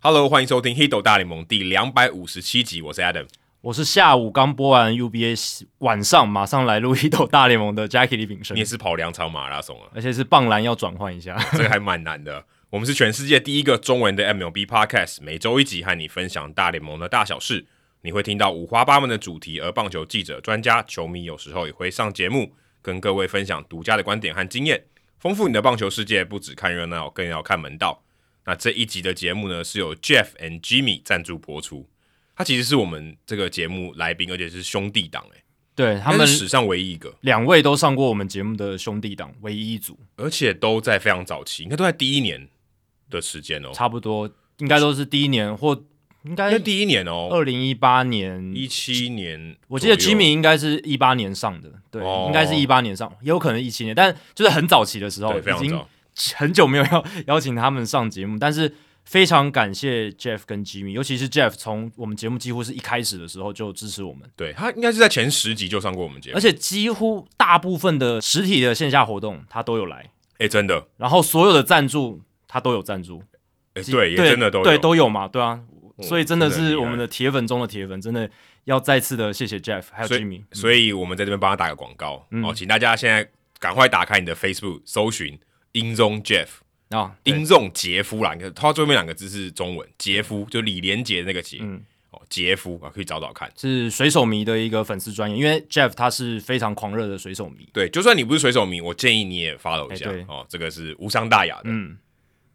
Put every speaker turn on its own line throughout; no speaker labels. Hello，欢迎收听《h i d o 大联盟》第两百五十七集，我是 Adam。
我是下午刚播完 UBA，晚上马上来录一斗大联盟的 Jackie 李炳生
你也，是跑两场马拉 松啊，
而且是棒篮要转换一下。
这个还蛮难的。我们是全世界第一个中文的 MLB Podcast，每周一集和你分享大联盟的大小事。你会听到五花八门的主题，而棒球记者、专家、球迷有时候也会上节目，跟各位分享独家的观点和经验，丰富你的棒球世界。不只看热闹，更要看门道。那这一集的节目呢，是由 Jeff and Jimmy 赞助播出。他其实是我们这个节目来宾，而且是兄弟档诶、欸
对他
应该
们
是史上唯一一个。
两位都上过我们节目的兄弟档，唯一一组，
而且都在非常早期，应该都在第一年的时间哦，
差不多应该都是第一年或应
因
该
为第一年哦，
二零一八年。
一七年，
我记得 Jimmy 应该是一八年上的，对，
哦
应该是一八年上，也有可能一七年，但就是很早期的时候，
对非
哦已
常
经
早，
很久没有邀邀请他们上节目，但是非常感谢 Jeff 跟 Jimmy，尤其是 Jeff 从我们节目几乎是一开始的时候就支持我们。
对他应该是在前十集就上过我们节目，
而且几乎大部分的实体的线下活动他都有来，
哎、真的，
然后所有的赞助他都有赞助，
哎、
几
对，也真的都有
对都有嘛，对啊，
嗯
所以真的
真的很厉
是
害
我们的铁粉中的铁粉，真的要再次的谢谢 Jeff 还有
所以
Jimmy，
所以我们在这边帮他打个广告、
嗯
哦，请大家现在赶快打开你的 Facebook，搜寻英宗 Jeff。
啊，对
英宗杰夫啦，你看他最后面两个字是中文，杰夫就李连杰那个杰，
嗯
哦，杰夫啊，可以找找看。
是水手迷的一个粉丝专业，因为 Jeff 他是非常狂热的水手迷，
对，就算你不是水手迷，我建议你也 follow 一下、
哎对
哦，这个是无伤大雅的。
嗯，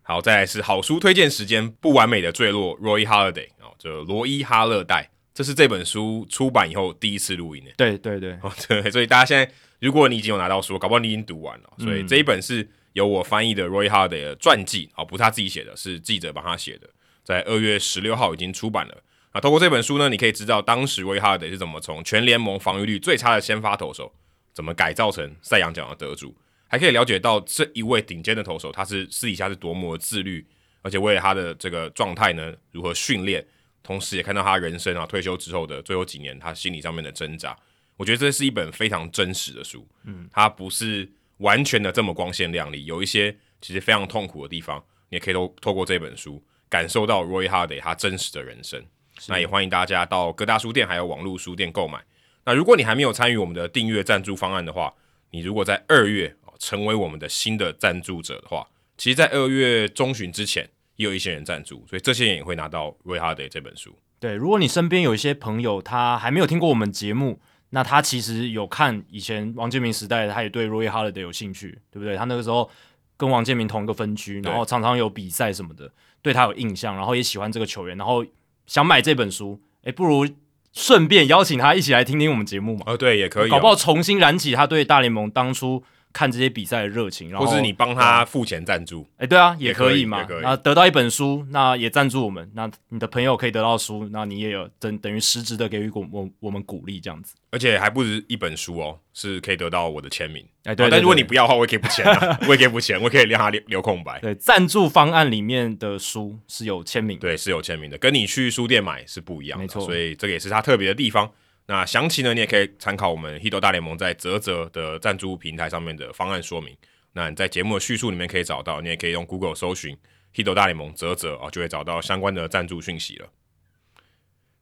好，再来是好书推荐时间，《不完美的坠落》（Roy Holiday） 哦，就罗伊哈勒代，这是这本书出版以后第一次录音呢。
对对对，
哦，对，所以大家现在如果你已经有拿到书，搞不好你已经读完了。所以这一本是由我翻译的 Roy Holiday 的传记，哦，不是他自己写的，是记者帮他写的，在二月十六号已经出版了。啊，透过这本书呢，你可以知道当时 Roy Holiday 是怎么从全联盟防御率最差的先发投手，怎么改造成赛扬奖的得主，还可以了解到这一位顶尖的投手，他是私底下是多么的自律，而且为了他的这个状态呢，如何训练，同时也看到他人生啊退休之后的最后几年，他心理上面的挣扎。我觉得这是一本非常真实的书，嗯，它不是完全的这么光鲜亮丽，有一些其实非常痛苦的地方，你也可以透透过这本书感受到 Roy Hardy 他真实的人生。那也欢迎大家到各大书店还有网络书店购买。那如果你还没有参与我们的订阅赞助方案的话，你如果在二月哦成为我们的新的赞助者的话，其实，在二月中旬之前也有一些人赞助，所以这些人也会拿到《Roy Hardy》这本书。
对，如果你身边有一些朋友，他还没有听过我们节目，那他其实有看以前王建民时代，他也对 Roy Holiday 有兴趣，对不对？他那个时候跟王建民同一个分区，
对
然后常常有比赛什么的，对他有印象，然后也喜欢这个球员，然后想买这本书，诶，不如顺便邀请他一起来听听我们节目嘛，
哦，对，也可以、
搞不好重新燃起他对大联盟当初看这些比赛的热情，然后
或是你帮他付钱赞助。
哎，对啊，
也
也
可
可
以
以嘛
也可以。
那得到一本书，那也赞助我们，那你的朋友可以得到书，那你也有等等于实质的给予我我我们鼓励这样子。
而且还不止一本书哦，是可以得到我的签名。
哎，对，
哦
对
但如果
对
你不要的话，我也可以不签、 啊，我也可以不签，我也可以让他留留空白。
对赞助方案里面的书是有签名的，
对，是有签名的，跟你去书店买是不一样的，
没错
所以这个也是它特别的地方。那详情呢，你也可以参考我们 Hito 大联盟在泽泽的赞助平台上面的方案说明。那你在节目的叙述里面可以找到，你也可以用 Google 搜寻 Hito 大联盟泽泽啊，就会找到相关的赞助讯息了。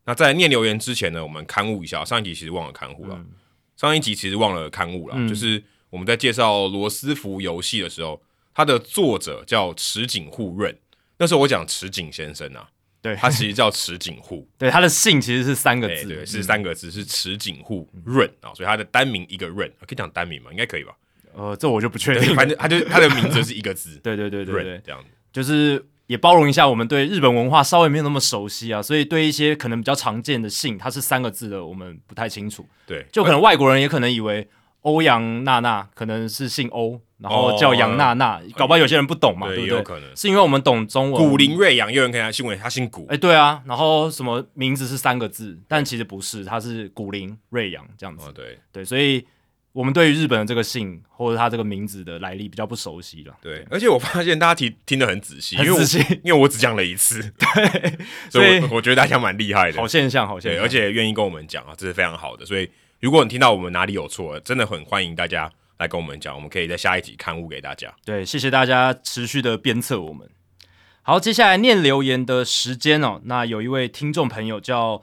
那在念留言之前呢，我们刊物一下，上一集其实忘了刊物了，上一集其实忘了刊物了，
嗯
就是我们在介绍罗斯福游戏的时候，它的作者叫池井户润，那时候我讲池井先生啊，
对
他其实叫池井户，
对他的姓其实是三个
对
字，
哎对，
嗯
是三个字，是池井户润啊，所以他的单名一个润，啊可以讲单名吗？应该可 以吧？
呃，这我就不确
对
定。
反正他就他的名字就是一个字
对对 对对
润
对，
这样子。
就是也包容一下我们对日本文化稍微没有那么熟悉啊，所以对一些可能比较常见的姓，它是三个字的，我们不太清楚。
对，
就可能外国人也可能以为欧阳娜娜可能是姓欧，然后叫杨娜娜，搞不好有些人不懂嘛，
哦哎对
对不
也
对？
有可能
是因为我们懂中文。
古林，瑞阳，有人看他新闻，他姓古
哎、，对啊，然后什么名字是三个字，但其实不是，它是古林瑞阳这样子。
哦对
对，所以我们对于日本的这个姓或者他这个名字的来历比较不熟悉了。
对，而且我发现大家听听得很仔细，因
很
为我
仔细，
因为我只讲了一 次，所
所
以
以
我我觉得大家蛮厉害的，
好现象，好现
对，
象。
而且愿意跟我们讲啊，这是非常好的。所以如果你听到我们哪里有错，真的很欢迎大家来跟我们讲，我们可以在下一集刊物给大家。
对，谢谢大家持续的鞭策我们。好，接下来念留言的时间哦。那有一位听众朋友叫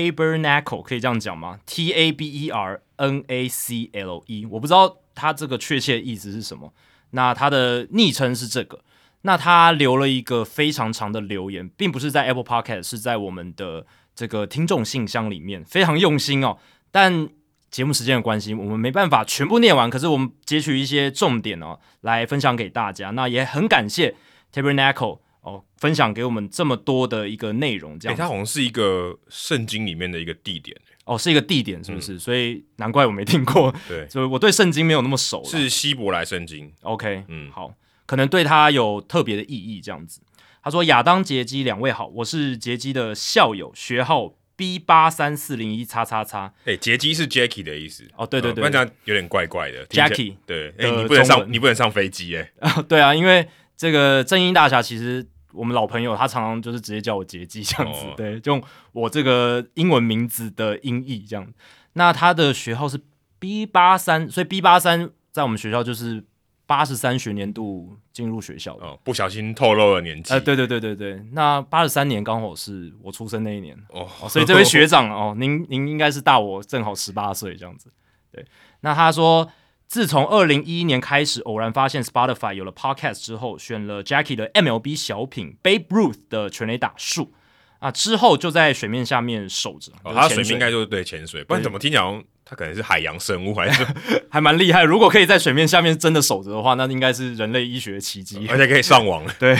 Tabernacle，可以这样讲吗？T A B E R N A C L E，我不知道他这个确切意思是什么。那他的昵称是这个。那他留了一个非常长的留言，并不是在 Apple Podcast，是在我们的这个听众信箱里面，非常用心哦。但节目时间的关系，我们没办法全部念完，可是我们截取一些重点哦，来分享给大家。那也很感谢 Tabernacle 哦，分享给我们这么多的一个内容，这
哎、
样、
它好像是一个圣经里面的一个地点，
哦是一个地点，是不是？所以难怪我没听过，
对，
所以我对圣经没有那么熟啦。
是希伯来圣经。
OK，
嗯
好，可能对他有特别的意义这样子。他说：“亚当、杰基两位好，我是杰基的校友，学号 B 八三四零一叉叉叉
哎、杰基是 Jacky 的意思。
哦对对对
呃不然这样有点怪怪的。听起来
Jacky
对，哎、
的
你不能
中
上，
文
你不能上飞机哎、
啊， 对啊，因为这个正音大侠其实我们老朋友，他常常就是直接叫我杰基这样子，
哦
对，就用我这个英文名字的音译这样。那他的学号是 B 八三，所以 B 八三在我们学校就是八十三学年度进入学校的。
哦，不小心透露了年纪。
呃，对对对对对，那八十三年刚好是我出生那一年，
哦，
哦，所以这 位学长哦，您您应该是大我正好十八岁这样子。对，那他说，自从二零一一年开始，偶然发现 Spotify 有了 Podcast 之后，选了 Jackie 的 MLB 小品 Babe Ruth 的全垒打数啊，之后就在水面下面守着。
哦，
就是
他
潜
水面应该就是对潜水，不然怎么听起来好像他可能是海洋生物，还 是
还蛮厉害。如果可以在水面下面真的守着的话，那应该是人类医学的奇迹。
而且可以上 网。
对，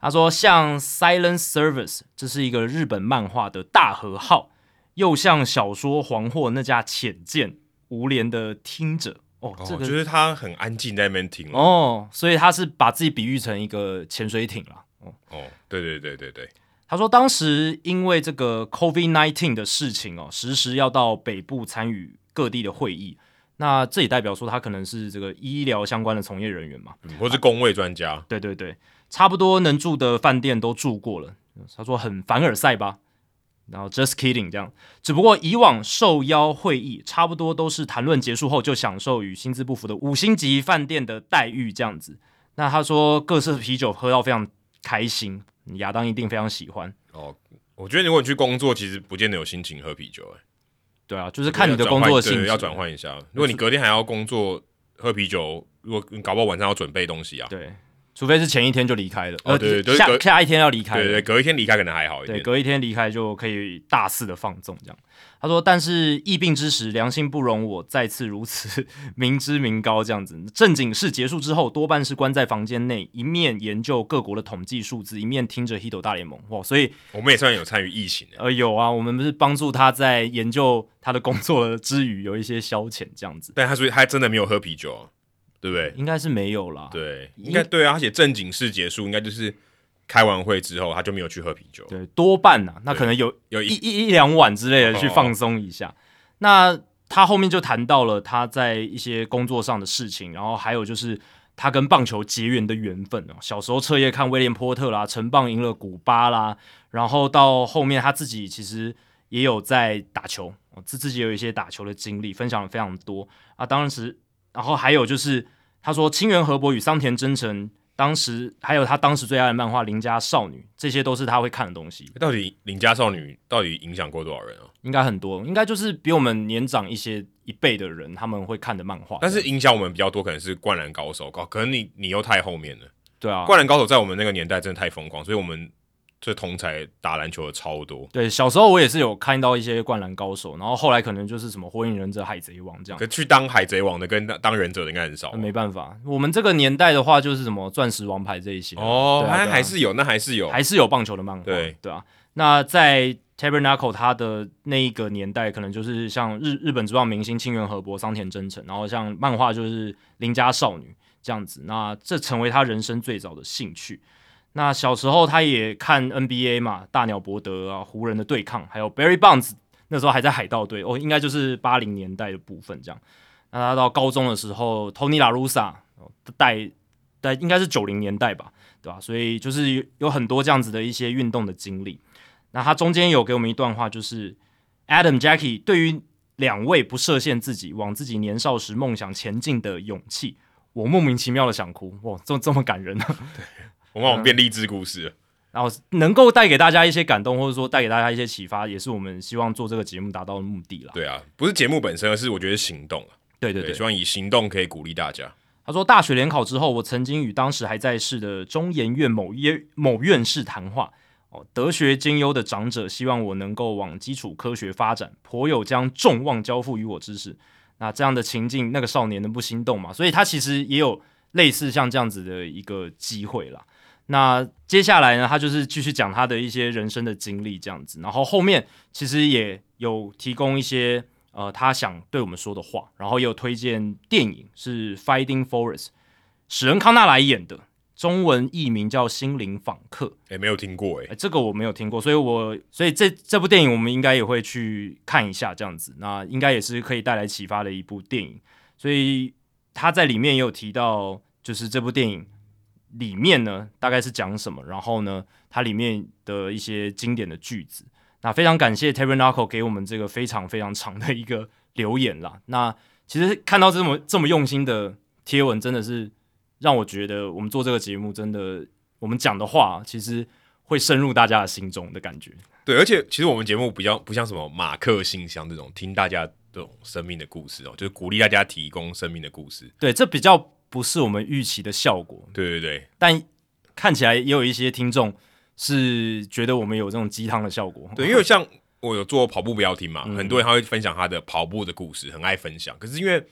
他说像《Silent Service》，这是一个日本漫画的大和号，又像小说《黄祸》那架浅见无聊的听者。哦，
哦，
这个
就是他很安静在那边听。哦
哦，所以他是把自己比喻成一个潜水艇啦。哦，
哦，对对对对对，
他说当时因为这个 COVID nineteen 的事情哦，时时要到北部参与各地的会议。那这也代表说他可能是这个医疗相关的从业人员嘛。
嗯或是工位专家。
对对对，差不多能住的饭店都住过了。他说很凡尔赛吧，然后 just kidding 这样。只不过以往受邀会议，差不多都是谈论结束后就享受与薪资不符的五星级饭店的待遇这样子。那他说各式啤酒喝到非常开心，亚当一定非常喜欢。
哦，我觉得如果你去工作，其实不见得有心情喝啤酒、哎
对啊，就是看你的工作的性质
对要转。换一下。如果你隔天还要工作，喝啤酒，如果嗯你搞不好晚上要准备东西啊。
对，除非是前一天就离开了，
哦
呃
对对
下
隔
下一天要离开了。
对对，隔一天离开可能还好一
对，
点。
隔一天离开就可以大肆的放纵这样。他说：“但是疫病之时，良心不容我再次如此明知明高这样子。正经事结束之后，多半是关在房间内，一面研究各国的统计数字，一面听着《h i t 大联盟》哇。所以
我们也算有参与疫情的、
呃有啊，我们不是帮助他在研究他的工作的之余有一些消遣这样子，
但他所以他真的没有喝啤酒、啊，对不对？
应该是没有啦。
对，应该对啊。而且正经事结束，应该就是开完会之后，他就没有去喝啤酒。
对，多半呐、那可能有
有
一
一
一一两晚之类的去
哦
放松一下。那他后面就谈到了他在一些工作上的事情，然后还有就是他跟棒球结缘的缘分哦。小时候彻夜看威廉波特啦，成棒赢了古巴啦，然后到后面他自己其实也有在打球，哦自自己有一些打球的经历，分享了非常多啊。当时，然后还有就是他说清源河伯与桑田真诚。当时还有他当时最爱的漫画《邻家少女》，这些都是他会看的东西。
到底邻家少女到底影响过多少人啊？
应该很多，应该就是比我们年长一些一辈的人，他们会看的漫画。
但是影响我们比较多，可能是《灌篮高手》高，可能你你又太后面了。
对啊，
《灌篮高手》在我们那个年代真的太疯狂，所以我们这同才打篮球的超多。
对，小时候我也是有看到一些《灌篮高手》，然后后来可能就是什么《火影忍者》《海贼王》这样
可。去当海贼王的跟当当忍者的应该很少吧
呃没办法，我们这个年代的话，就是什么《钻石王牌》这一些
哦，
对啊
那、
对啊
还是有，那还是有。
还是有棒球的漫画，
对
对啊。那在 Tabernacle 他的那一个年代，可能就是像日日本职棒明星清源和博、桑田真诚，然后像漫画就是邻家少女这样子。那这成为他人生最早的兴趣。那小时候他也看 NBA 嘛，大鸟伯德啊、湖人的对抗，还有 Barry Bonds 那时候还在海盗队哦，应该就是八零年代的部分这样。那他到高中的时候，Tony La Russa 哦带带应该是九零年代吧，对吧、所以就是有有很多这样子的一些运动的经历。那他中间有给我们一段话，就是 Adam Jackie 对于两位不设限自己往自己年少时梦想前进的勇气，我莫名其妙的想哭，哇，这这么感人啊！
我们往变励志故事了。
然后能够带给大家一些感动，或者说带给大家一些启发，也是我们希望做这个节目达到的目的啦。
对啊，不是节目本身，而是我觉得行动啊。
对对
对，
对，
希望以行动可以鼓励大家。
他说，大学联考之后，我曾经与当时还在世的中研院某院某院士谈话。哦，德学兼优的长者希望我能够往基础科学发展，颇有将众望交付于我之势。那这样的情境，那个少年能不心动吗？所以他其实也有类似像这样子的一个机会啦。那接下来呢，他就是继续讲他的一些人生的经历这样子，然后后面其实也有提供一些呃他想对我们说的话，然后也有推荐电影是《Finding Forest》，史恩康纳莱演的，中文译名叫《心灵访客》。
哎，没有听过哎
哎，，这个我没有听过，所以我所以这这部电影我们应该也会去看一下，这样子，那应该也是可以带来启发的一部电影。所以他在里面也有提到，就是这部电影里面呢大概是讲什么，然后呢它里面的一些经典的句子。那非常感谢 Tabernacle 给我们这个非常非常长的一个留言啦。那其实看到这么这么用心的贴文，真的是让我觉得我们做这个节目真的，我们讲的话其实会深入大家的心中的感觉。
对，而且其实我们节目比较不像什么马克信箱这种听大家这种生命的故事哦，就是鼓励大家提供生命的故事。
对，这比较不是我们预期的效果，
对对对，
但看起来也有一些听众是觉得我们有这种鸡汤的效果。
对，因为像我有做跑步不要停嘛，
嗯
很多人他会分享他的跑步的故事，很爱分享。可是因为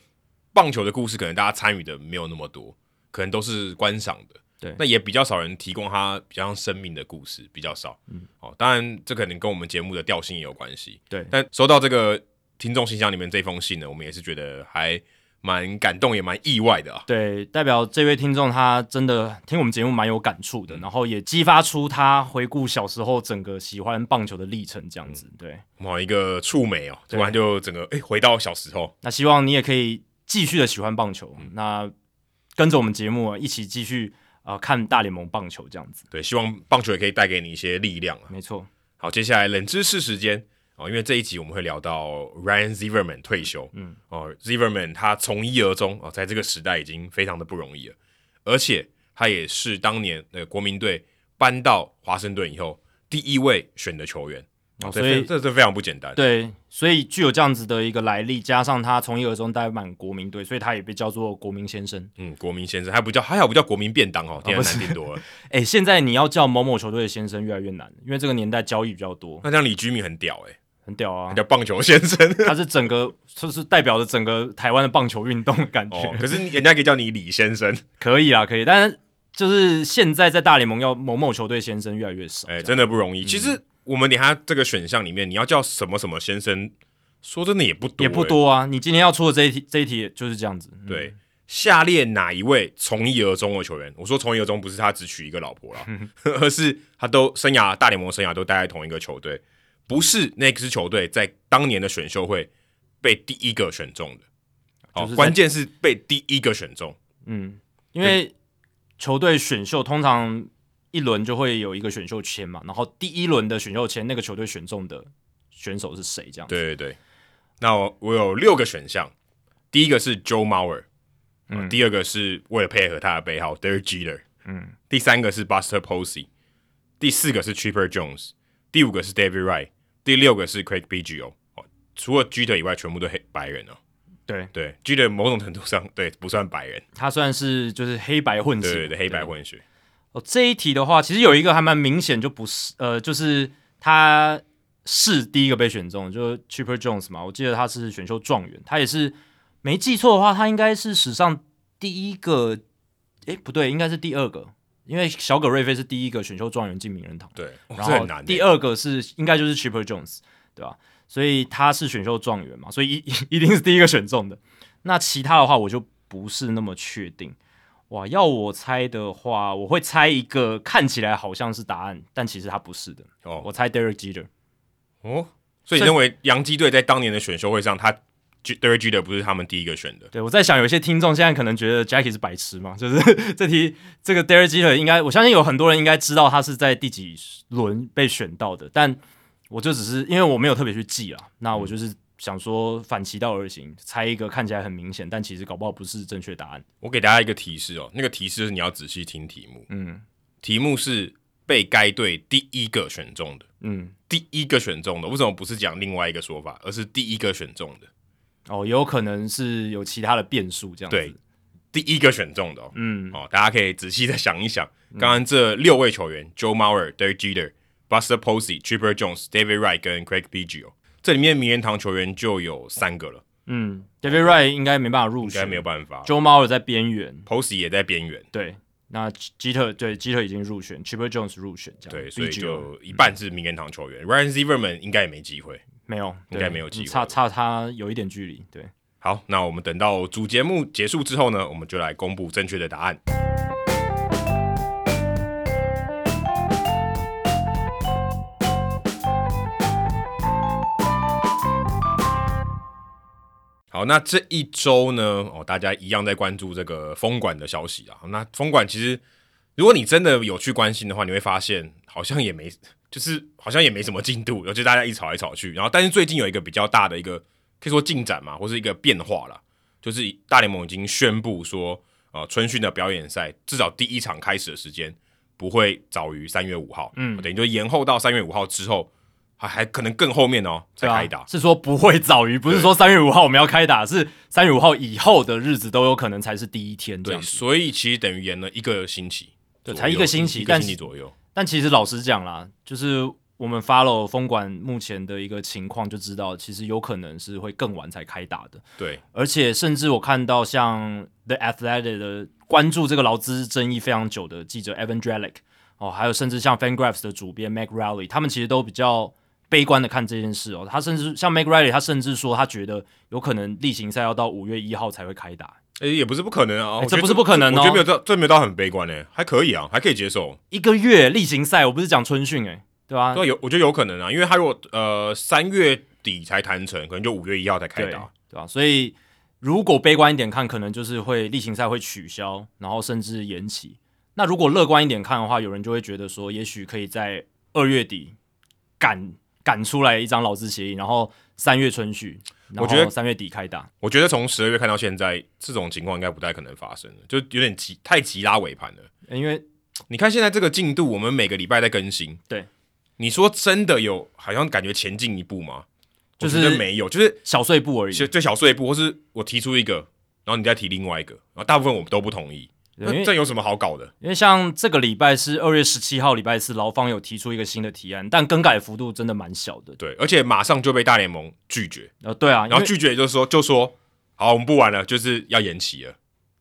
棒球的故事，可能大家参与的没有那么多，可能都是观赏的。
对
那也比较少人提供他比较像生命的故事，比较少。嗯，哦，当然这可能跟我们节目的调性也有关系。
对
但收到这个听众信箱里面这封信呢，我们也是觉得还蛮感动，也蛮意外的啊。
对，代表这位听众他真的听我们节目蛮有感触
嗯
的，然后也激发出他回顾小时候整个喜欢棒球的历程，这样子。
嗯
对，
我们一个触媒哦，
对
突然就整个哎、诶回到小时候，
那希望你也可以继续的喜欢棒球，
嗯
那跟着我们节目啊，一起继续啊、呃看大联盟棒球这样子。
对，希望棒球也可以带给你一些力量啊。
没错，
好，接下来冷知识时间哦，因为这一集我们会聊到 Ryan Zimmerman 退休，嗯，哦，Zimmerman 他从一而终哦，在这个时代已经非常的不容易了，而且他也是当年呃国民队搬到华盛顿以后第一位选的球员，
哦、
这
所以
这这非常不简单，
对，所以具有这样子的一个来历，加上他从一而终待满国民队，所以他也被叫做国民先生。
嗯，国民先生，还不叫还好不叫国民便当哦，天啊
不是
难听 多了。
哎、现在你要叫某某球队的先生越来越难，因为这个年代交易比较多，
那这样李居民很屌哎、
很屌啊
他。叫棒球先生。
他是整个就是代表着整个台湾的棒球运动的感觉，
哦，可是你人家可以叫你李先生，
可以啊，可以。但是就是现在在大联盟要某某球队先生越来越少，
哎、
这样嗯
真的不容易。其实我们连他这个选项里面，你要叫什么什么先生，说真的也不多、哎
也不。多啊。你今天要出的这一题，这一题就是这样子。嗯，
对，下列哪一位从一而终的球员？我说从一而终，不是他只娶一个老婆 啦，而是他都生涯大联盟生涯都待在同一个球队，不是那支球队在当年的选秀会被第一个选中的。
就
哦
是，在
关键是被第一个选中。
嗯，因为球队选秀通常一轮就会有一个选秀签嘛，然后第一轮的选秀签那个球队选中的选手是谁这样子。
对对对，那我我有六个选项，第一个是 Joe Mauer，、嗯、第二个是为了配合他的背号 Derek Jeter，
嗯，
第三个是 Buster Posey，第四个是 Chipper Jones，第五个是 David Wright，第六个是 Craig Biggio。哦，除了 Jeter 以外，全部都黑白人哦。
对，
对，Jeter 某种程度上对不算白人，
他算是就是黑白混血，
对对对，黑白混血。
哦，这一题的话，其实有一个还蛮明显，就不是呃，就是他是第一个被选中，就是 Chipper Jones 嘛，我记得他是选秀状元，他也是没记错的话，他应该是史上第一个，诶，不对，应该是第二个，因为小葛瑞菲是第一个选秀状元进名人堂，
对，哦、
然
这很
后
难耶。
第二个是应该就是 Chipper Jones，对吧？所以他是选秀状元嘛，所以一一 定是第一个选中的。那其他的话我就不是那么确定。哇，要我猜的话，我会猜一个看起来好像是答案，但其实他不是的。
哦
我猜 Derek Jeter，
哦，所以
所
你
以
认为洋基队在当年的选秀会上，他 J- Derek Jeter 不是他们第一个选的？
对我在想，有些听众现在可能觉得 Jackie 是白痴嘛， 就是这题这个 Derek Jeter 应该，我相信有很多人应该知道他是在第几轮被选到的，但我就只是因为我没有特别去记啊，那
嗯
我就是想说反其道而行，猜一个看起来很明显，但其实搞不好不是正确答案。
我给大家一个提示哦，那个提示就是你要仔细听题目。
嗯，
题目是被该队第一个选中的，
嗯，
第一个选中的，为什么不是讲另外一个说法，而是第一个选中的？
哦，有可能是有其他的变数这样子。
对，第一个选中的哦，
嗯，
哦，大家可以仔细的想一想，刚刚这六位球员、Joe Mauer、Derek Jeter、Buster Posey、Chipper Jones、David Wright 跟 Craig Biggio，这里面名人堂球员就有三个了，
嗯，David Wright 应该没办法入
应
选，
该没有办法。
Joe Mauer 在边缘，
Posey 也在边缘，
对，那 Jeter 对 Jeter 已经入选，Chipper Jones 入选，这样
对，所以
BGO
就一半是名人堂球员。Ryan Zimmerman 应该也没机会。
没有，
应
对嗯
该没有机会
差差他有一点距离，对，
好，那我们等到主节目结束之后呢，我们就来公布正确的答案。好，那这一周呢，哦，大家一样在关注这个封管的消息啊。那封管其实，如果你真的有去关心的话，你会发现好像也没， 就是好像也没什么进度，就大家一吵来吵去。然后，但是最近有一个比较大的一个可以说进展嘛，或是一个变化啦，就是大联盟已经宣布说，呃，春训的表演赛至少第一场开始的时间不会早于三月五号，哦
嗯
等于就延后到三月五号之后，还还可能更后面哦才
对啊
开打。
是说不会早于，不是
对
说三月五号我们要开打，是三月五号以后的日子都有可能才是第一天这
对，
样子。
所以其实等于延了一个星期左
对
右，
才一个星期
一个
但
星期
是
左右。
但其实老实讲啦，就是我们 follow 封管目前的一个情况就知道，其实有可能是会更晚才开打的。
对，
而且甚至我看到像 The Athletic 的关注这个劳资争议非常久的记者 Evan Drellick 哦，还有甚至像 FanGraphs 的主编 Mac Riley，他们其实都比较悲观的看这件事哦。他甚至像 Mac Riley，他甚至说他觉得有可能例行赛要到五月一号才会开打，
诶、也不是不可能啊，我
这
觉得
不是不可能
我觉得
哦
没有到，这没有到很悲观呢、还可以啊，还可以接受。
一个月例行赛，我不是讲春训诶、欸对吧、
对，有我觉得有可能啊，因为他如果呃三月底才谈成，可能就五月一号才开
对
打。
对吧、所以如果悲观一点看，可能就是会例行赛会取消，然后甚至延期。那如果乐观一点看的话，有人就会觉得说，也许可以在二月底赶赶出来一张劳资协议，然后三月春训，
我觉得
然后三月底开打。
我觉得从十二月看到现在，这种情况应该不太可能发生了，就有点急太急拉尾盘了。
呃因为
你看现在这个进度，我们每个礼拜在更新。
对，
你说真的有好像感觉前进一步吗？我
就是
觉得没有，就是
小碎步而已，啊
就最小碎步，或是我提出一个，然后你再提另外一个，然后大部分我们都不同意，
对因为
那这有什么好搞的？
因为像这个礼拜是二月十七号，礼拜四，劳方有提出一个新的提案，但更改幅度真的蛮小的。
对，而且马上就被大联盟拒绝，
呃，对啊，因
然后
为
拒绝就是说就说好，我们不玩了，就是要延期了。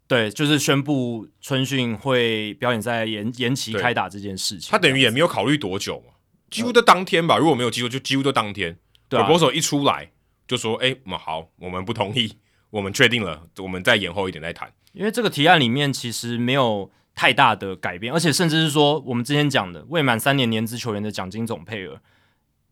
对，就是宣布春训会表演赛延延期
对
开打这件事情。
他等于也没有考虑多久嘛，几乎都当天吧，如果没有记错，就几乎都当天。
对啊
p r o p o 一出来就说，哎、嗯，好，我们不同意，我们确定了，我们再延后一点再谈。
因为这个提案里面其实没有太大的改变，而且甚至是说我们之前讲的未满三年年资球员的奖金总配额，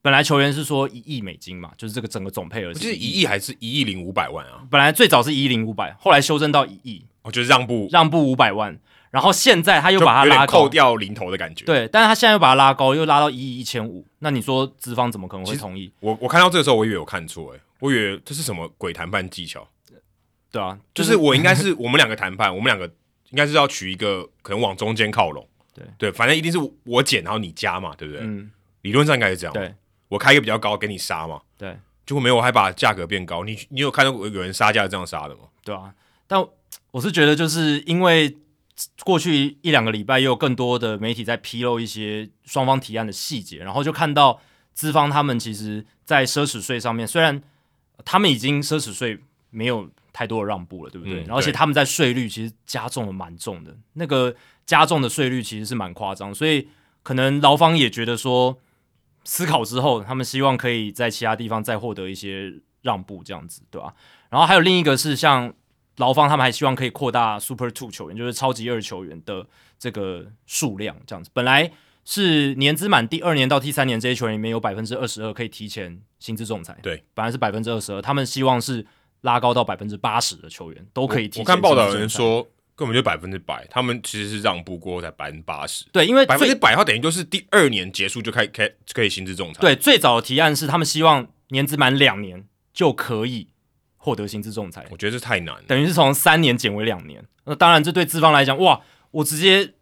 本来球员是说一亿美金嘛，就是这个整个总配额
就是是
一亿，
一亿还是一亿零五百万啊？
本来最早是一亿零五百，后来修正到一亿，
我觉得让步
让步五百万，然后现在他又
就
把它
有
拉
点
高
扣，掉零头的感觉。
对，但是他现在又把它拉高，又拉到一亿一千五，那你说资方怎么可能会
其实
同意？
我我看到这个时候，我以为我看错，哎，我以为这是什么鬼谈判技巧？
对啊，
就是我应该是我们两个谈判，我们两个应该是要取一个可能往中间靠拢。
对
对，反正一定是我减，然后你加嘛，对不对？
嗯，
理论上应该是这样。
对，
我开一个比较高给你杀嘛，
对。
结果没有，我还把价格变高。你你有看到有人杀价这样杀的吗？
对啊，但我是觉得，就是因为过去一两个礼拜，也有更多的媒体在披露一些双方提案的细节，然后就看到资方他们其实，在奢侈税上面，虽然他们已经奢侈税没有太多的让步了，对不对？
嗯
然后而且
对
他们在税率其实加重的蛮重的，那个加重的税率其实是蛮夸张，所以可能劳方也觉得说，思考之后，他们希望可以在其他地方再获得一些让步，这样子，对吧、然后还有另一个是像劳方，他们还希望可以扩大 Super Two 球员，就是超级二球员的这个数量，这样子。本来是年资满第二年到第三年这些球员里面有百分之二十二可以提前薪资仲裁，
对，
本来是百分之二十二，他们希望是拉高到百分之八十的球员都可以提
我我
前
看报道有
薪
人
资仲裁，
说根本就百分之百，他们其实是让步过后才百分之八十，
对，因为
百分之
最
百，它等于就是第二年结束就开开可以薪资仲裁。，
对最早的提案是他们希望年资满两年就可以获得薪资仲裁，
我觉得这太难了。
等于是从三年减为两年。那当然，这对资方来讲，哇，我直接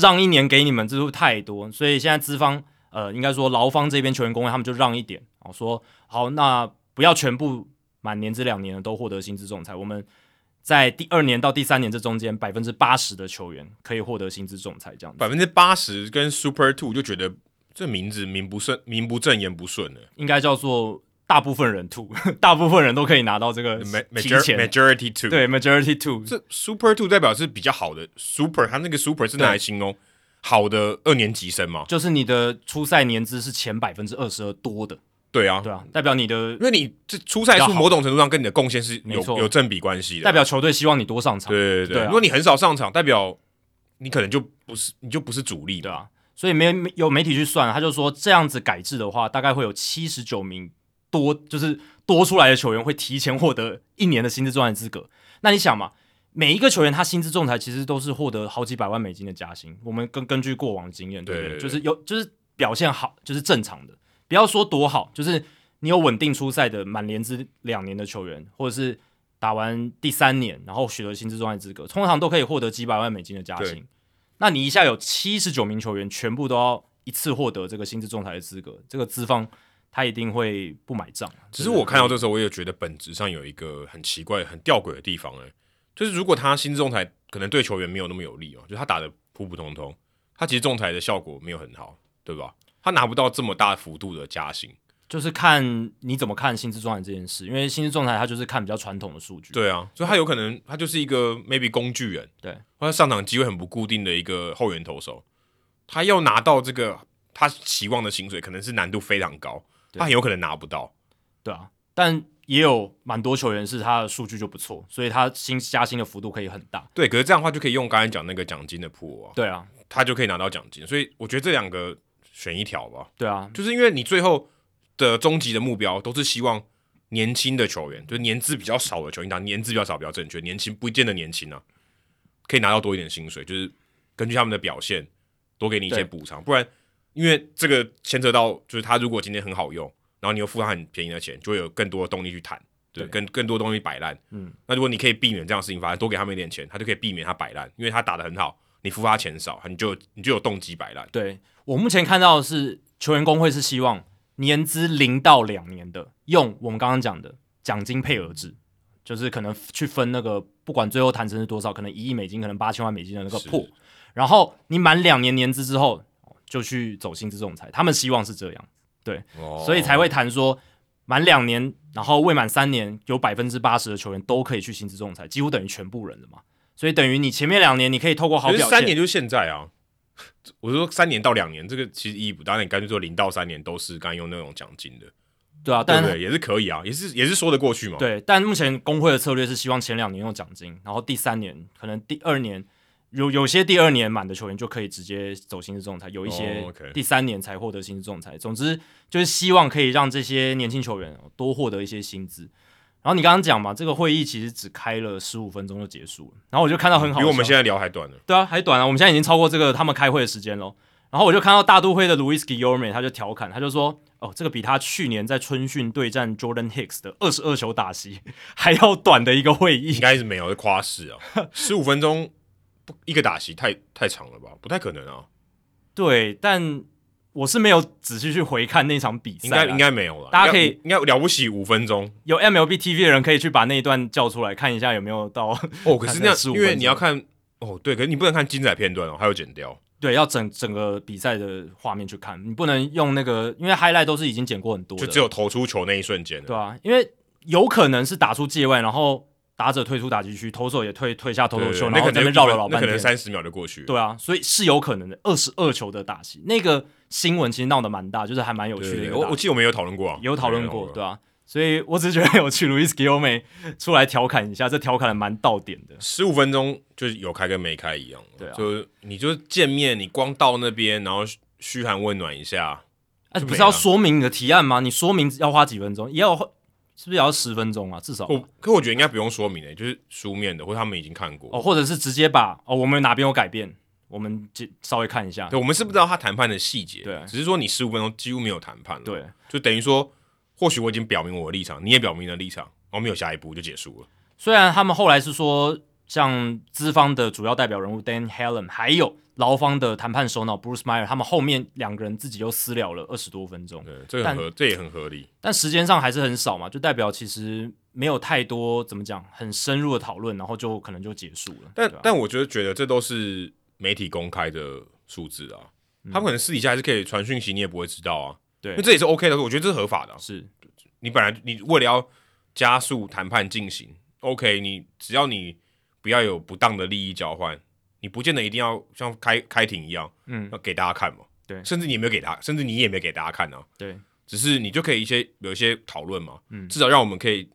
让一年给你们，这是太多，所以现在资方呃，应该说劳方这边球员工会他们就让一点，哦，说好，那不要全部满年资两年的都获得薪资仲裁，我们在第二年到第三年这中间百分之八十的球员可以获得薪资仲裁，这样
百
子
分之八十跟 Super Two 就觉得这名字名不正名不正言不顺的
应该叫做大部分人 two，大 部分人都可以拿到这个
，ma-
提
major-
前
Majority Two。，
对 majority two，
这 Super Two 代表是比较好的 Super，它那个 Super 是拿来形容好的二年级生嘛？
就是你的初赛年资是前百分之二十二多的，
对啊，
对啊，代表你的
因为你这出赛
比
数
较好
某种程度上跟你的贡献是有
没错
有正比关系的，
代表球队希望你多上场，
对对对
对啊
如果你很少上场，代表你可能就不是你就不是主力
对
的。
啊，所以没没有媒体去算，他就说这样子改制的话，大概会有七十九名多，就是多出来的球员会提前获得一年的薪资仲裁资格。那你想嘛，每一个球员他薪资仲裁其实都是获得好几百万美金的加薪，我们根根据过往经验，对不对？
对对对
就是有就是表现好就是正常的，不要说多好，就是你有稳定出赛的满连资两年的球员，或者是。打完第三年，然后取得薪资仲裁资格，通常都可以获得几百万美金的加
对
薪。那你一下有七十九名球员全部都要一次获得这个薪资仲裁的资格，这个资方他一定会不买账。
只是我看到这时候，我也觉得本质上有一个很奇怪、很吊诡的地方、哎，就是如果他薪资仲裁可能对球员没有那么有利哦，就是他打的普普通通，他其实仲裁的效果没有很好，对吧？他拿不到这么大幅度的加薪，
就是看你怎么看薪资仲裁这件事，因为薪资仲裁它就是看比较传统的数据。
对啊，所以他有可能他就是一个 maybe 工具人，
对，
或者上场机会很不固定的一个后援投手，他要拿到这个他期望的薪水，可能是难度非常高，
对
他很有可能拿不到。
对啊，但也有蛮多球员是他的数据就不错，所以他薪加薪的幅度可以很大。
对，可是这样的话就可以用刚才讲那个奖金的铺啊，
对啊，
他就可以拿到奖金，所以我觉得这两个选一条吧，
对啊，
就是因为你最后的终极的目标都是希望年轻的球员，就是年资比较少的球员，当然年资比较少比较正确，年轻不见得年轻啊，可以拿到多一点薪水，就是根据他们的表现多给你一些
对
补偿，不然因为这个牵扯到就是他如果今天很好用，然后你又付他很便宜的钱，就会有更多的动力去谈。对，
对
更更多东西摆烂。
嗯，
那如果你可以避免这样的事情发生，多给他们一点钱，他就可以避免他摆烂，因为他打的很好，你付他钱少，你就你就有动机摆烂。
对我目前看到的是球员工会是希望年资零到两年的用我们刚刚讲的奖金配额制，就是可能去分那个不管最后谈成是多少，可能一亿美金，可能八千万美金的那个
是
破，然后你满两年年资之后哦就去走薪资仲裁，他们希望是这样，
哦
所以才会谈说满两年，然后未满三年有百分之八十的球员都可以去薪资仲裁，几乎等于全部人了嘛。所以等于你前面两年你可以透过好
可
表
是
现，
三年就是现在啊。 我是说三年到两年，这个其实意义不大。那你干脆说零到三年都是刚用那种奖金的，
对啊，
对
但
不对？也是可以啊，也是也是说得过去嘛。，
对，但目前工会的策略是希望前两年用奖金，然后第三年可能第二年有有些第二年满的球员就可以直接走薪资仲裁，有一些
哦，OK
第三年才获得薪资仲裁。总之就是希望可以让这些年轻球员哦多获得一些薪资。然后你刚刚讲嘛，这个会议其实只开了十五分钟就结束了，然后我就看到很好
比
笑，
我们现在聊还短呢。
对啊，还短啊，我们现在已经超过这个他们开会的时间喽。然后我就看到大都会的 Luis Guillorme，他就调侃，他就说：“哦，这个比他去年在春训对战 Jordan Hicks 的二十二球打席 还要短的一个会
应
议。
该是没有，是夸饰 啊。十五分钟不一个打席太太长了吧？不太可能啊，”
对，但我是没有仔细去回看那场比赛
应
啦，
该应该没有了。
啊大家可以
应该应该了不起五分钟
有 MLB TV 的人可以去把那一段叫出来看一下有没有到。
哦。可是那
看15
样，
分
因
钟
为你要看哦，对，可是你不能看精彩片段哦，还有剪掉。
对，要整整个比赛的画面去看，你不能用那个，因为 highlight 都是已经剪过很多的
就
了，
只有投出球那一瞬间了。
对啊，因为有可能是打出界外，然后打者退出打击区，投手也退退下投手
对
球，
那
然后
可
在那
能
边绕了老
那
半
可能
天。
三十秒就过去了。
对啊，所以是有可能的。二十二球的打击，那个新闻其实闹得蛮大，就是还蛮有
对
趣的一
对
个
对
打击。
我我记得我们有讨论过啊，
有讨论过，
对
对啊，所以我只是觉得有趣。Luis Guillorme 出来调侃一下，这调侃的蛮到点的。
十五分钟就是有开跟没开一样，
对啊
就是你就是见面，你光到那边，然后嘘嘘寒问暖一下，
哎、
就
不
没
是要
了
说明你的提案吗？你说明要花几分钟，也要花是不是也要十分钟啊？至少吧
我可我觉得应该不用说明的、就是书面的，或者他们已经看过。
哦，或者是直接把哦，我们哪边有改变，我们介稍微看一下。
对，我们是不知道他谈判的细节，
对
只是说你十五分钟几乎没有谈判了，
对，
就等于说，或许我已经表明我的立场，你也表明了立场，我们有下一步就结束了。
虽然他们后来是说像资方的主要代表人物 Dan Helen，还有劳方的谈判首脑 Bruce Meyer，他们后面两个人自己又私聊了二十多分钟，
对，这个很合，这也很合理。
但时间上还是很少嘛，就代表其实没有太多怎么讲很深入的讨论，然后就可能就结束了。
但、
对吧啊
但我觉得觉得这都是媒体公开的数字啊，他们可能私底下还是可以传讯息，你也不会知道啊，因为
嗯对
这也是 OK 的，我觉得这是合法的啊、
是
你本来你为了要加速谈判进行，OK，你只要你不要有不当的利益交换，你不见得一定要像开开庭一样，
嗯
要给大家看嘛。
对
甚至你也没有给他，甚至你也没有给大家看啊，
对
只是你就可以一些有一些讨论嘛，
嗯
至少让我们可以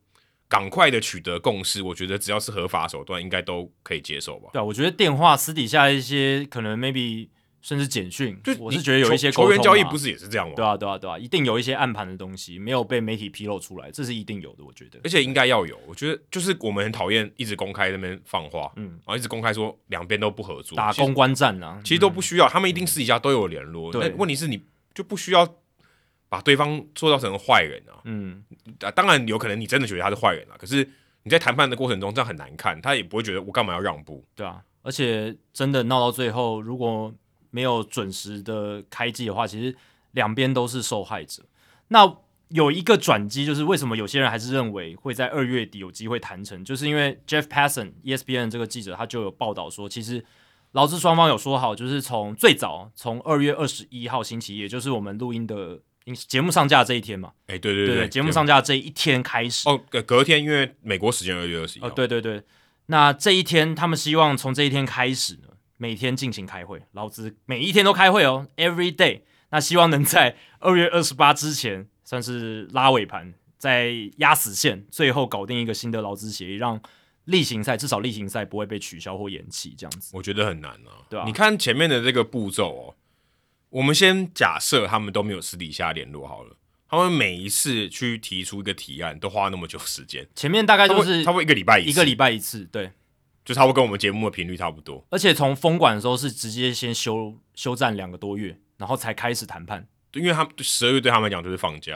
赶快的取得共识。我觉得只要是合法手段，应该都可以接受吧。
对啊，我觉得电话私底下一些可能 maybe 甚至简讯，
就
我
你
是觉得有一些
球球员交易不
是
是也是这样吗？
对啊对啊对啊，一定有一些暗盘的东西没有被媒体披露出来，这是一定有的，我觉得
而。且应该要有，我觉得就是我们很讨厌一直公开那边放话，
嗯
然后一直公开说两边都不合作，
打
其实
公关战啊，
其实都不需要，他们一定私底下都有联络。
对
那问题是你就不需要把对方塑造成坏人啊。
嗯，
啊，当然有可能你真的觉得他是坏人啊，可是你在谈判的过程中这样很难看，他也不会觉得我干嘛要让步。
对啊，而且真的闹到最后，如果没有准时的开机的话，其实两边都是受害者。那有一个转机，就是为什么有些人还是认为会在二月底有机会谈成，就是因为 Jeff Passan E ESPN 这个记者他就有报道说，其实劳资双方有说好，就是从最早从二月二十一号星期一，也就是我们录音的节目上架这一天嘛，
哎、对对
对
对，
节目上架这一天开始，
哦，隔隔天因为美国时间二月二十一号，啊
哦，对对对，那这一天他们希望从这一天开始呢，每天进行开会，劳资每一天都开会哦，every day。那希望能在二月二十八之前，算是拉尾盘，在压死线，最后搞定一个新的劳资协议，让例行赛至少例行赛不会被取消或延期，这样子。
我觉得很难啊。
对啊
你看前面的这个步骤哦，我们先假设他们都没有私底下联络好了，他们每一次去提出一个提案都花那么久时间，
前面大概
他
就
会
是
他会一个礼拜一
一个礼
拜，
拜一次，对，
就是他会跟我们节目的频率差不多。
而且从封馆的时候是直接先休休战两个多月，然后才开始谈判。
因为他们十二月对他们来讲就是放假，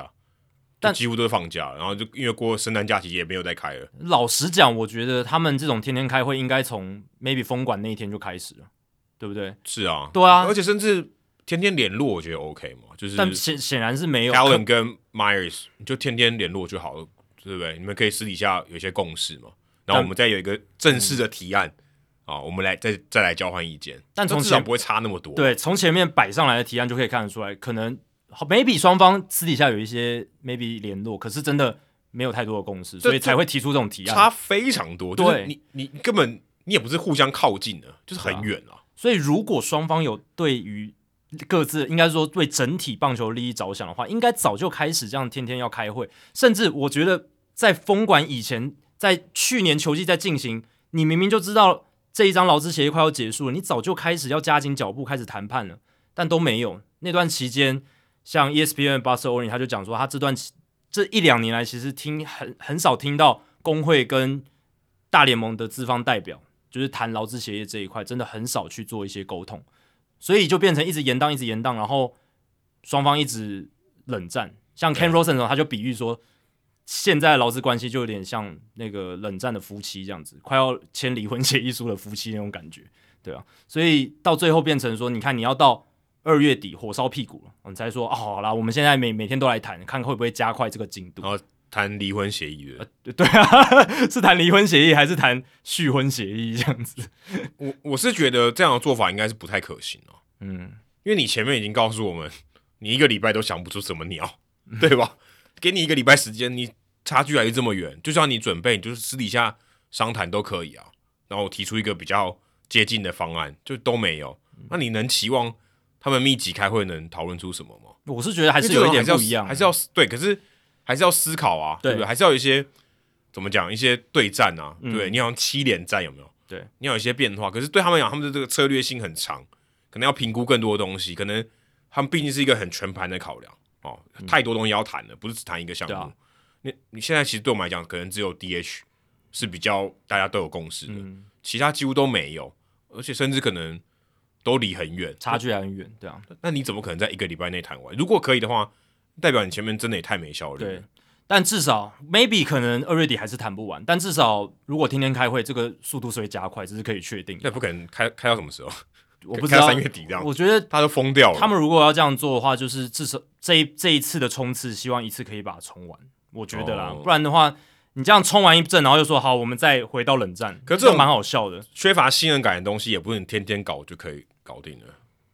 但
但几乎都是放假，然后就因为过圣诞假期也没有再开了，
老实讲，我觉得他们这种天天开会，应该从 maybe 封馆那一天就开始了，对不对？
是啊，
对啊
而且甚至天天联络，我觉得 OK 嘛，就是
但显显然是没有。可
Allen 跟 Myers 你就天天联络就好了，对不对？你们可以私底下有一些共识嘛，然后我们再有一个正式的提案、啊，我们来再再来交换意见，
但从
至少
前
不会差那么多，
对，从前面摆上来的提案就可以看得出来，可能好 maybe 双方私底下有一些 maybe 联络，可是真的没有太多的共识，
这
所以才会提出这种提案。
差非常多，
对啊
就是你你你根本你也不是互相靠近的，就是很远啊了、
所以如果双方有对于各自应该说对整体棒球利益着想的话，应该早就开始这样天天要开会，甚至我觉得在封馆以前，在去年球季在进行，你明明就知道这一张劳资协议快要结束了，你早就开始要加紧脚步开始谈判了，但都没有。那段期间，像 ESPN 巴斯欧尼他就讲说，他这段期这一两年来，其实听很很少听到工会跟大联盟的资方代表，就是谈劳资协议这一块，真的很少去做一些沟通，所以就变成一直延宕，一直延宕，然后双方一直冷战。像 Ken Rosen 他就比喻说，现在的劳资关系就有点像那个冷战的夫妻这样子，快要签离婚协议书的夫妻那种感觉，对啊，所以到最后变成说，你看你要到二月底火烧屁股了，你才说哦，好啦，我们现在每每天都来谈，看会不会加快这个进度
然。后谈离婚协
呃
议的，
对啊， 是谈离婚协议还是谈续婚协议这样子？
我我是觉得这样的做法应该是不太可行哦、
嗯，
因为你前面已经告诉我们， 你一个礼拜都想不出什么鸟，对吧？给你一个礼拜时间，你差距还是这么远，就算你准备，你就是私底下商谈都可以啊。然后提出一个比较接近的方案，就都没有。那你能期望他们密集开会能讨论出什么吗？
我是觉得还
还
是有一点不一样，
还是要对，可是还是要思考啊，
对
对不对？还是要有一些怎么讲，一些对战啊，
嗯
对你好像七连战有没有？
对，
你要有一些变化。可是对他们来讲，他们的这个策略性很长，可能要评估更多的东西，可能他们毕竟是一个很全盘的考量哦，太多东西要谈了，不是只谈一个项目。
嗯对啊
你你现在其实对我们来讲，可能只有 DH 是比较大家都有共识的，
嗯，
其他几乎都没有，而且甚至可能都离很远，
差距还很远，对啊，
那你怎么可能在一个礼拜内谈完？如果可以的话，代表你前面真的也太没效率了。
对。但至少 maybe 可能二月底还是谈不完，但至少如果天天开会，这个速度是会加快，这是可以确定
那
的。
不可能开开到什么时候？
我不知
开到
道
三，月底这样，啊
我觉得
他都疯掉了。
他们如果要这样做的话，就是至少这一这一次的冲刺，希望一次可以把它冲完，我觉得啦，
哦
不然的话，你这样冲完一阵，然后又说好，我们再回到冷战，
可是这种
样蛮好笑的。
缺乏信任感的东西，也不是你天天搞就可以搞定的，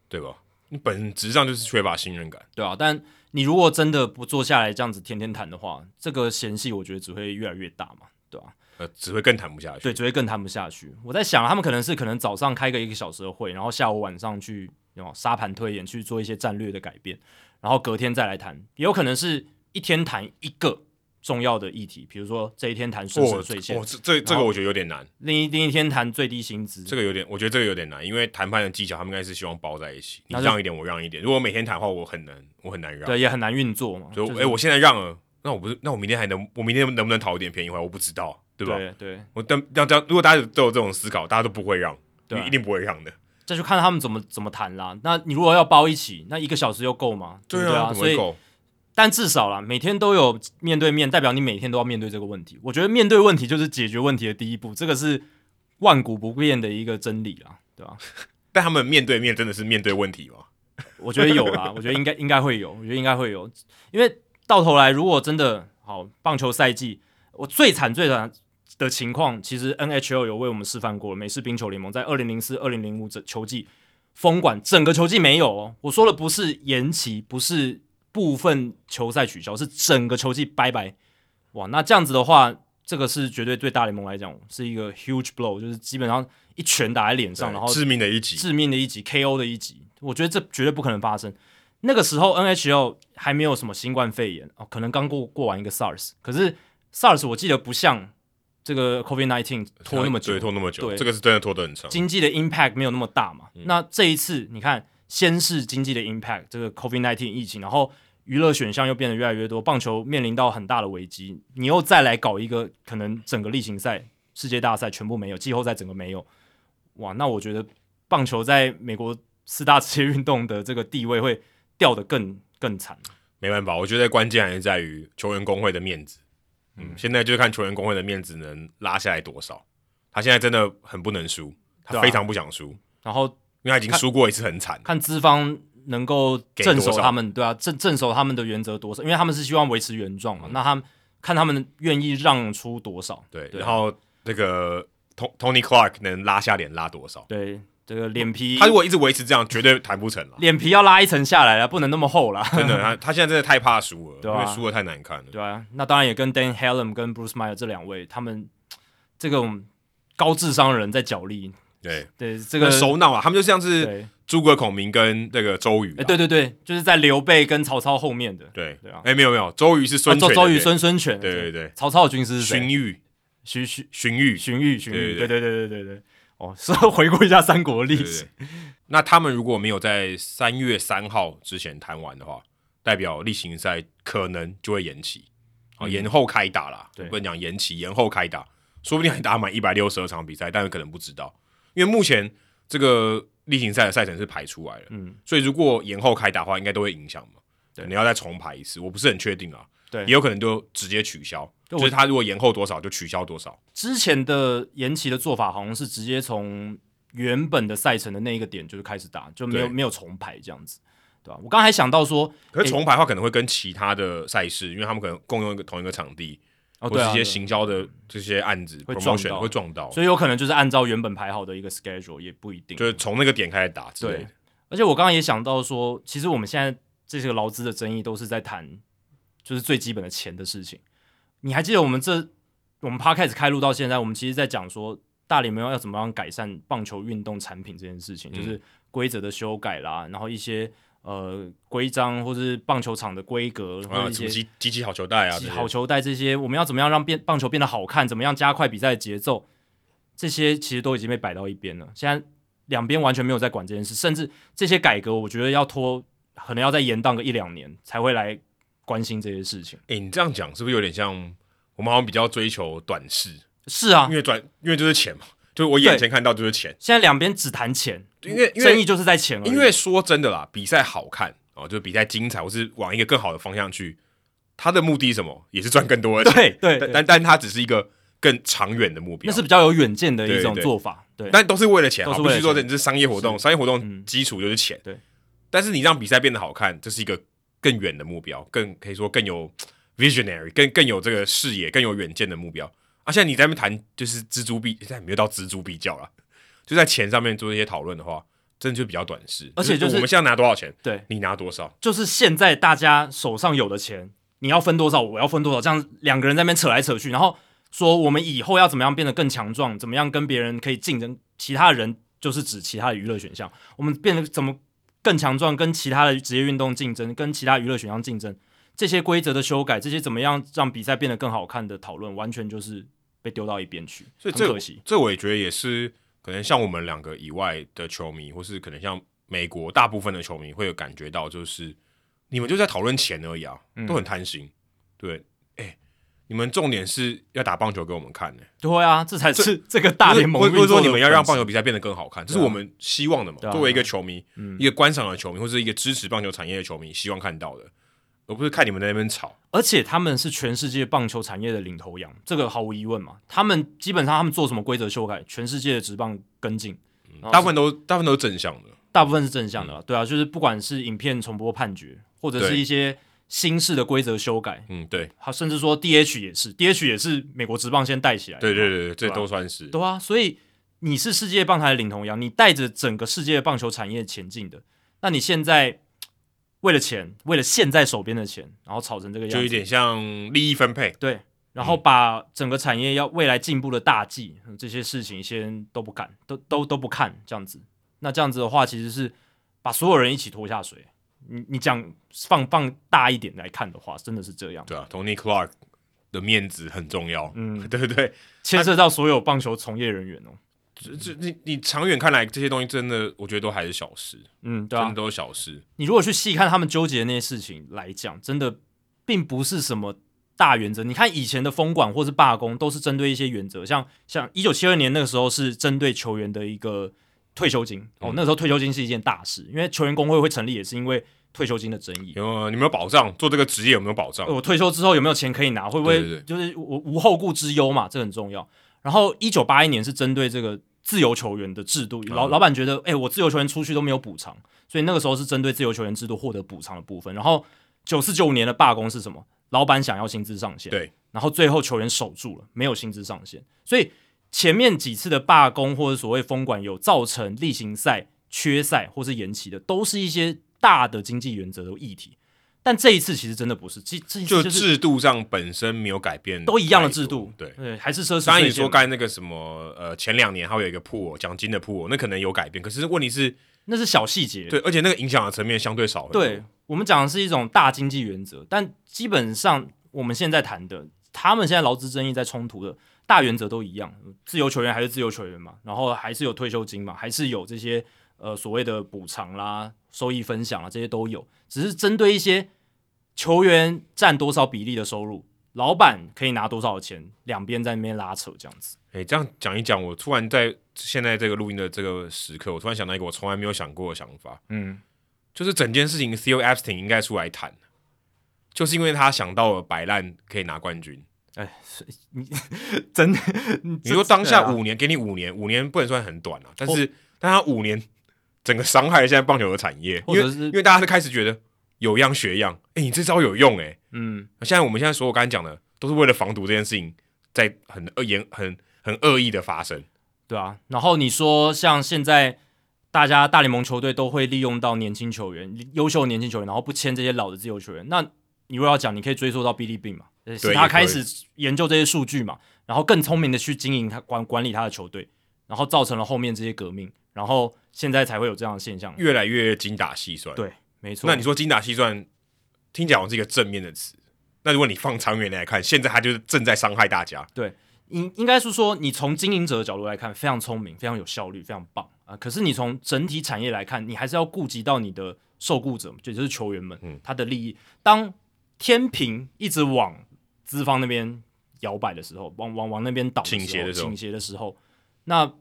对吧？你本质上就是缺乏信任感。
对啊，但你如果真的不坐下来这样子天天谈的话，这个嫌隙我觉得只会越来越大嘛，对啊，
呃，只会更谈不下去。
对，只会更谈不下去。我在想，他们可能是可能早上开个一个小时的会，然后下午晚上去有没有沙盘推演，去做一些战略的改变，然后隔天再来谈，也有可能是一天谈一个重要的议题，比如说这一天谈
哦，
奢
我
侈税线，
这这这个我觉得有点难，
另一另一天谈最低薪资，
这个有点，我觉得这个有点难，因为谈判的技巧他们应该是希望包在一起，你
那就
让一点，我让一点。如果每天谈的话，我很难，我很难让。
对也很难运作嘛。
就
就
哎、
是
诶我现在让了，那我不是，那我明天还能，我明天能不能讨一点便宜回来？我不知道，对吧？
对对，
我但要这样，如果大家都有这种思考，大家都不会让，
对啊
你一定不会让的。
再去看他们怎么怎么谈啦。那你如果要包一起，那一个小时又够吗？对不对啊，
怎么
所
会
以
够？
但至少啦，每天都有面对面，代表你每天都要面对这个问题。我觉得面对问题就是解决问题的第一步，这个是万古不变的一个真理啦，对吧、
但他们面对面真的是面对问题吗？
我觉得有啦，我觉得应该应该会有，我觉得应该会有，因为到头来如果真的好棒球赛季，我最惨最惨的情况，其实 NHL 有为我们示范过，美式冰球联盟在二零零四、二零零五这球季封管，整个球季没有哦。我说的不是延期，不是部分球赛取消，是整个球季拜拜。哇，那这样子的话，这个是绝对对大联盟来讲是一个 huge blow，就是基本上一拳打在脸上，
对
然后
致命的一击，
致命的一击，KO 的一击，我觉得这绝对不可能发生。那个时候 NHL 还没有什么新冠肺炎哦，可能刚过过完一个 SARS，可是 SARS 我记得不像这个 COVID-19 拖那么久
对，，拖那么久，
对
这个是真的拖得很长。
经济的 impact 没有那么大嘛。那这一次你看，先是经济的 impact，这个 COVID-19 疫情，然后娱乐选项又变得越来越多，棒球面临到很大的危机，你又再来搞一个可能整个例行赛、世界大赛全部没有，季后赛整个没有，哇，那我觉得棒球在美国四大职业运动的这个地位会掉得更更惨。
没办法，我觉得关键还是在于球员工会的面子。嗯，现在就是看球员工会的面子能拉下来多少。他现在真的很不能输，
对
他
啊
非常不想输，
然后
因为他已经输过一次很惨。
看资方能够
给
镇
多
守
少
他们，对啊，镇镇守他们的原则多少，因为他们是希望维持原状嘛。那他们看他们愿意让出多少，
对，
对
然后那个 Ton- Tony Clark 能拉下脸拉多少？
对这个脸皮。
他，如果一直维持这样，绝对谈不成了
脸皮要拉一层下来了，不能那么厚了，
真的，他他现在真的太怕输了，
对啊
因为输的太难看了。
对啊。那当然也跟 Dan Helen 跟 Bruce Meyer 这两位，他们这种高智商的人在角力，
对，
对这
这个
个
首脑啊，他们就像是
对，
诸葛孔明跟那个周瑜啊。
哎，对对对，就是在刘备跟曹操后面的，
对
对啊
哎，没有没有，周瑜是
啊
孙权
周
的
周瑜、
那个
孙孙权，
对对对，
曹操的军师是
荀
谁？
彧，
徐徐
荀彧，
荀彧，荀彧，
对
对对对对对对。哦， 是要回顾一下三国历
对
史，
对对那他们如果没有在三月三号之前谈完的话，代表例行赛可能就会延期，啊、
嗯
延后开打啦。
对
不能讲延期，延后开打，说不定还打满一百六十二场比赛，但是可能不知道，因为目前这个例行赛的赛程是排出来了，
嗯，
所以如果延后开打的话，应该都会影响嘛。
对
可能要再重排一次，我不是很确定啊，
对
也有可能就直接取消，
就
就
我
是他如果延后多少就取消多少，
之前的延期的做法好像是直接从原本的赛程的那一个点就是开始打，就没有
对
没有重排这样子，对吧、我刚才还想到说，
可是重排的话可能会跟其他的赛事，因为他们可能共用一个同一个场地，
哦，
或是
对啊
一些
对啊
行销的这些案子
会撞
promotion
到
会撞到，
所以有可能就是按照原本排好的一个 schedule 也不一定，
就是从那个点开始打之类
对
的。。
而且我刚刚也想到说，其实我们现在这些劳资的争议都是在谈，就是最基本的钱的事情。你还记得我们这我们 p 开始开录到现在，我们其实在讲说大联盟要怎么样改善棒球运动产品这件事情，就是规则的修改啦，然后一些呃规章或是棒球场的规格，或
啊，
者一
什
些
么机机器好球带啊，这些
好球带这些，我们要怎么样让变棒球变得好看？怎么样加快比赛的节奏？这些其实都已经被摆到一边了。现在两边完全没有在管这件事，甚至这些改革，我觉得要拖，可能要再延宕个一两年才会来关心这些事情。
哎，你这样讲是不是有点像我们好像比较追求短视，
是啊
因，为短因为就是钱嘛，就是我眼前看到就是钱，
现在两边只谈钱，
因为因
争
为
议就是在钱而已。
因为说真的啦，比赛好看哦，就是比赛精彩，或是往一个更好的方向去，他的目的是什么？也是赚更多的钱，
对
但
对对
但但他只是一个更长远的目标，
那是比较有远见的一
对
种
对
做法。对，
但都是为了钱啊，
都是
不
为了
是说
钱
你这是商业活动，
是
商业活动
嗯
基础就是钱。
对，
但是你让比赛变得好看，这是一个更远的目标，更可以说更有 visionary，更更有这个视野，更有远见的目标。啊，现在你在那边谈就是锱铢必，现在也没有到锱铢必较了，就在钱上面做一些讨论的话，真的就比较短视。
而且就是
我们现在拿多少钱，
对，
你拿多少，
就是现在大家手上有的钱，你要分多少，我要分多少，这样两个人在那边扯来扯去，然后说我们以后要怎么样变得更强壮，怎么样跟别人可以竞争，其他人就是指其他的娱乐选项，我们变得怎么更强壮，跟其他的职业运动竞争，跟其他娱乐选项竞争，这些规则的修改，这些怎么样让比赛变得更好看的讨论，完全就是被丢到一边去，
所以
很
这
可惜。
这我也觉得也是可能像我们两个以外的球迷，或是可能像美国大部分的球迷会有感觉到，就是你们就在讨论钱而已啊，
嗯
都很贪心。对，哎、你们重点是要打棒球给我们看呢、
对啊，这才是这个大联盟
或者或者
运作
说
的
你们要让
本质
棒球比赛变得更好看，这是
对啊
我们希望的嘛。
对啊嗯
作为一个球迷，一个观赏的球迷，或是一个支持棒球产业的球迷，希望看到的，而不是看你们在那边吵。
而且他们是全世界棒球产业的领头羊，这个毫无疑问嘛。他们基本上他们做什么规则修改，全世界的职棒跟进，然后
嗯大部分都大部分都是正向的，
大部分是正向的啦。对啊，就是不管是影片重播判决，或者是
对
一些新式的规则修改，
嗯，对，
好，甚至说 DH 也是，DH 也是美国职棒先带起来的
对
嘛。
对对对，这
对啊
都算是。
对啊，所以你是世界棒坛的领头羊，你带着整个世界棒球产业前进的。那你现在为了钱，为了现在手边的钱，然后吵成这个样子，
就有点像利益分配，
对，然后把整个产业要未来进步的大计、嗯这些事情先都不敢，都都都不看这样子。那这样子的话，其实是把所有人一起拖下水。你你讲放放大一点来看的话，真的是这样，
对啊，Tony Clark 的面子很重要，
嗯，
对不对？
牵涉到所有棒球从业人员哦。
这这你你长远看来，这些东西真的，我觉得都还是小事，
嗯，对
真
啊
的，都是小事。
你如果去细看他们纠结的那些事情来讲，真的并不是什么大原则。你看以前的封管或是罢工，都是针对一些原则，像像一九七二年那个时候是针对球员的一个退休金哦
嗯，
那时候退休金是一件大事，因为球员工会会成立也是因为退休金的争议。
有没有你有没有保障？做这个职业有没有保障？
呃我退休之后有没有钱可以拿？会不
对对
会
对
就是我无后顾之忧嘛？这很重要。然后一九八一年是针对这个自由球员的制度，老
嗯
老板觉得，哎、我自由球员出去都没有补偿，所以那个时候是针对自由球员制度获得补偿的部分。然后九四九五年的罢工是什么？老板想要薪资上限，
对，
然后最后球员守住了，没有薪资上限，所以前面几次的罢工或者所谓封管有造成例行赛缺赛或是延期的，都是一些大的经济原则的议题。但这一次其实真的不是，这这一
就
次就是
制度上本身没有改变，
都一样的制度，嗯
对。
对，还是奢侈税
当然，
减。
你说刚才那个什么，呃，前两年还有一个破奖金的破，那可能有改变，可是问题是，
那是小细节，
对，而且那个影响的层面相对少很多。
对，我们讲的是一种大经济原则，但基本上我们现在谈的，他们现在劳资争议在冲突的大原则都一样，自由球员还是自由球员嘛，然后还是有退休金嘛，还是有这些呃所谓的补偿啦、收益分享啊，这些都有，只是针对一些球员占多少比例的收入，老板可以拿多少钱，两边在那边拉扯这样子。
哎、这样讲一讲，我突然在现在这个录音的这个时刻，我突然想到一个我从来没有想过的想法。
嗯，
就是整件事情，Theo Epstein 应该出来谈，就是因为他想到了摆烂可以拿冠军。
哎，你真的，
你说当
对
下
啊
五年，给你五年，五年不能算很短啊，但是、但他五年整个伤害了现在棒球的产业，
或
因为
者是
因为大家都开始觉得有样学样，哎、你这招有用哎、
嗯，
现在我们现在所有刚才讲的，都是为了防毒这件事情在很恶言很很恶意的发生。
对啊，然后你说像现在大家大联盟球队都会利用到年轻球员、优秀的年轻球员，然后不签这些老的自由球员。那你如果要讲，你可以追溯到 Billy Bean 嘛，呃是他
也可以
开始研究这些数据嘛，然后更聪明的去经营他管管理他的球队，然后造成了后面这些革命，然后现在才会有这样的现象。
越来越精打细算。
对，没错。
那你说精打细算，听起来好像是一个正面的词。那如果你放长远来看，现在他就是正在伤害大家。
应应该是说，你从经营者的角度来看，非常聪明，非常有效率，非常棒啊、可是你从整体产业来看，你还是要顾及到你的受雇者，也就是球员们，
嗯
他的利益。当天平一直往资方那边摇摆的时候，往往往那边倒的时候
倾斜的时候
倾斜的时候，那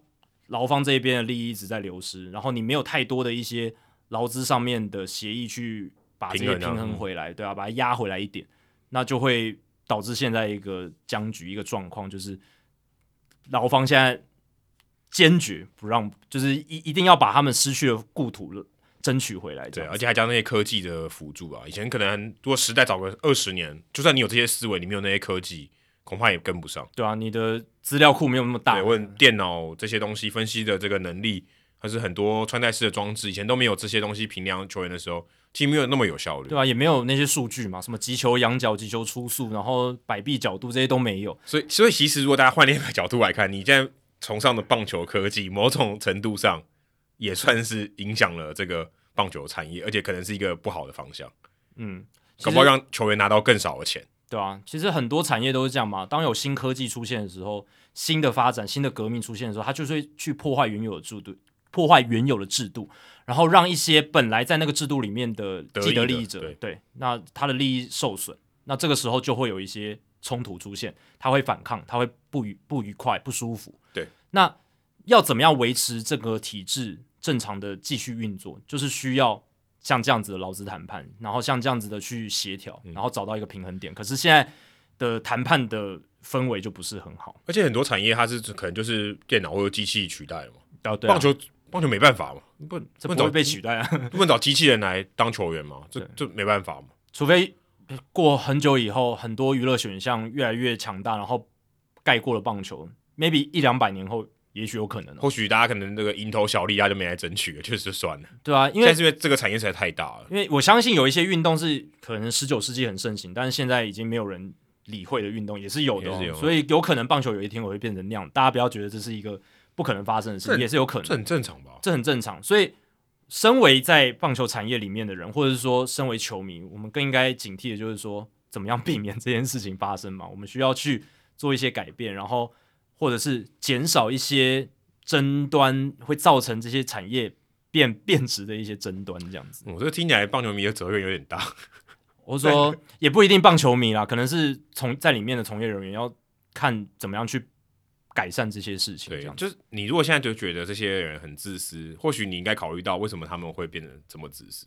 劳方这边的利益一直在流失，然后你没有太多的一些劳资上面的协议去把这
平
些
衡啊
啊平衡回来，对吧、把它压回来一点。那就会导致现在一个僵局，一个状况，就是劳方现在坚决不让，就是一一定要把他们失去的故土了争取回来。这
对，
样
而
子
且还加那些科技的辅助啊。以前可能如果时代早个二十年，就算你有这些思维，你没有那些科技，恐怕也跟不上。
对啊，你的资料库没有那么大
对，，问电脑这些东西分析的这个能力，还是很多穿戴式的装置，以前都没有这些东西评量球员的时候，其实没有那么有效率。
对吧、啊也没有那些数据嘛，什么击球仰角、击球出速，然后摆臂角度这些都没有。
所以，所以其实如果大家换另一个角度来看，你现在崇尚的棒球科技，某种程度上也算是影响了这个棒球产业，而且可能是一个不好的方向，
嗯，其
搞
实
不好让球员拿到更少的钱。
对啊，其实很多产业都是这样嘛。当有新科技出现的时候，新的发展、新的革命出现的时候，它就是会去破坏原有的制度，破坏原有的制度，然后让一些本来在那个制度里面的
得
既
益的
得利益者，
对
那他的利益受损，那这个时候就会有一些冲突出现，他会反抗，他会不愉不愉快、不舒服。
对，
那要怎么样维持这个体制正常的继续运作，就是需要像这样子的劳资谈判，然后像这样子的去协调，
嗯
然后找到一个平衡点。可是现在的谈判的氛围就不是很好。
而且很多产业它是可能就是电脑或者机器取代了嘛，
啊，对
棒球棒球没办法嘛，不不
这不
能
会
找
被取代啊，
不能找机器人来当球员嘛，这这没办法嘛。
除非过很久以后，很多娱乐选项越来越强大，然后盖过了棒球，maybe 一两百年后，也许有可能、哦，
或许大家可能这个蝇头小利，大家就没来争取了，就是算了。
对啊，因
现在
为
是因为这个产业实在太大了，
因为我相信有一些运动是可能十九世纪很盛行，但是现在已经没有人理会的运动也是有的哦、
也是有
所以有可能棒球有一天我会变成那样。大家不要觉得这是一个不可能发生的事
这
情，也是有可能
这
的，
很正常吧？
这很正常。所以，身为在棒球产业里面的人，或者是说身为球迷，我们更应该警惕的就是说，怎么样避免这件事情发生嘛？我们需要去做一些改变，然后或者是减少一些争端会造成这些产业变变质的一些争端，这样子。
哦我、这听起来棒球迷的责任有点大。
我是说 也不一定棒球迷啦，可能是从在里面的从业人员要看怎么样去改善这些事情。这
对，
样
就是你如果现在就觉得这些人很自私，或许你应该考虑到为什么他们会变得这么自私。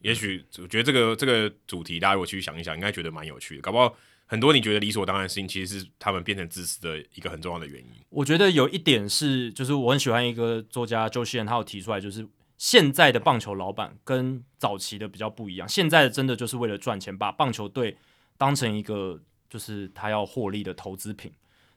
也许我觉得这个这个主题，大家如果去想一想，应该觉得蛮有趣的。搞不好很多你觉得理所当然的事情，其实是他们变成自私的一个很重要的原因。
我觉得有一点是，就是我很喜欢一个作家周希然，他有提出来，就是现在的棒球老板跟早期的比较不一样，现在的真的就是为了赚钱，把棒球队当成一个就是他要获利的投资品。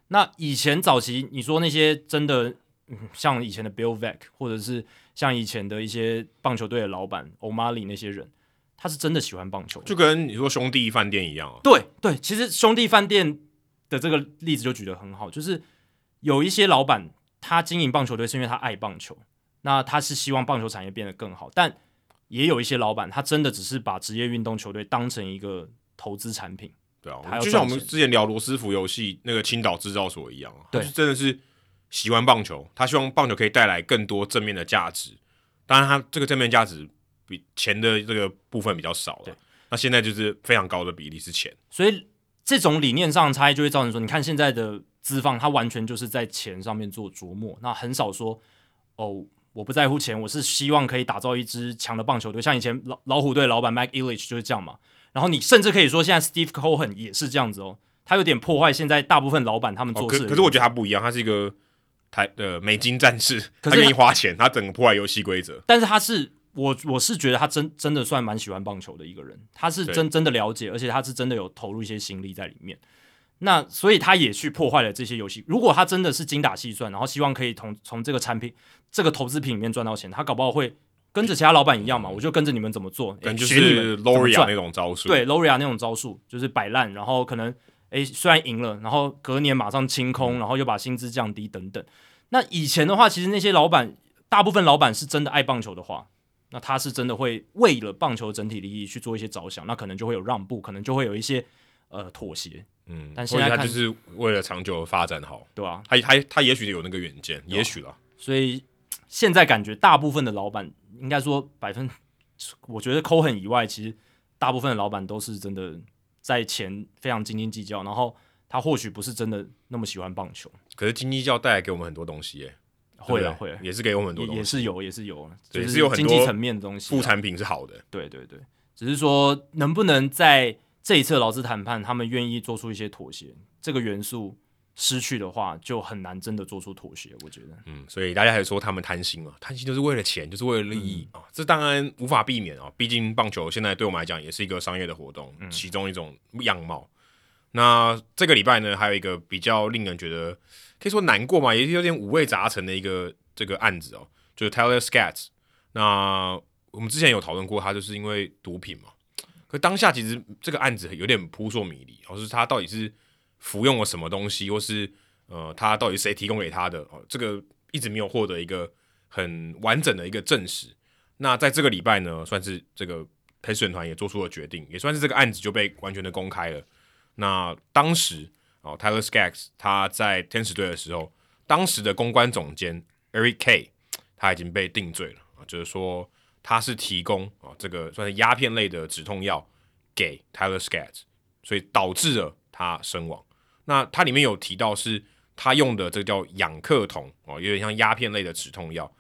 那以前早期你说那些真的、嗯像以前的 Bill Veck，或者是像以前的一些棒球队的老板 O'Malley 那些人，他是真的喜欢棒球的，
就跟你说兄弟饭店一样啊，
对对，其实兄弟饭店的这个例子就举得很好，就是有一些老板他经营棒球队是因为他爱棒球，那他是希望棒球产业变得更好，但也有一些老板他真的只是把职业运动球队当成一个投资产品。
对
还
啊，
要
就像我
赚
们
钱
之前聊罗斯福游戏那个青岛制造所一样啊，
对
他就真的是喜欢棒球，他希望棒球可以带来更多正面的价值。当然，他这个正面价值比钱的这个部分比较少
对
了。那现在就是非常高的比例是钱，
所以这种理念上的差异就会造成说，你看现在的资方，他完全就是在钱上面做琢磨，那很少说哦，我不在乎钱，我是希望可以打造一支强的棒球队，像以前老老虎队老板 Mike Ilitch 就是这样嘛。然后你甚至可以说，现在 Steve Cohen 也是这样子哦，他有点破坏现在大部分老板他们
哦、
做
可
事的原则、
可是我觉得他不一样，他是一个台呃美金战士，
可是
他愿意花钱，他整个破坏游戏规则。
但是他是我我是觉得他真真的算蛮喜欢棒球的一个人，他是
对
真真的了解，而且他是真的有投入一些心力在里面。那所以他也去破坏了这些游戏。如果他真的是精打细算，然后希望可以从从这个产品、这个投资品里面赚到钱，他搞不好会跟着其他老板一样嘛，我就跟着你们怎么做，
嗯可能
诶
就
哎学你们
是
怎么
Loria
赚
那种招数，
对 Loria 那种招数，就是摆烂，然后可能诶虽然赢了，然后隔年马上清空，然后又把薪资降低等等。那以前的话，其实那些老板，大部分老板是真的爱棒球的话，那他是真的会为了棒球整体利益去做一些着想，那可能就会有让步，可能就会有一些呃妥协，
嗯，
但
所
现
以
在
他
看
就是为了长久的发展好，
对吧、
他他他也许有那个远见，
啊
也许啦。
所以现在感觉大部分的老板，应该说百分， 我觉得 Cohen 以外，其实大部分的老板都是真的在钱非常斤斤计较，然后他或许不是真的那么喜欢棒球，
可是经济教带来给我们很多东西耶、
会
了
啊会啊，
也是给我们很多
也
东
也
西，
是有也是有，
对
就
也是有很
经
多
济层面的东西啊，
副产品是好的，
对对对，只是说能不能在这一次的劳资谈判，他们愿意做出一些妥协，这个元素失去的话，就很难真的做出妥协。我觉得，
嗯，所以大家还说他们贪心嘛，贪心就是为了钱，就是为了利益啊、这当然无法避免啊。毕竟棒球现在对我们来讲也是一个商业的活动，其中一种样貌。那这个礼拜呢，还有一个比较令人觉得可以说难过嘛，也是有点五味杂陈的一个这个案子哦，就是 Taylor Scats。那我们之前有讨论过，他就是因为毒品嘛。可当下其实这个案子有点扑朔迷离，而、哦、是他到底是服用了什么东西，或是呃，他到底谁提供给他的？哦，这个一直没有获得一个很完整的一个证实。那在这个礼拜呢，算是这个陪审团也做出了决定，也算是这个案子就被完全的公开了。那当时哦，Tyler Skaggs 他在天使队的时候，当时的公关总监 Eric K 他已经被定罪了啊，就是说他是提供啊这个算是鸦片类的止痛药给 Tyler Skaggs，所以导致了他身亡。那它里面有提到是他用的这个叫氧克酮哦，有点像鸦片类的止痛药，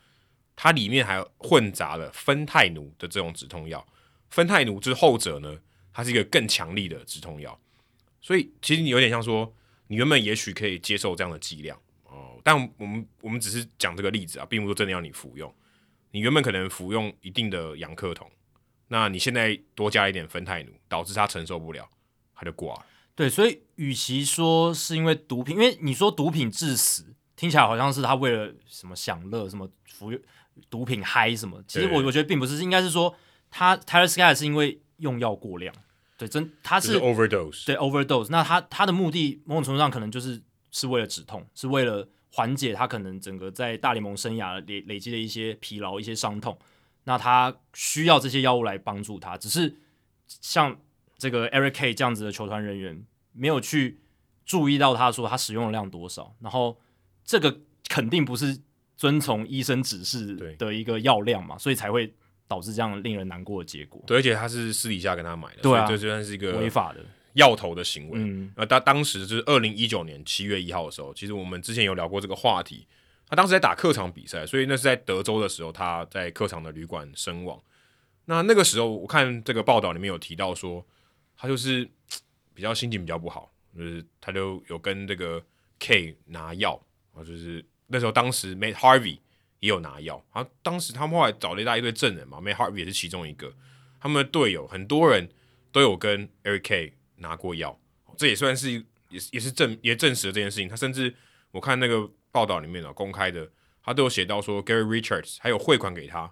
它里面还混杂了芬太奴的这种止痛药。芬太奴之后者呢，它是一个更强力的止痛药，所以其实你有点像说，你原本也许可以接受这样的剂量哦，但我们我们只是讲这个例子啊，并不是说真的要你服用。你原本可能服用一定的氧克酮，那你现在多加一点芬太奴，导致他承受不了，他就挂了。
对，所以与其说是因为毒品，因为你说毒品致死，听起来好像是他为了什么享乐、什么服毒品嗨什么，其实
对
我我觉得并不是，应该是说他 Tyler Sky 是因为用药过量，对，真他
就是是 overdose，
对 overdose，那他他的目的某种程度上可能就是是为了止痛，是为了缓解他可能整个在大联盟生涯累累积的一些疲劳、一些伤痛。那他需要这些药物来帮助他，只是像这个 Eric K 这样子的球团人员没有去注意到他说他使用的量多少，然后这个肯定不是遵从医生指
对
示的一个药量嘛，所以才会导致这样令人难过的结果，
对，而且他是私底下跟他买的，
对啊
所以这就算是一个
违法的，
要头的行为。
嗯。
那他当时就是二零一九年七月一号的时候，其实我们之前有聊过这个话题。他当时在打客场比赛，所以那是在德州的时候，他在客场的旅馆身亡。那那个时候，我看这个报道里面有提到说，他就是嘖比较心情比较不好，就是他就有跟这个 K 拿药，啊，就是那时候当时 Matt Harvey 也有拿药，啊，当时他们后来找了一大一堆证人嘛，Matt Harvey 也是其中一个，他们的队友很多人都有跟 Eric K 拿过药，这也算是也是也是证也证实了这件事情。他甚至我看那个报道里面啊，公开的他都有写到说 Gary Richards 还有汇款给他，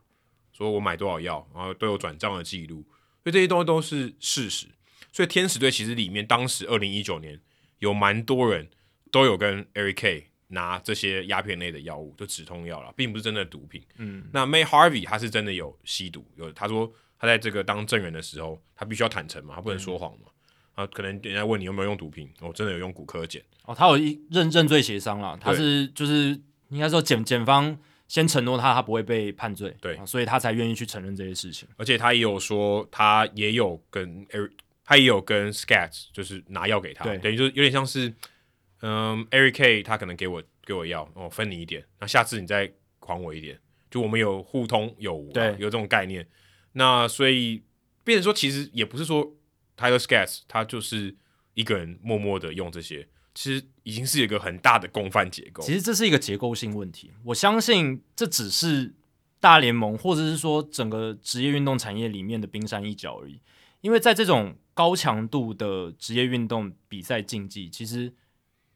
说我买多少药，然后都有转账的记录，所以这些东西都是事实。所以天使队其实里面当时二零一九年有蛮多人都有跟 Eric K 拿这些鸦片类的药物，就止痛药啦，并不是真的毒品。嗯，那 May Harvey 他是真的有吸毒，有他说他在这个当证人的时候，他必须要坦诚嘛，他不能说谎嘛。啊，可能人家问你有没有用毒品，我、真的有用骨科碱，
哦，他有一认认罪协商啦，他是就是应该说检检方先承诺他他不会被判罪，
对
啊所以他才愿意去承认这些事情。
而且他也有说他也有跟 Eric，他也有跟 Scat 就是拿药给他，
对
等于就是有点像是，嗯，Eric K 他可能给我给我药，哦，分你一点，那下次你再还我一点，就我们有互通有无、啊，
对
有这种概念。那所以，变成说其实也不是说 Tyler Scat 他就是一个人默默的用这些，其实已经是一个很大的共犯结构。
其实这是一个结构性问题，我相信这只是大联盟或者是说整个职业运动产业里面的冰山一角而已。因为在这种高强度的职业运动比赛竞技，其实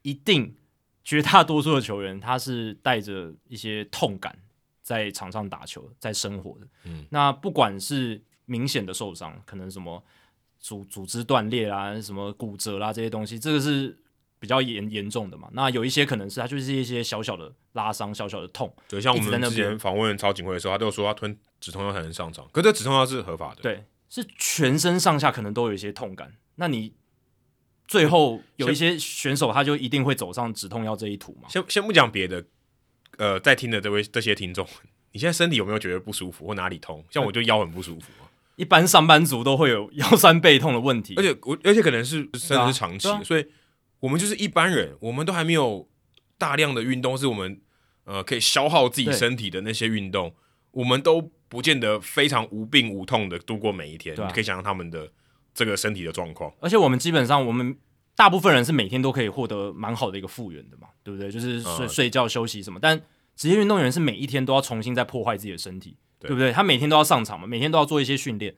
一定绝大多数的球员他是带着一些痛感在场上打球，在生活的。
嗯，
那不管是明显的受伤，可能什么组组织断裂啦、什么骨折啦这些东西，这个是比较严严重的嘛。那有一些可能是它就是一些小小的拉伤、小小的痛，
对，像我
一直在
们
那
之前
边
访问曹景惠的时候，他都有说他吞止痛药才能上场，可这止痛药是合法的。，
对，是全身上下可能都有一些痛感。那你最后有一些选手他就一定会走上止痛药这一途嘛？
先先不讲别的，呃，在听的这位这些听众，你现在身体有没有觉得不舒服或哪里痛？像我就腰很不舒服啊，
一般上班族都会有 腰酸背痛的问题，
而且我而且可能是甚至
啊
是长期，
对啊
所以我们就是一般人，我们都还没有大量的运动，是我们呃可以消耗自己
对
身体的那些运动，我们都不见得非常无病无痛的度过每一天。
对啊
你可以想象他们的这个身体的状况。
而且我们基本上我们大部分人是每天都可以获得蛮好的一个复原的嘛，对不对？就是睡、
嗯
睡觉、休息什么。但职业运动员是每一天都要重新再破坏自己的身体，
对
对不对？他每天都要上场嘛，每天都要做一些训练。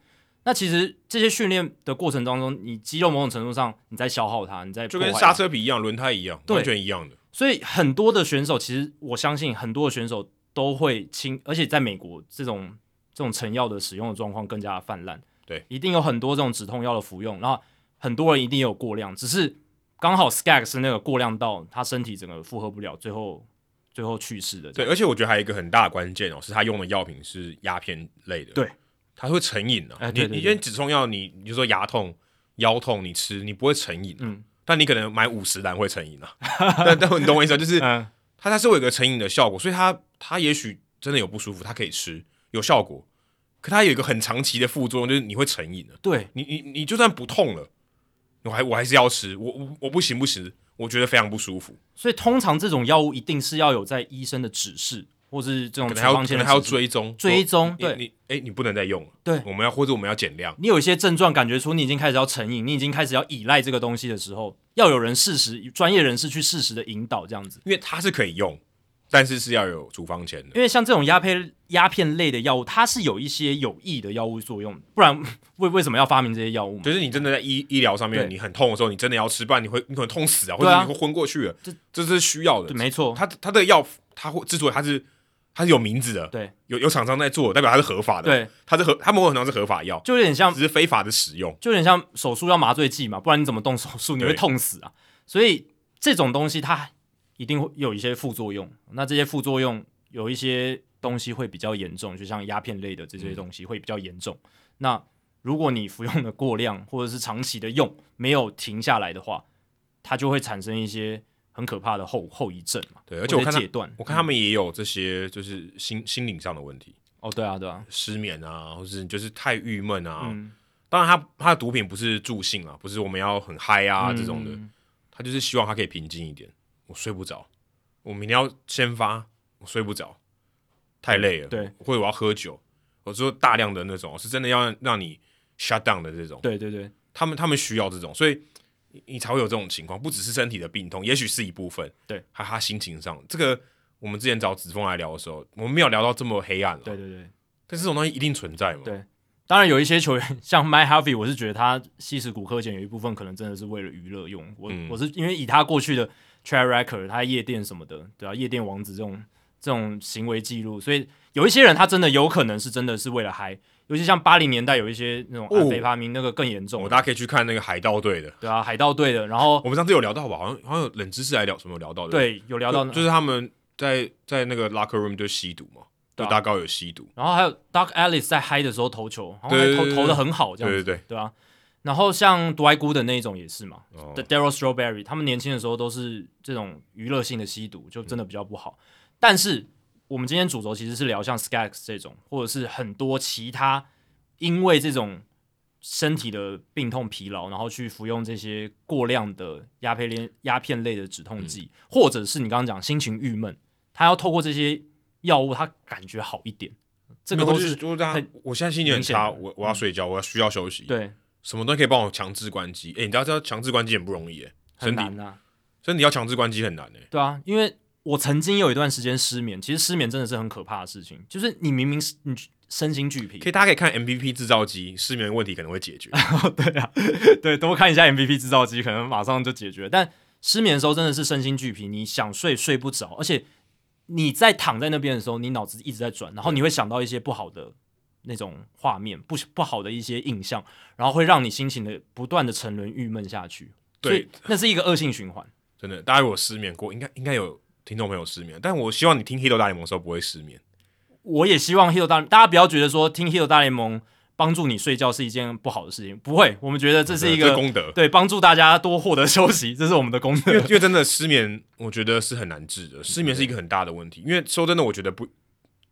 那其实这些训练的过程当中，你肌肉某种程度上你在消耗它，你在
就
破
跟
坏
刹
它
车皮一样，轮胎一样，
对
完全一样的。
所以很多的选手，其实我相信很多的选手都会轻，而且在美国这种这种成药的使用的状况更加泛滥，
对，
一定有很多这种止痛药的服用，然后很多人一定也有过量，只是刚好 Skag 是那个过量到他身体整个负荷不了，最后最后去世的这
对，
样，
而且我觉得还有一个很大的关键哦，是他用的药品是鸦片类的，
对，
他会成瘾啊。
哎
你
对对
你
对
今天止痛药，你你就说牙痛、腰痛，你吃你不会成瘾、啊
嗯，
但你可能买五十单会成瘾 啊。但但你懂我意思啊，就是
嗯，
它它是会有一个成瘾的效果，所以它它也许真的有不舒服，它可以吃有效果，可它有一个很长期的副作用，就是你会成瘾的。
对，
你你你就算不痛了，我还我还是要吃，我我我不行不行，我觉得非常不舒服，
所以通常这种药物一定是要有在医生的指示，或是这种
可
处
能还要
方
可
签的
能还要
指示
追踪
追
说
踪
你
对
你哎、你不能再用了，
对
我们要或者我们要减量，
你有一些症状，感觉出你已经开始要成瘾，你已经开始要依赖这个东西的时候，要有人适时专业人士去适时的引导这样子。
因为它是可以用，但是是要有处方签的，
因为像这种鸦片鸦片类的药物，它是有一些有益的药物作用，不然 为为什么要发明这些药物嘛？
就是你真的在医医疗上面
对
你很痛的时候，你真的要吃，不然你会你可能痛死啊，或
对啊
者你会昏过去了，
这
这是需要的
对，，没错，
他他的药，他会之所以他是他是有名字的，
对
有有厂商在做，代表他是合法的，，
对，
他是合，他某种程度上是合法药，
就有点像
只是非法的使用，
就有点像手术要麻醉剂嘛，不然你怎么动手术？你会
对
痛死啊！所以这种东西它一定会有一些副作用，那这些副作用有一些东西会比较严重，就像鸦片类的这些东西会比较严重。那如果你服用的过量或者是长期的用没有停下来的话，它就会产生一些很可怕的后后遗症嘛。
对，而且我看他
或者戒断，
我看他们也有这些就是心心灵上的问题，
哦，对啊，对啊，
失眠啊，或是就是太郁闷啊。
嗯，
当然他，他的毒品不是助兴啊，不是我们要很嗨啊、这种的，
嗯
他就是希望他可以平静一点。我睡不着，我明天要先发，我睡不着，太累了。
对，
或者我要喝酒，我说大量的那种，是真的要让你 shut down 的这种。
对对对，
他们他们需要这种，所以你你才会有这种情况，不只是身体的病痛，也许是一部分，
对，
还有他心情上，这个我们之前找子枫来聊的时候，我们没有聊到这么黑暗了，啊
对，对对。
但是这种东西一定存在嘛，
对当然有一些球员像 My Harvey，我是觉得他吸食骨科前有一部分可能真的是为了娱乐用。我、
嗯
我是因为以他过去的 track record，他夜店什么的，对啊，夜店王子这种这种行为记录，所以有一些人他真的有可能是真的是为了嗨，尤其像八零年代有一些那种
哦
安非他命那个更严重
我，哦大家可以去看那个海盗队的，
对啊，海盗队的，然后
我们上次有聊到吧，好像好像有冷知识来聊什么有聊到的，
对有聊
就，
到那，
就是他们在在那个 locker room 就吸毒嘛，就
对啊
大高有吸毒，
然后还有 Doc Ellis 在嗨的时候投球，然后
对
还
对
投
对
投的很好这
对对
样子，
对，
对啊，然后像 d w i g o o 的那一种也是嘛，
哦
的 Daryl Strawberry，他们年轻的时候都是这种娱乐性的吸毒，就
嗯
真的比较不好。但是我们今天主轴其实是聊像 Skax 这种，或者是很多其他因为这种身体的病痛疲劳，然后去服用这些过量的鸦片类鸦片类的止痛剂，
嗯
或者是你刚刚讲心情郁闷，他要透过这些药物，他感觉好一点，这个
没有
都
就是
是
就是大家
很，
我现在心情很
明显的嗯
差，我我要睡觉，我要需要休息，，
对
什么东西可以帮我强制关机？哎、你大家知道强制关机很不容易、欸，
很
身体
难啊。
身体要强制关机很难诶、
对啊，因为我曾经有一段时间失眠，其实失眠真的是很可怕的事情，就是你明明是你身心俱疲
可，以，大家可以看 MVP 制造机，失眠问题可能会解决。
对啊，对，多看一下 MVP 制造机，可能马上就解决。但失眠的时候真的是身心俱疲，你想睡睡不着，而且你在躺在那边的时候，你脑子一直在转，然后你会想到一些不好的那种画面，不不好的一些印象，然后会让你心情的不断的沉沦、郁闷下去。所以
对，
那是一个恶性循环。
真的，大家如果失眠过，应该应该有听众朋友失眠，但我希望你听《黑豆大联盟》的时候不会失眠。
我也希望 h i l 大，大家不要觉得说听 h i l 大联盟帮助你睡觉是一件不好的事情，不会，我们觉得这是一
对这
个
功德，
对帮助大家多获得休息，这是我们的功
因为
德。
因为真的失眠，我觉得是很难治的。失眠是一个很大的问题，因为说真的，我觉得不，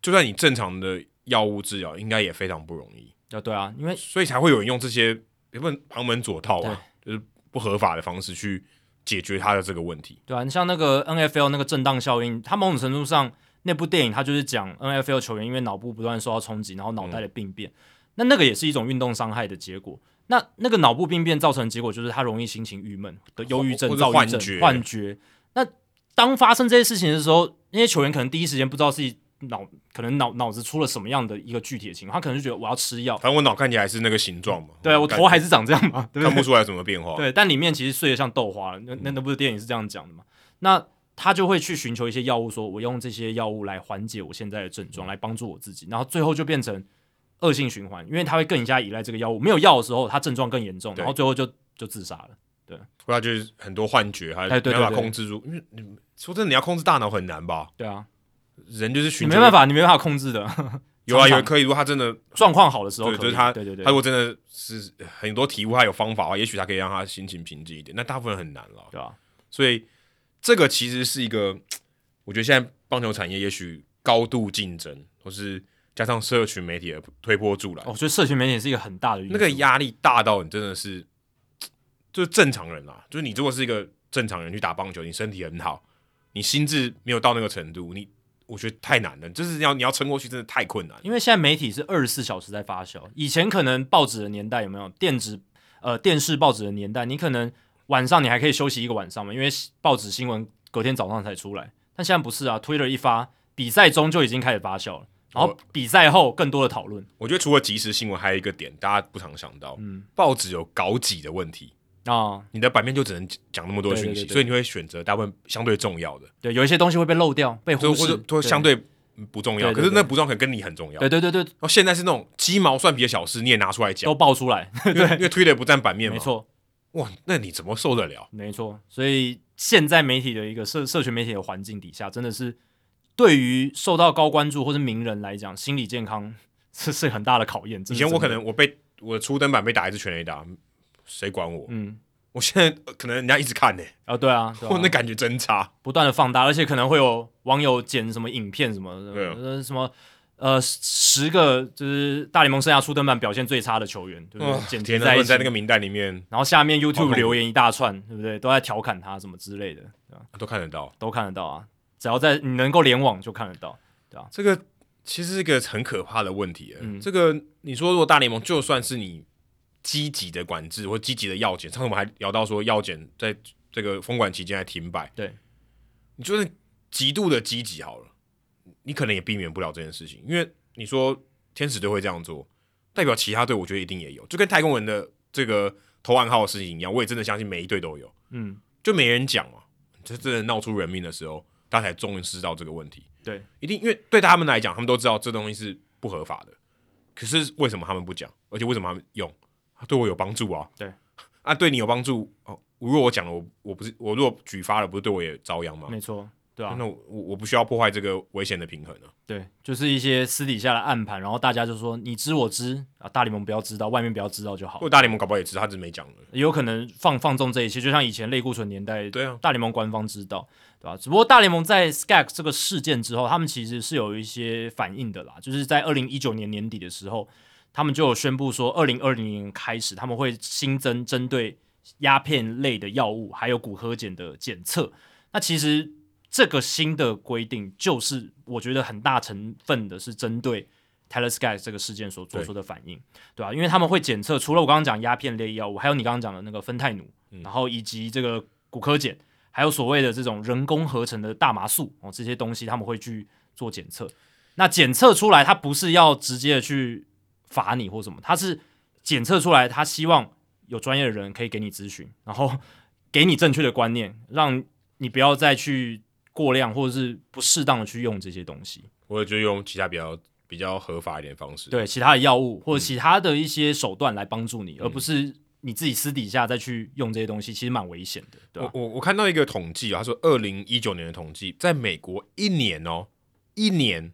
就算你正常的药物治疗，应该也非常不容易，
啊，对啊，因为
所以才会有人用这些也不能旁门左道
对
啊，就是不合法的方式去解决他的这个问题。
对啊，你像那个 N F L 那个震荡效应，它某种程度上那部电影它就是讲 N
嗯
F L 球员因为脑部不断受到冲击，然后脑袋的病变，那那个也是一种运动伤害的结果。那那个脑部病变造成的结果就是他容易心情郁闷、得忧郁症、
或
躁
者
郁
幻
症、
觉
幻觉。那当发生这些事情的时候，那些球员可能第一时间不知道自己脑可能脑脑子出了什么样的一个具体的情况，他可能就觉得我要吃药，
反正我脑看起来是那个形状嘛，
对啊，我
看
头还是长这样嘛，对不
嗯看
对？
不出来有什么变化。
对，但里面其实碎得像豆花了。
嗯
那那那部电影是这样讲的嘛？那他就会去寻求一些药物，说我用这些药物来缓解我现在的症
嗯
状，来帮助我自己，然后最后就变成恶性循环，因为他会更加依赖这个药物。没有药的时候，他症状更严重，
对
然后最后就就自杀了。
或者就是很多幻觉，还
哎对
没
对
办法
对
控制住。因为你说真的，你要控制大脑很难吧？
对啊，
人就是
你
寻
没
求
办法，你没办法控制的。
有啊，
常常
有可以。如果他真的，
状况好的时候
对，
可以，
就是他，
对对对
他如，果真的是很多体悟，他有方法的话，也许他可以让他心情平静一点。那大部分很难了，
对啊，
所以这个其实是一个，我觉得现在棒球产业也许高度竞争，或是加上社群媒体的推波助澜，
哦我觉得社群媒体是一个很大的因素
那个压力大到你真的是，就是正常人啦，就是你如果是一个正常人去打棒球，你身体很好，你心智没有到那个程度，你我觉得太难了，就是要你要撑过去，真的太困难了。
因为现在媒体是二十四小时在发酵，以前可能报纸的年代有没有电子呃电视报纸的年代，你可能晚上你还可以休息一个晚上嘛，因为报纸新闻隔天早上才出来。但现在不是啊，Twitter 一发，比赛中就已经开始发酵了，然后
我
比赛后更多的讨论
我觉得除了即时新闻，还有一个点大家不常想到，
嗯
报纸有稿几的问题，
啊，
你的版面就只能讲那么多
对对
讯息，
对对
所以你会选择大部分相对重要的，
对，有一些东西会被漏掉、被
所
忽
以或
视
者，或者相对不重要，
对对
可是那不重要可能跟你很重要。
对对对对
然后现在是那种鸡毛蒜皮的小事，你也拿出来讲
都，爆出来，
因为因为推的不占版面嘛，
哦没错。
哇，那你怎么受得了？
没错，所以现在媒体的一个社社群媒体的环境底下，真的是对于受到高关注或者名人来讲，心理健康 是是很大的考验。这
以
是
前我
真
可
的
能我被我初登版被打一次全垒打，谁管我？
嗯
我现在呃可能人家一直看呢、
啊、对啊， 对啊
哇，那感觉真差。
不断的放大，而且可能会有网友剪什么影片什么的，
对啊
呃什么。呃，十个就是大联盟生涯初登板表现最差的球员，对不对？
哇
剪辑
田
在
纳
一
顿
起
在那个名单里面
然后下面
好恐
YouTube
怖
留言一大串，对不对？都在调侃他什么之类的，对吧？
都看得到，
都看得到啊，只要在你能够联网就看得到。啊
这个其实是一个很可怕的问题、欸。
嗯
这个你说，如果大联盟就算是你积极的管制或积极的药检，上次我们还聊到说药检在这个封管期间还停摆，
对，
你就是极度的积极好了，你可能也避免不了这件事情，因为你说天使队会这样做，代表其他队我觉得一定也有，就跟太空人的这个投暗号的事情一样，我也真的相信每一队都有，
嗯，
就没人讲嘛，这真的闹出人命的时候，大家才终于知道这个问题，
对，
一定因为对他们来讲，他们都知道这东西是不合法的，可是为什么他们不讲，而且为什么他们用，对我有帮助啊，
对，
啊对你有帮助哦，如果我讲了，我我不是我如果举发了，不是对我也遭殃吗？
没错，对啊。
那我我我不需要破坏这个危险的平衡啊。
对，就是一些私底下的暗盘，然后大家就说你知我知啊，大联盟不要知道，外面不要知道就好
或。者大联盟搞不好也知道，他只是没讲了。
也有可能放放纵这一切，就像以前类固醇年代，
对啊
大联盟官方知道，对吧、只不过大联盟在 SCAC 这个事件之后，他们其实是有一些反应的啦，就是在二零一九年年底的时候，他们就有宣布说，二零二零年开始他们会新增针对鸦片类的药物还有骨科碱的检测。那其实这个新的规定，就是我觉得很大成分的是针对 Taylor Sky 这个事件所做出的反应，对吧、因为他们会检测，除了我刚刚讲鸦片类药物，还有你刚刚讲的那个芬太奴，
嗯
然后以及这个骨科碱，还有所谓的这种人工合成的大麻素哦，这些东西他们会去做检测。那检测出来，它不是要直接的去罚你或什么，它是检测出来，他希望有专业的人可以给你咨询，然后给你正确的观念，让你不要再去过量或者是不适当的去用这些东西。
我也就用其他比较比较合法一点的方式。，
对其他的药物或者其他的一些手段来帮助你，而不是你自己私底下再去用这些东西，其实蛮危险的，对吧啊
我？我我看到一个统计啊，他说二零一九年的统计，在美国一年哦，一年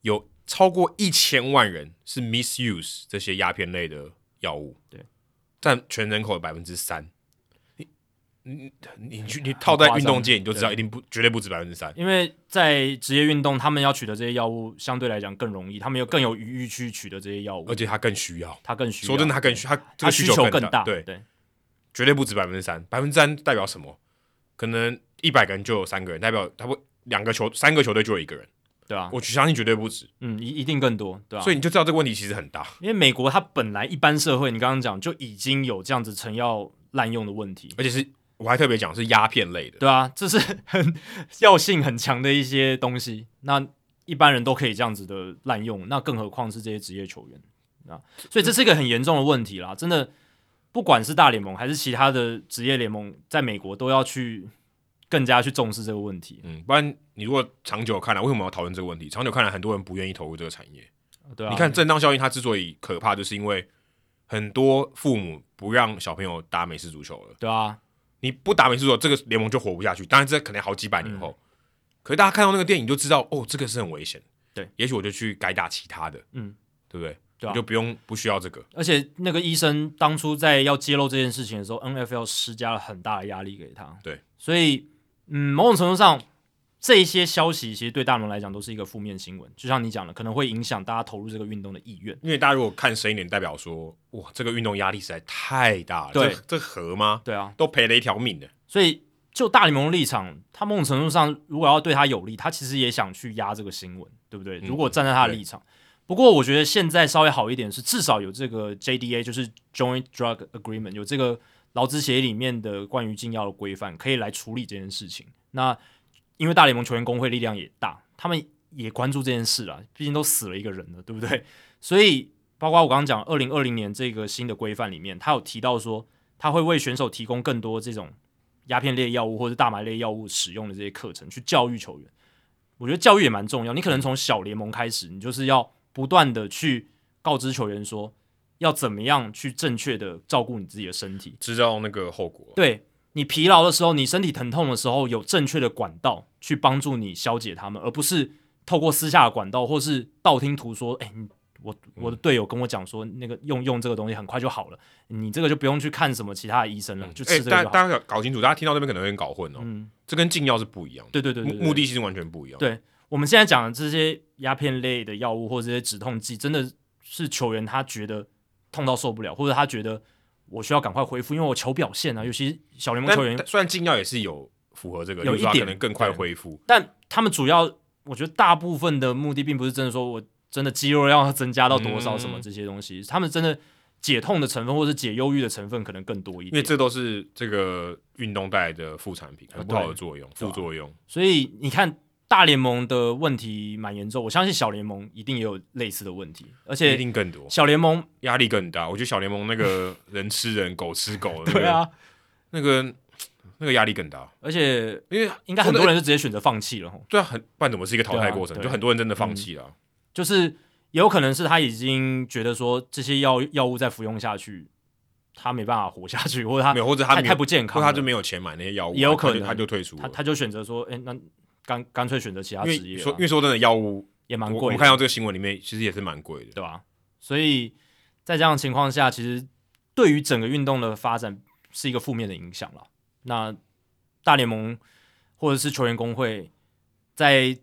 有超过一千万人是 misuse 这些鸦片类的药物，
对，
占全人口的百分之三。你你你去你套在运动界，你就知道一定不绝对不止百分之三。
因为在职业运动，他们要取得这些药物相对来讲更容易，他们有更有余裕去取得这些药物
而，且他更需要，
他更
呃
需要。
说真的，他更需他这
他
个
需
求
更
大，
对
对，绝对不止百分之三，百分之三代表什么？可能一百个人就有三个人，代表差不多两个球，三个球队就有一个人，
对啊，
我相信绝对不止，
嗯，一一定更多，对啊。
所以你就知道这个问题其实很大。
因为美国它本来一般社会，你刚刚讲就已经有这样子成药滥用的问题，
而且是我还特别讲是鸦片类的，
对啊，这是很药性很强的一些东西，那一般人都可以这样子的滥用，那更何况是这些职业球员啊，所以这是一个很严重的问题啦，真的，不管是大联盟还是其他的职业联盟，在美国都要去更加去重视这个问题，
嗯，不然你如果长久看来，为什么要讨论这个问题？长久看来，很多人不愿意投入这个产业。
对啊，
你看，正当效应它之所以可怕，就是因为很多父母不让小朋友打美式足球了。
对啊，
你不打美式足球，这个联盟就活不下去。当然，这可能好几百年后。
嗯
可是大家看到那个电影就知道，哦，这个是很危险。
对，
也许我就去改打其他的，
嗯，
对不对？
对啊
你就不用不需要这个。
而且那个医生当初在要揭露这件事情的时候，NFL 施加了很大的压力给他。
对，
所以嗯，某种程度上，这一些消息其实对大龙来讲都是一个负面新闻。就像你讲的，可能会影响大家投入这个运动的意愿。
因为大家如果看深一点，代表说，哇，这个运动压力实在太大了。
对
这这合吗？
对啊，
都赔了一条命的。
所以就大联盟的立场，他某种程度上如果要对他有利，他其实也想去压这个新闻，对不对？
嗯
如果站在他的立场。不过我觉得现在稍微好一点是，至少有这个 JDA，就是 Joint Drug Agreement，有这个劳资协议里面的关于禁药的规范，可以来处理这件事情。那因为大联盟球员工会力量也大，他们也关注这件事啦，毕竟都死了一个人了，对不对？所以包括我刚刚讲，二零二零年这个新的规范里面，他有提到说，他会为选手提供更多这种鸦片类药物或者大麻类药物使用的这些课程，去教育球员。我觉得教育也蛮重要，你可能从小联盟开始，你就是要不断的去告知球员说，要怎么样去正确的照顾你自己的身体，
知道那个后果。
对你疲劳的时候，你身体疼痛的时候，有正确的管道去帮助你消解它们，而不是透过私下的管道或是道听途说。哎、你我
嗯
我的队友跟我讲说，那个用用这个东西很快就好了，你这个就不用去看什么其他的医生了，就
哎、
吃这
大
个
家
就
大
好。
家搞清楚，大家听到这边可能有点搞混哦。
嗯，
这跟禁药是不一样的，
对对对对
目目
的。
的性是完全不一样。
对我们现在讲的这些鸦片类的药物或者这些止痛剂，真的是球员他觉得痛到受不了，或者他觉得我需要赶快恢复，因为我求表现啊。尤其是小联盟
但
球员
但虽然禁药也是有符合这个，
有一
就是说它
点
可能更快恢复，
但他们主要，我觉得大部分的目的并不是真的说我真的肌肉量要增加到多少
嗯
什么这些东西，他们真的解痛的成分或者解忧郁的成分可能更多一
因为
点。
这都是这个运动带来的副产品，很不好的作用、
啊对
副作用。
所以你看，大联盟的问题蛮严重，我相信小联盟一定也有类似的问题，而
一
且
定更多，
小联盟
压力更大。我觉得小联盟那个人吃人，狗吃狗的，
对啊，
那个，那个那个压力更大，
而且
因为
应该很多人就直接选择放弃了吼。
对啊，很不然怎么是一个淘汰过程？
对啊对啊
就很多人真的放弃了，啊
就是也有可能是他已经觉得说这些药药物再服用下去，他没办法活下去，或者他
没有，或者他
太
没
太
有，
不健康
或
了，
他就没有钱买那些药物啊，
也有可
他就
能
他就退出
他
了。
他就选择说，哎、那干干脆选择其他职
因为
业
说
吧，
因为说真的，药物
也蛮
我我
贵
们
的，
看到这个新闻里面，其实也是蛮贵的。
对吧？所以在这样的情况下，其实对于整个运动的发展是一个负面的影响了。那大联盟或者是球员工会在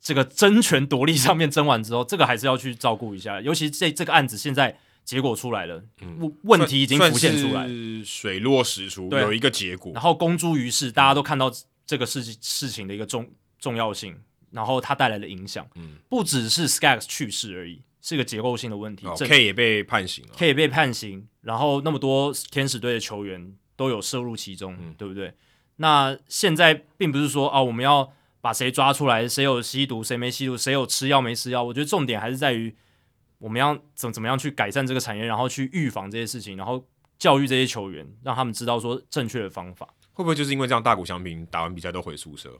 这个争权夺利上面争完之后，这个还是要去照顾一下，尤其这这个案子现在结果出来了，
嗯
问问题已经浮现出来了，，
水落石出，
对
有一个结果
然。后公诸于世，大家都看到这个事情事情的一个重重要性，然后它带来的影响，
嗯
不只是 Skaggs 去世而已，是个结构性的问题。
哦
这
K 也被判刑了，啊
可以被判刑，然后那么多天使队的球员都有涉入其中，
嗯
对不对？那现在并不是说啊，我们要把谁抓出来，谁有吸毒，谁没吸毒，谁有吃药没吃药。我觉得重点还是在于我们要怎怎么样去改善这个产业，然后去预防这些事情，然后教育这些球员，让他们知道说正确的方法。
会不会就是因为这样大谷翔平打完比赛都回宿舍，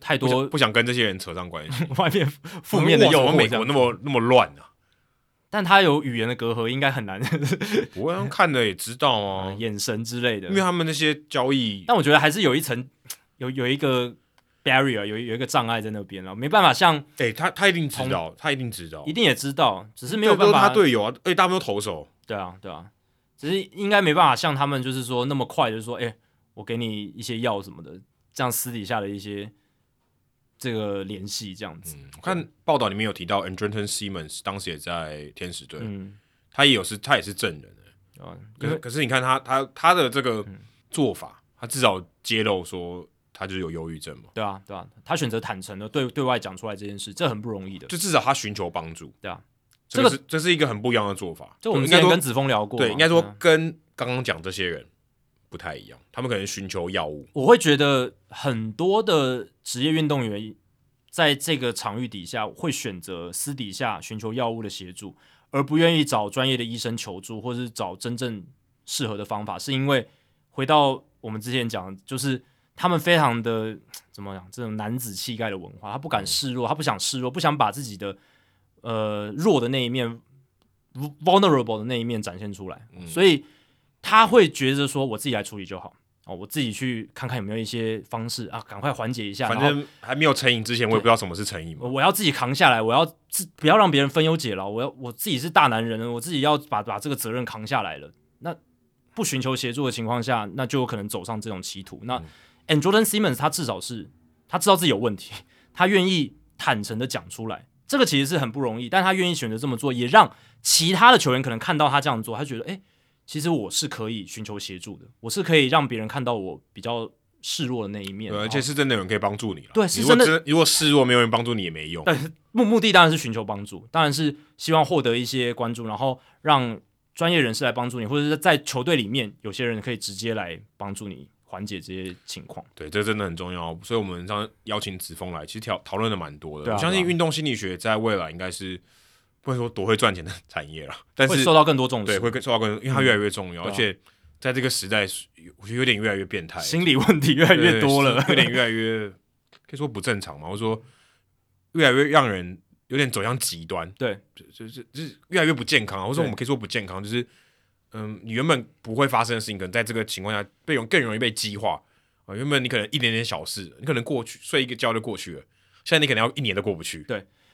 太
不想
多
不想跟这些人扯上关系？
外面 负 面的
哇
诱
怎么
惑，
美国那，么那么乱啊 呢？
但他有语言的隔阂，应该很难、，
我刚看了也知道啊
眼神之类的
因为。他们那些交易，
但我觉得还是有一层，有有一个 barrier，有有一个障碍在那边了，没办法像
哎，他他一定知道，他一定知道
一，定也知道，只是没有
这都是
办法
他队友啊，哎，大部分都投手，
对啊，对啊，只是应该没办法像他们，就是说那么快，就是说，哎、我给你一些药什么的，这样私底下的一些这个联系，这样子，
嗯，我看报道里面有提到 Andrenton Simmons 当时也在天使队，
嗯，
他也有是，他也是证人。
啊、
可是
因为嗯
可是你看他他他的这个做法，他至少揭露说他就是有忧郁症嘛，
对啊，对啊，他选择坦诚的对对外讲出来这件事，这很不容易的。
就至少他寻求帮助。
对啊，
这个是这是一个很不一样的做法。
就我们
应
之
该
前
说
跟子峰聊过嘛，
对，应该说
嗯
跟刚刚讲这些人不太一样，他们可能寻求药物，
我会觉得很多的职业运动员在这个场域底下会选择私底下寻求药物的协助，而不愿意找专业的医生求助，或是找真正适合的方法，是因为回到我们之前讲的，就是他们非常的怎么讲，这种男子气概的文化，他不敢示弱，他不想示弱，不想把自己的呃弱的那一面，vulnerable 的那一面展现出
嗯
来，所以他会觉得说我自己来处理就好。哦，我自己去看看有没有一些方式啊，赶快缓解一下。
反
然后
正还没有成瘾之前，我也不知道什么是成瘾嘛
我。我要自己扛下来，我要自不要让别人分忧解劳，我要我自己是大男人了，我自己要把把这个责任扛下来了。那不寻求协助的情况下，那就有可能走上这种歧途。那、And
嗯
Jordan Simmons 他至少是他知道自己有问题，他愿意坦诚的讲出来，这个其实是很不容易，但他愿意选择这么做，也让其他的球员可能看到他这样做，他觉得诶，其实我是可以寻求协助的，我是可以让别人看到我比较示弱的那一面，
对，而且是真的有人可以帮助你了。
对
你
是
如果
真的
真如果示弱没有人帮助你也没用。
目目的当然是寻求帮助，当然是希望获得一些关注，然后让专业人士来帮助你，或者是在球队里面有些人可以直接来帮助你缓解这些情况。
对，这真的很重要。哦所以我们上次邀请子峰来，其实讨讨论的蛮多的。
对啊
我相信
对啊
运动心理学在未来应该是不能说多会赚钱的 产业了，但
会
是
受到更多重视，
对会更受到更，因为它越来越重要，
对
而
啊
且在这个时代，我觉得有点越来越变态，
心理问题越来越多了。
对有点越来越可以说不正常嘛，或者说越来越让人有点走向极端，
对，
就是就是越来越不健康啊，或者说
对
我们可以说不健康，就是嗯，你原本不会发生的事情，可能在这个情况下被容更容易被激化啊。原本你可能一点点小事，你可能过去睡一个觉就过去了，现在你可能要一年都过不去。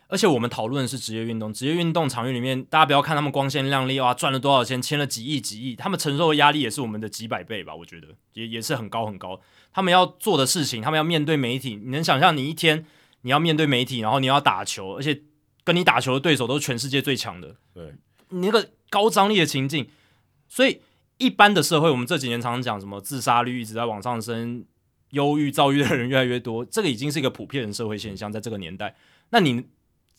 而且我们讨论的是职业运动，职业运动场域里面，大家不要看他们光鲜亮丽哇，赚了多少钱，签了几亿几亿，他们承受的压力也是我们的几百倍吧，我觉得也也是很高很高。他们要做的事情，他们要面对媒体，你能想象你一天你要面对媒体，然后你要打球，而且跟你打球的对手都是全世界最强的，
对，
你那个高张力的情境，所以一般的社会，我们这几年常常讲什么自杀率一直在往上升，忧郁、躁郁的人越来越多，这个已经是一个普遍的社会现象，在这个年代。那你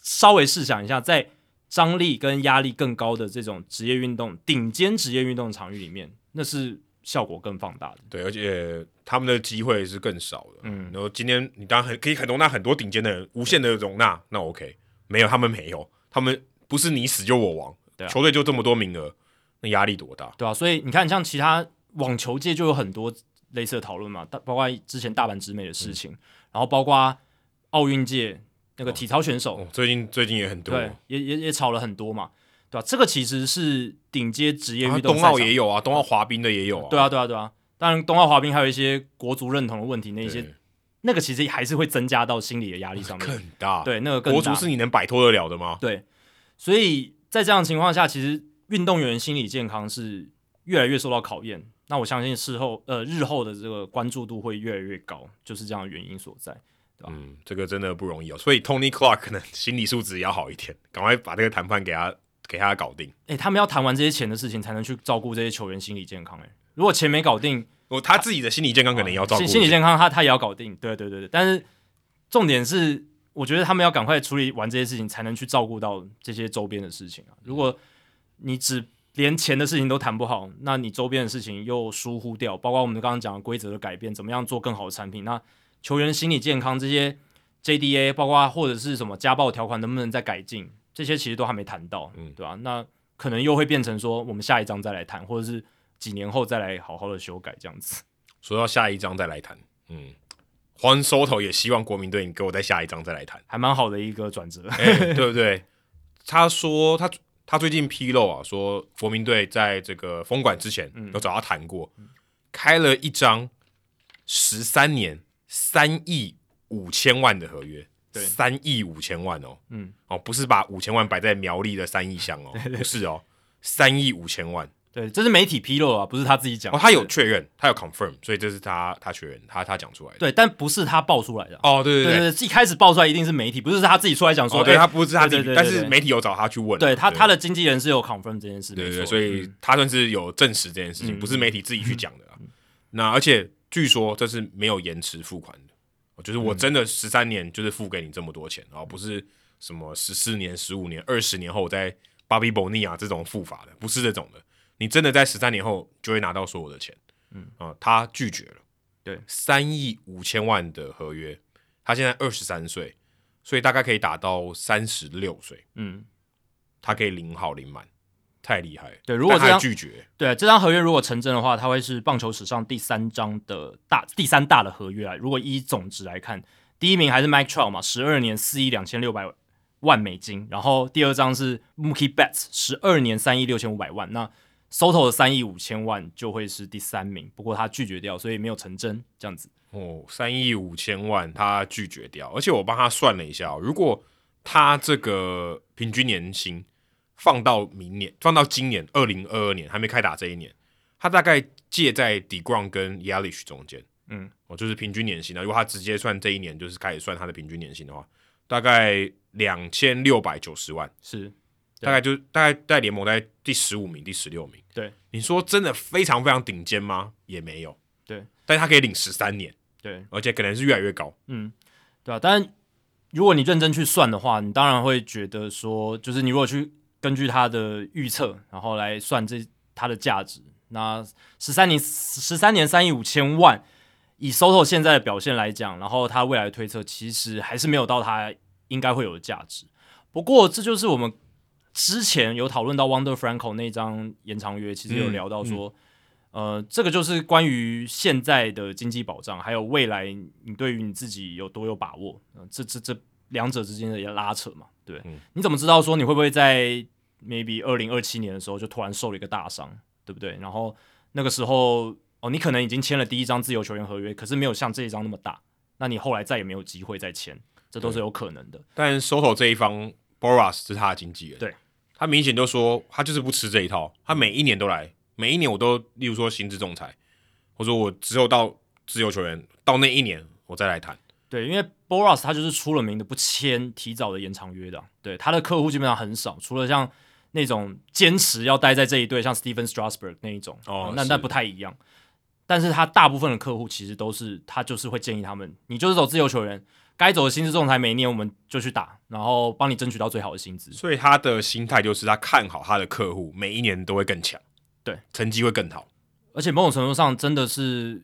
稍微试想一下，在张力跟压力更高的这种职业运动、顶尖职业运动场域里面，那是效果更放大的。
对，而且他们的机会是更少的。
嗯，
然后今天你当然很可以很容纳很多顶尖的人，无限的容纳，那 OK。没有，他们没有，他们不是你死就我亡，
对啊
球队就这么多名额，那压力多大？
对啊，所以你看，像其他网球界就有很多类似的讨论嘛，大包括之前大阪直美的事情，然后包括奥运界那个体操选手。
哦，最近最近也很多，啊
对，也也也吵了很多嘛，对吧、啊这个其实是顶阶职业
然后
运动
冬
赛
奥
场
也有啊，冬奥滑冰的也有啊。
对啊，对啊，对啊。当然，冬奥滑冰还有一些国足认同的问题，那
对，
一些那个其实还是会增加到心理的压力上面。
更大。，
对，那个更
国
大
足是你能摆脱得了的吗？
对，所以在这样的情况下，其实运动员心理健康是越来越受到考验。那我相信事后呃日后的这个关注度会越来越高，就是这样的原因所在。
嗯，这个真的不容易哦。所以 Tony Clark 可能心理素质也要好一点，赶快把这个谈判给他给他搞定。
诶，他们要谈完这些钱的事情，才能去照顾这些球员心理健康、诶，如果钱没搞定，
我哦他自己的心理健康可能也要照顾一点。
心哦心理健康他他也要搞定，对对对对。但是重点是，我觉得他们要赶快处理完这些事情，才能去照顾到这些周边的事情啊。如果你只连钱的事情都谈不好，那你周边的事情又疏忽掉，包括我们刚刚讲的规则的改变，怎么样做更好的产品，那球员心理健康这些 JDA，包括或者是什么家暴条款能不能再改进，这些其实都还没谈到，
嗯
对吧、那可能又会变成说，我们下一章再来谈，或者是几年后再来好好的修改这样子。
说到下一章再来谈。嗯，黄 Soto 也希望国民队你给我在下一章再来谈，
还蛮好的一个转折。
哎对不对？他说他他最近披露啊，说国民队在这个封馆之前
嗯
有找他谈过，开了一张十三年三亿五千万的合约，
对
三亿五千万哦，
嗯，
哦，不是把五千万摆在苗栗的三亿乡 哦，不是哦，三亿五千万。
对，这是媒体披露啊，不是他自己讲。
哦，他有确认，他有 confirm，所以这是他他确认，他他讲出来的。
对，但不是他爆出来的啊。
哦，对
对
对，
对，一开始爆出来一定是媒体，不是他自己出来讲说。
哦，对
哎
他不是他自
对
己
对，对
但
对
是
对
媒体有找他去问，啊
对他他的经纪人是有 confirm 这件事，
对
没
对对，
错
所以他算是有证实这件事情，
嗯
啊不是媒体自己去讲的啦。那而且据说这是没有延迟付款的，哦就是
嗯
我真的十三年就是付给你这么多钱，然后不是什么十四年、十五年、二十年后我再巴比博尼亚这种付法的，不是这种的，你真的在十三年后就会拿到所有的钱。嗯啊、他拒绝了，
对，
三亿五千万的合约，他现在二十三岁，所以大概可以打到三十六岁，
嗯，
他可以领好领满，太厉害了。
对如果
但他
这样
拒绝，
对，这张合约如果成真的话，它会是棒球史上第三张的大第三大的合约啊。如果依总值来看，第一名还是 Mike Trout 嘛，十二年四亿两千六百万美金，然后第二张是 Mookie Betts，十二年三亿六千五百万。那 Soto 的三亿五千万就会是第三名，不过他拒绝掉，所以没有成真。这样子，
哦，三亿五千万他拒绝掉，而且我帮他算了一下、哦，如果他这个平均年薪放到明年，放到今年二零二二年还没开打这一年，他大概介在 d e g r o n 跟 Yalish 中间，
嗯，
哦，就是平均年薪啊。如果他直接算这一年，就是开始算他的平均年薪的话，大概两千六百九十万，
是对
大概就大概在联盟在第十五名、第十六名。
对，
你说真的非常非常顶尖吗？也没有。
对，
但他可以领十三年，
对，
而且可能是越来越高。
嗯，对啊，但如果你认真去算的话，你当然会觉得说，就是你如果去根据他的预测，然后来算这它的价值，那十三年十三年三亿五千万，以 Soto 现在的表现来讲，然后他未来的推测其实还是没有到他应该会有的价值。不过这就是我们之前有讨论到 Wonder Franco 那张延长约，其实有
嗯
聊到说。呃，这个就是关于现在的经济保障，还有未来你对于你自己有多有把握，呃、这这这两者之间的拉扯嘛，对，
嗯
你怎么知道说你会不会在 maybe 二零二七年的时候就突然受了一个大伤，对不对？然后那个时候哦，你可能已经签了第一张自由球员合约，可是没有像这一张那么大，那你后来再也没有机会再签，这都是有可能的。
但 Soto 这一方，Boras 是他的经纪人，
对，
他明显就说他就是不吃这一套，他每一年都来，每一年我都，例如说薪资仲裁，或者说我只有到自由球员到那一年我再来谈，
对，因为 Boras 他就是出了名的不签提早的延长约的啊、对他的客户基本上很少，除了像那种坚持要待在这一队，像 Steven Strasburg 那一种，
哦
那
是
那不太一样。但是他大部分的客户其实都是他就是会建议他们，你就是走自由球员，该走的薪资仲裁每一年我们就去打，然后帮你争取到最好的薪资。
所以他的心态就是他看好他的客户，每一年都会更强，
对，
成绩会更好，
而且某种程度上真的是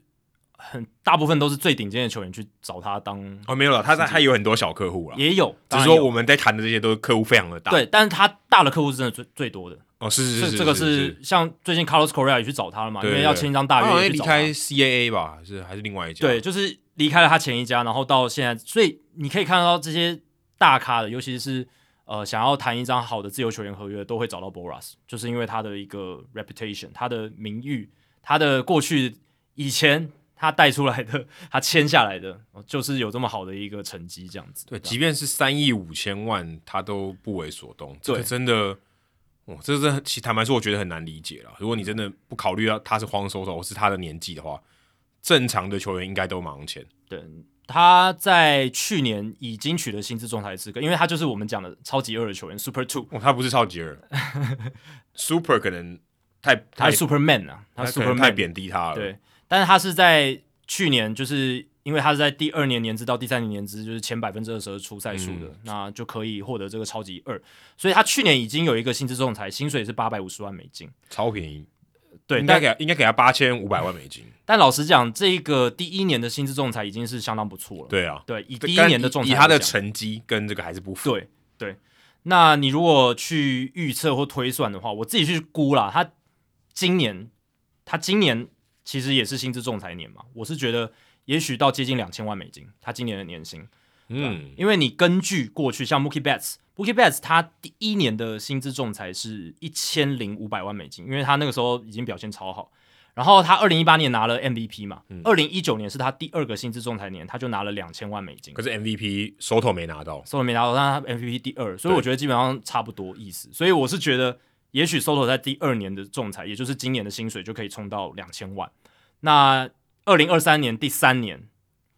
很大部分都是最顶尖的球员去找他当，
哦，没有了，他在他有很多小客户了，
也有，
啊只
当
是说
然有
我们在谈的这些都是客户非常的大，，
对，但是他大的客户是真的最最多的。
哦，是是是
这
是
这个是像最近 Carlos Correa 也去找他了嘛，因
对
为
对
要
对
签一张
他
大
好
约
像
也去
离
找
开
他
CAA 吧，是还是另外一家，
对，就是离开了他前一家，然后到现在，所以你可以看到这些大咖的，尤其是呃想要谈一张好的自由球员合约，都会找到 Boras，就是因为他的一个 reputation，他的名誉，他的过去以前他带出来的，他签下来的，哦就是有这么好的一个成绩，这样子。
对，
吧
即便是三亿五千万，他都不为所动。这个
对
真的，哇，这是其实坦白说，我觉得很难理解了。如果你真的不考虑到他是荒收手或是他的年纪的话，正常的球员应该都忙钱。
对，他在去年已经取得薪资仲裁资格，因为他就是我们讲的超级二的球员 Super Two。
哇，哦他不是超级 二，Super 可能太
他
太
是 Superman 啊，他是
可能太
Superman
贬低他了。，
对，但是他是在去年，就是因为他是在第二年年资到第三年年资，就是前百分之二十二出赛数
嗯
的，那就可以获得这个超级二，所以他去年已经有一个薪资仲裁，薪水是八百五十万美金。
超便宜，
对，
应该
但
给他应该给他八千五百万美 金。
但老实讲，这个第一年的薪资仲裁已经是相当不错了。
对啊，
对，以第一
但
年的
以
仲裁
以
来
他的
讲
成绩跟这个还是不符。
对对，那你如果去预测或推算的话，我自己去估啦，他今年他今年其实也是薪资仲裁年嘛，我是觉得也许到接近两千万美金，他今年的年薪，
嗯，
因为你根据过去像 Mookie Betts。Mookie Betts 他第一年的薪资仲裁是一千零五百万美金，因为他那个时候已经表现超好。然后他二零一八年拿了 MVP 嘛，二零一九年是他第二个薪资仲裁年，他就拿了两千万美金
可。是 MVP 手头没拿到。
s o t o 没拿到，但他 MVP 第二，所以我觉得基本上差不多意思。所以我是觉得，也许 Soto 在第二年的仲裁，也就是今年的薪水就可以冲到两千万。那二零二三年第三年，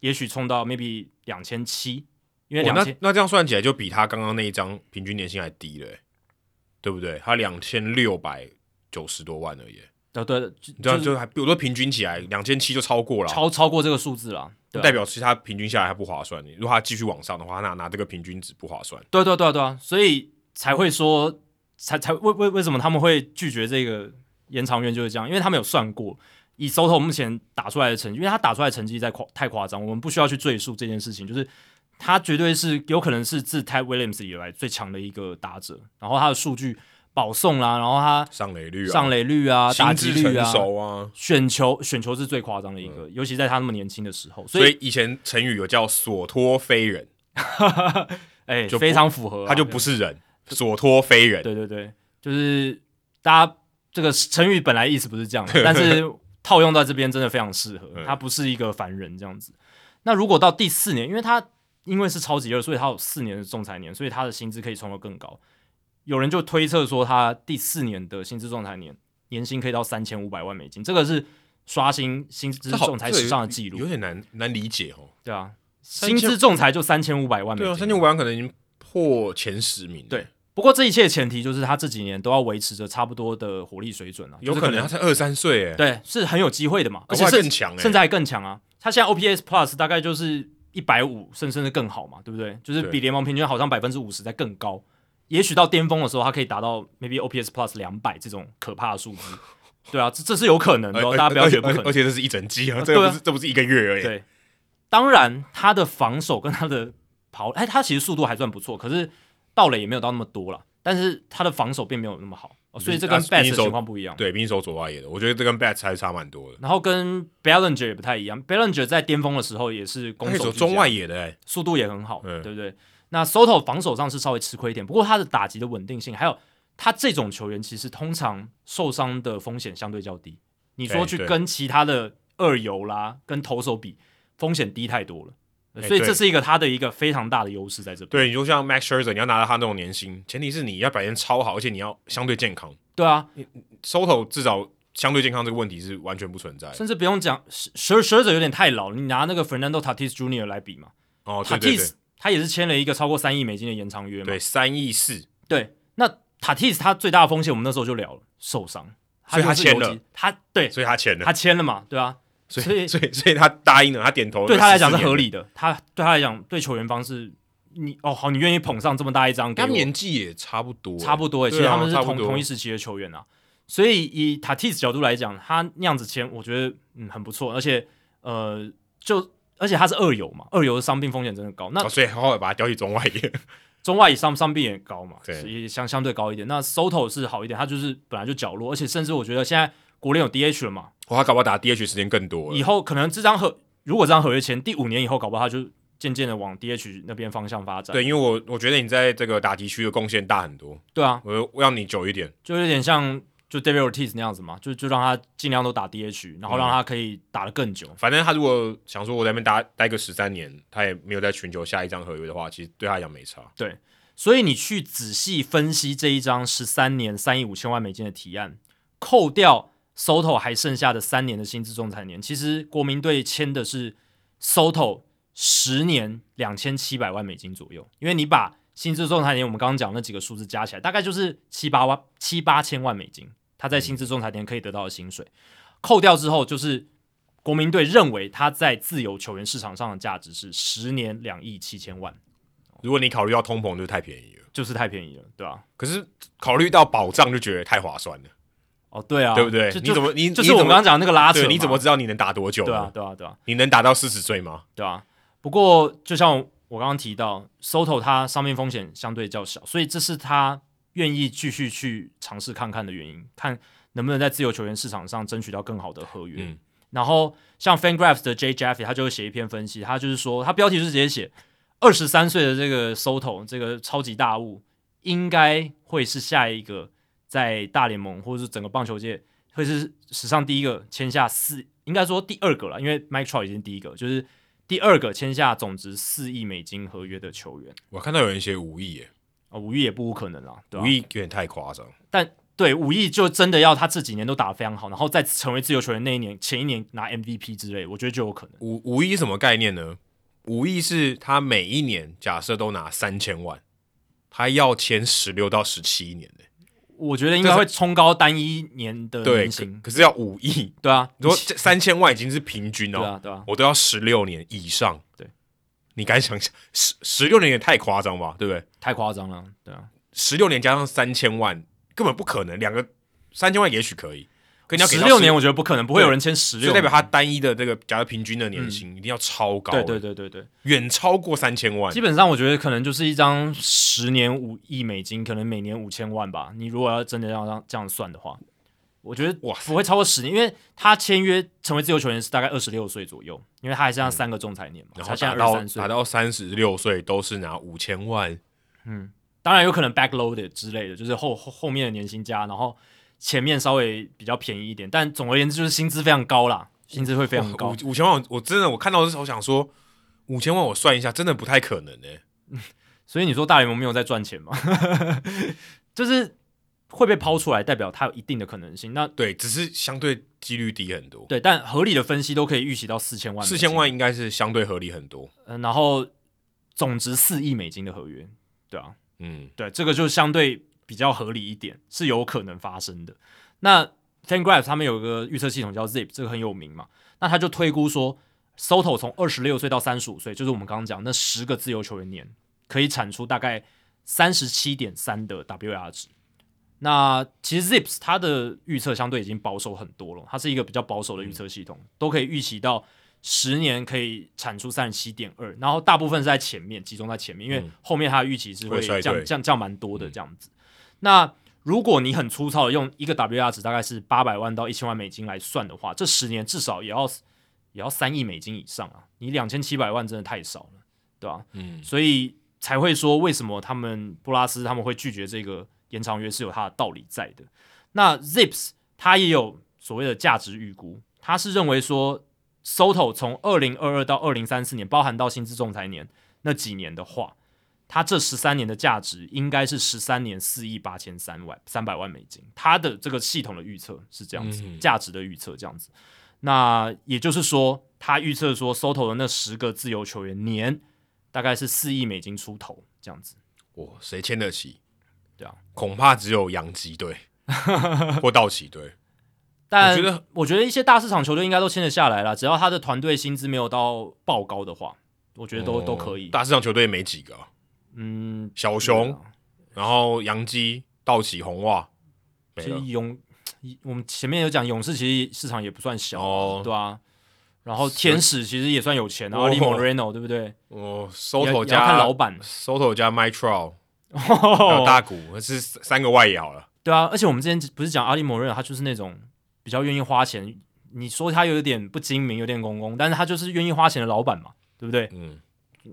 也许冲到 maybe 两千七，因为
哦
两
那
千、
那这样算起来，就比他刚刚那一张平均年薪还低了欸、对不对？他两千六百九十多万而已欸，
呃，对，
你知道
就
就还我都平均起来两千七就超过了啊，
超超过这个数字了，对啊
代表其实它平均下来还不划算。你如果它继续往上的话，那拿这个平均值不划算。
对对对对啊，所以才会说，才才为为为什么他们会拒绝这个延长院就是这样，因为他们有算过，以 Soto 目前打出来的成绩，因为他打出来的成绩在夸太夸张，我们不需要去赘述这件事情，就是他绝对是有可能是自 Ty Williams 以来最强的一个打者，然后他的数据保送啦、然后他
上垒率啊，
上垒率啊，打
心
击
智
率
成
啊。
熟啊，
选球，选球是最夸张的一个，尤其在他那么年轻的时候，所
所
以
以以前成语有叫“所托非人
哎、
就不
非常符合啊、”，
他就不是人，所托非人。
对对对，就是大家这个成语本来意思不是这样的，但是套用到这边真的非常适合。他不是一个凡人这样子。那如果到第四年，因为他因为是超级二，所以他有四年的仲裁年，所以他的薪资可以冲得更高。有人就推测说，他第四年的薪资仲裁年年薪可以到三千五百万美金，这个是刷新薪资
好
仲裁
这
史上的记
有
录，
点难难理解哦。
对啊，
3000
薪资仲裁就三千五百万美
对
金，
啊，三千五百万可能已经破前十名了，
对不过这一切前提就是他这几年都要维持着差不多的火力水准啊，
有
就是
可能他才二三岁哎，
对是很有机会的嘛，
搞
而且
不好
甚
更强哎
甚。至还更强啊！他现在 OPS Plus 大概就是一百五，甚甚至更好嘛，对不对？就是比
对
联盟平均好像百分之五十在更高，也许到巅峰的时候，他可以达到 maybe OPS Plus 两百这种可怕的数字。对啊，这这是有可能的哦、
而
大家不要觉得不
而
可
且
能
而。且这是一整季啊，
啊
这个
对啊
不是这不是一个月而已。
对，当然他的防守跟他的跑，哎，他其实速度还算不错，可是盗垒也没有到那么多了，但是他的防守并没有那么好，哦所以这跟
就是
Bats
你
的
手
情况不一样。
对，平手左外野的，我觉得这跟 Bats 还差蛮多的。
然后跟 Bellinger 也不太一样，Bellinger 在巅峰的时候也是攻
他可以
守
哎走
俱佳
中外野的哎，
速度也很好，
嗯
对不对？那 Soto 防守上是稍微吃亏一点，不过他的打击的稳定性，还有他这种球员其实通常受伤的风险相对较低。你说
哎
去
对
跟其他的二游啦，跟投手比，风险低太多了，
哎
所以
对
这是一个他的一个非常大的优势在这边。
对，你就像 Max Scherzer，你要拿到他那种年薪，前提是你要表现超好，而且你要相对健康。
对啊，
Soto 至少相对健康这个问题是完全不存在的。
啊甚至不用讲，蛇蛇者有点太老，你拿那个 Fernando Tatis Jr. 来比嘛、
哦，
t
对对
a t i
对
s，他也是签了一个超过三亿美金的延长约嘛，
对三亿四，
对，那塔蒂斯他最大的风险，我们那时候就聊了受伤，
所以他
如果是
签了
游击，他对
所以他签了，
他签了嘛，对啊，
所
所以
以所以所以他答应了，他点头，
对他来讲是
14年
合。理的，他对他来讲对球员方是，你哦好，你愿意捧上这么大一张给
他们
我，
年纪也差不多，
差不多耶、欸
对
其实
啊
他们是
差不
同
多
同一时期的球员啊，所以以塔蒂斯角度来讲，他那样子签，我觉得嗯很不错，而且呃就而且他是二游嘛，二游的伤病风险真的高，那
哦，所以好好把他调去中外 野。
中外以上上臂也高嘛，
对
是也相相对高一点。那 Soto 是好一点，他就是本来就角落，而且甚至我觉得现在国联有 DH 了嘛，
哇，他搞不好打 DH 时间更多
以
了。
后可能这张合如果这张合约签第五年以后，搞不好他就渐渐的往 DH 那边方向发展。
对，因为我我觉得你在这个打击区的贡献大很多，
对啊，
我我让你久一点。
就有点像就 David Ortiz 那样子嘛，就就让他尽量都打 DH，然
嗯
后让他可以打得更久。
反正他如果想说我在那边待待个十三年，他也没有在寻求下一张合约的话，其实对他来讲没差。
所以你去仔细分析这一张十三年三亿五千万美金的提案，扣掉 Soto 还剩下的三年的薪资仲裁年，其实国民队签的是 Soto 十年两千七百万美金左右，因为你把薪资仲裁年我们刚刚讲那几个数字加起来，大概就是七八万七八千万美金，他在薪资仲裁年可以得到的薪水，扣掉之后就是。国民队认为他在自由球员市场上的价值是十年两亿七千万，
如果你考虑到通膨，就太便宜了。
就是太便宜了，对吧、
可是考虑到保障，就觉得太划算了，
哦，对啊，
对不对？
就就
你怎么你
就
你
是我
怎
们
么
刚刚讲的那个拉扯
对，
嘛，
你怎么知道你能打多久？
对啊，，对啊，对啊，
你能打到四十岁吗？
对啊。不过就像我刚刚提到，Soto 他伤病风险相对较小，所以这是他愿意继续去尝试看看的原因，看能不能在自由球员市场上争取到更好的合约。
嗯
然后像 FanGraphs 的 J Jaffe 他就会写一篇分析，他就是说，他标题是直接写二十三岁的这个 Soto 这个超级大物，应该会是下一个在大联盟或者是整个棒球界会是史上第一个签下四，应该说第二个了，因为 Mike Trout 已经第一个，就是第二个签下总值四亿美金合约的球员
我看到有人写五亿耶，
啊，五亿也不无可能啦，对啊吧、
五亿有点太夸张。
对，五亿就真的要他这几年都打得非常好，然后再成为自由球员那一年前一年拿 MVP 之类，我觉得就有可能。
五五亿是什么概念呢？五亿是他每一年假设都拿三千万，他要签十六到十七年的、
我觉得应该会冲高单一年的
对，
年
可
薪。
可是要五亿，
对啊，
你说这三千万已经是平均
对
哦，
啊，对啊，
我都要十六年以上。
对，
你敢想想，十十六年也太夸张吧，对不对？
太夸张了，对啊。
十六年加上三千万，根本不可能。两个三千万也许可以，可你要给
十
到
六年，我觉得不可能，不会
对
有人签十
就
六，
代表他单一的这个，假如平均的年薪一定要超高，
嗯对对，对对对，
远超过三千万
基。本上我觉得可能就是一张十年五亿美金，可能每年五千万吧。你如果要真的要让这样算的话，我觉得
哇
不会超过十年，因为他签约成为自由球员是大概二十六岁左右，因为他还剩下三个仲裁年嘛，
嗯然后
他现在
打
二十
到
三岁
打，到三十六岁都是拿五千万，
当然有可能 backloaded 之类的，就是后后后面的年薪加，然后前面稍微比较便宜一点，但总而言之就是薪资非常高啦，薪资会非常
哇
高。
五五千万我，我真的我看到的时候想说，五千万我算一下，真的不太可能欸呢、
所以你说大联盟没有在赚钱吗？ 就是会被抛出来，代表它有一定的可能性。那
对，只是相对几率低很多，
对，但合理的分析都可以预期到四千万美金，
四千万应该是相对合理很多。
呃，然后总值四亿美金的合约，对啊，
嗯，
对，这个就相对比较合理一点，是有可能发生的。那 FanGraphs 他们有一个预测系统叫 Zip，这个很有名嘛，那他就推估说，Soto 从二十六岁到三十五岁，就是我们刚刚讲那十个自由球员年，可以产出大概三十七点三的 WAR 值。那其实 Zips 它的预测相对已经保守很多了，它是一个比较保守的预测系统，都可以预期到十年可以产出三十七点二，然后大部分是在前面，集中在前面，因为
嗯
后面它的预期是会
会衰退嗯
降降降蛮多的这样子。那如果你很粗糙的用一个 WR 值大概是八百万到一千万美金来算的话，这十年至少也要也要三亿美金以上啊！你两千七百万真的太少了，对吧、
嗯，
所以才会说为什么他们布拉斯他们会拒绝这个延长约是有它的道理在的。那 Zips 它也有所谓的价值预估，它是认为说 Soto 从二零二二到二零三四年，包含到薪资仲裁年那几年的话，它这十三年的价值应该是十三年四亿八千三万三百万美金，它的这个系统的预测是这样子，
嗯
价值的预测这样子。那也就是说，他预测说 Soto 的那十个自由球员年大概是四亿美金出头这样子。
哇，谁签得起？
对啊，
恐怕只有洋基 队或道奇队。
但
我觉得，
我觉得一些大市场球队应该都签得下来啦，只要他的团队薪资没有到爆高的话，我觉得都、
哦
都可以。
大市场球队也没几个啊，
嗯，
小
对
熊，
啊
然后洋基、道奇、红袜没
其
了
实。勇，我们前面有讲勇士，其实市场也不算小，
哦
对啊。然后天使其实也算有钱，然后
哦
l i m o r e n o 对不对？
哦
也要
，Soto
也要看
加
老板，
Soto 加 m y t r o
哦
还有大谷，是三个外野好了。
对啊，而且我们之前不是讲阿里莫瑞尔，他就是那种比较愿意花钱。你说他有点不精明，有点公公，但是他就是愿意花钱的老板嘛，对不对？
嗯，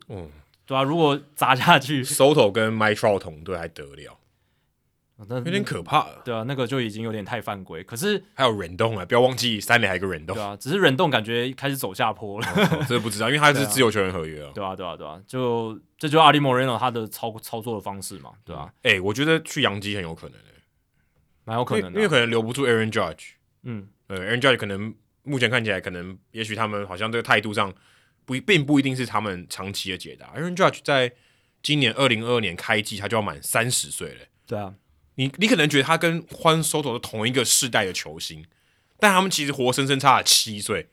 嗯
对啊，如果砸下去，
，Soto 跟 m y t r o 同队还得了，
那
有点可怕了。
对啊，那个就已经有点太犯规。可是
还有忍动啊，不要忘记三垒还有一个忍动
对，啊，只是忍动感觉开始走下坡了，
哦这个不知道， 因为他是自由球员合约啊。
对啊，对啊，对啊，就这就是阿里莫瑞尔他的操操作的方式嘛，对啊，，
哎，我觉得去洋基很有可能欸，
蛮有可能
因为
的
因
啊、
为可能留不住 Aaron Judge，
嗯，
呃，Aaron Judge 可能目前看起来可能，也许他们好像这个态度上不一并不一定是他们长期的解答。Aaron Judge 在今年二零二二年开季，他就要满三十岁了。
对啊，
你你可能觉得他跟欢 Soto 是同一个世代的球星，但他们其实活生生差了七岁，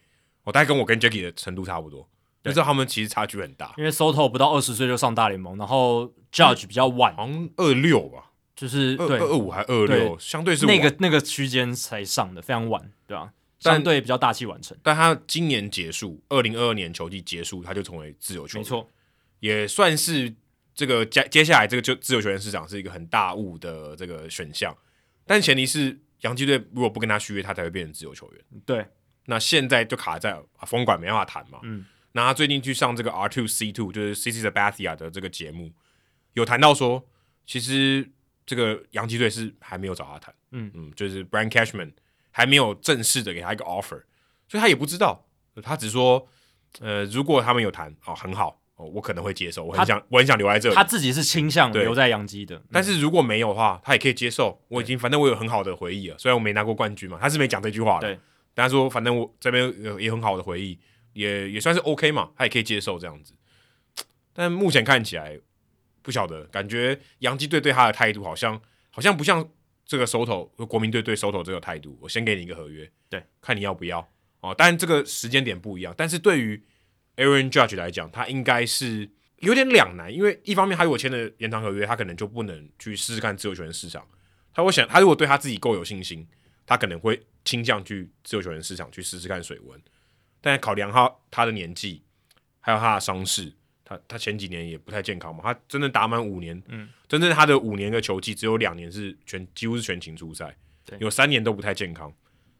哦，大概跟我跟 Jackie 的程度差不多，就知道他们其实差距很大，
因为 Soto 不到二十岁就上大联盟，然后 Judge 比较晚，
好像二六吧，
就是
嗯二
对
二五还二六，
对
相对是晚
那个，那个区间才上的，非常晚，对吧、
但
相对比较大器晚成，
但他今年结束，二零二二年球季结束，他就成为自由球员，
没，错，
也算是这个接接下来这个就自由球员市场是一个很大物的这个选项，但前提是洋基队如果不跟他续约，他才会变成自由球员。
对，
那现在就卡在啊封管没办法谈嘛。
嗯，
那他最近去上这个 R two C two，就是 C C 的 Bathia 的这个节目，有谈到说，其实这个洋基队是还没有找他谈，
嗯
嗯，就是 Brian Cashman 还没有正式的给他一个 offer，所以他也不知道，他只说，呃，如果他们有谈，哦，很好，哦，我可能会接受，我很
他
想，我很想留在这里
他。自己是倾向
对
留在洋基的，
但是如果没有的话，他也可以接受。我已经反正我有很好的回忆了，虽然我没拿过冠军嘛，他是没讲这句话的。
对，
但他说反正我这边有也很好的回忆，也也算是 OK 嘛，他也可以接受这样子。但目前看起来不晓得，感觉洋基队对他的态度好像好像不像这个收头国民队对收头这个态度，我先给你一个合约，
对，
看你要不要哦。当然这个时间点不一样，但是对于 Aaron Judge 来讲，他应该是有点两难，因为一方面他如果签了延长合约，他可能就不能去试试看自由球员市场，他会想，他如果对他自己够有信心，他可能会倾向去自由球员市场去试试看水温。但考量他他的年纪，还有他的伤势，他他前几年也不太健康嘛，他真的打满五年，嗯，真正他的五年的球季只有两年是全几乎是全勤出赛，
对
有三年都不太健康，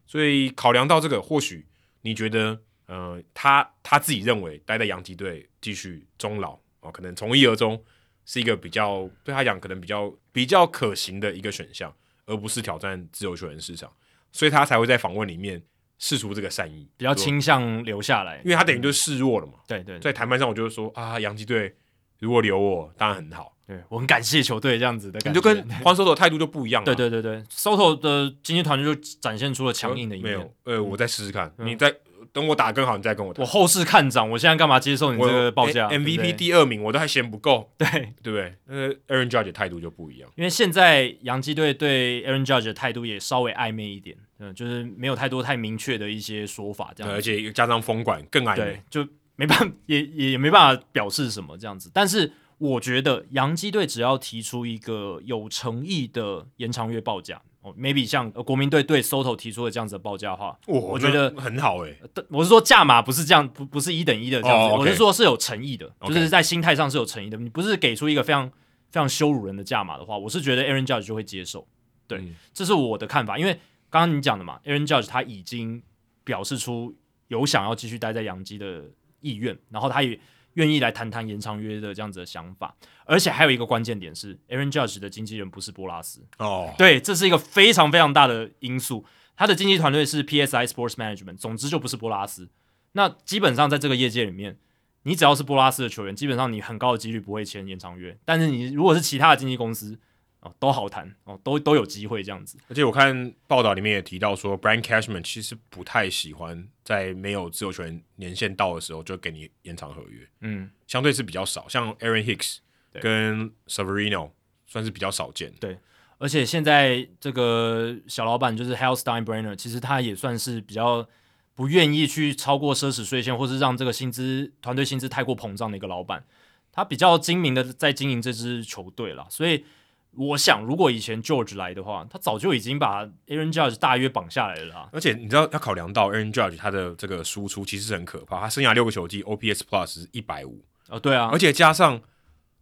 所以考量到这个，或许你觉得，呃，他他自己认为待在洋基队继续终老啊，可能从一而终是一个比较对他讲可能比较比较可行的一个选项，而不是挑战自由球员市场，所以他才会在访问里面试出这个善意，
比较
说
倾向留下来，
因为他等于就是示弱了嘛。
对对对
在谈判上，我就会说啊，洋基队如果留我，当然很好。
对，我很感谢球队这样子的
你
感觉，
就跟黄手手态度就不一样了。
啊对对对对，Soto 的经纪团队就展现出了强硬的一
没
面。嗯
有，呃，我再试试看，你再等我打更好，你再跟我谈
我。后市看涨，我现在干嘛接受你
我
这个报价
M-
对
MVP
不对
第二名，我都还嫌不够，
对，
对不对？呃，Aaron Judge 的态度就不一样。
因为现在洋基队对 Aaron Judge 的态度也稍微暧昧一点，嗯，就是没有太多太明确的一些说法，这
对
样
而
子
且加上封管更暧昧
对，，就没办法，也也也没办法表示什么这样子。但是我觉得洋基队只要提出一个有诚意的延长月报价，哦，maybe 像呃国民队对 Soto 提出的这样子的报价的话，
哇
我
那
觉得
很好哎。
但我是说价码不是这样，不不是一等一的这样子
哦，OK
我是说是有诚意的，
OK
就是在心态上是有诚意的。你不是给出一个非常非常羞辱人的价码的话，我是觉得 Aaron Judge 就会接受，对
嗯
这是我的看法。因为刚刚你讲的嘛，Aaron Judge 他已经表示出有想要继续待在洋基的意愿，然后他也愿意来谈谈延长约的这样子的想法。而且还有一个关键点是，Aaron Judge 的经纪人不是波拉斯，
哦，
对，这是一个非常非常大的因素。他的经纪团队是 PSI Sports Management，总之就不是波拉斯。那基本上在这个业界里面，你只要是波拉斯的球员，基本上你很高的几率不会签延长约。但是你如果是其他的经纪公司哦，都好谈哦，都都有机会这样子。
而且我看报道里面也提到说，Brian Cashman 其实不太喜欢在没有自由球员年限到的时候就给你延长合约。
嗯，
相对是比较少，像 Aaron Hicks
对
跟 Severino 算是比较少见的。
而且现在这个小老板就是 Hal Steinbrenner，其实他也算是比较不愿意去超过奢侈税线，或是让这个薪资团队薪资太过膨胀的一个老板。他比较精明的在经营这支球队了，所以我想，如果以前 George 来的话，他早就已经把 Aaron Judge 大约绑下来了啦。
而且你知道要考量到 Aaron Judge 他的这个输出其实是很可怕，他生涯六个球季 OPS Plus 是一百五，
哦，对啊
而，且加上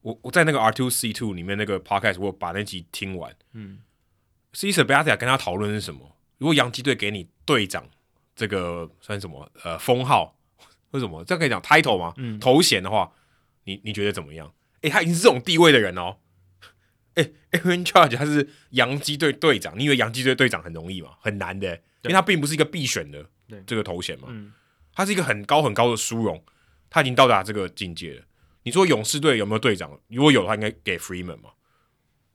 我我在那个 R Two C Two 里面那个 Podcast 我有把那集听完，嗯，C s e b a t i a 跟他讨论是什么？如果洋基队给你队长这个算什么呃封号 或什么这样可以讲 title 吗？
嗯
头衔的话，你你觉得怎么样？诶、他已经是这种地位的人哦。诶 a a r o n Judge 他是洋基队队长，你以为洋基队队长很容易吗？很难的、因为他并不是一个必选的
对
这个头衔嘛，
嗯
他是一个很高很高的殊荣，他已经到达这个境界了。你说勇士队有没有队长？如果有的话，应该给 Freeman 嘛，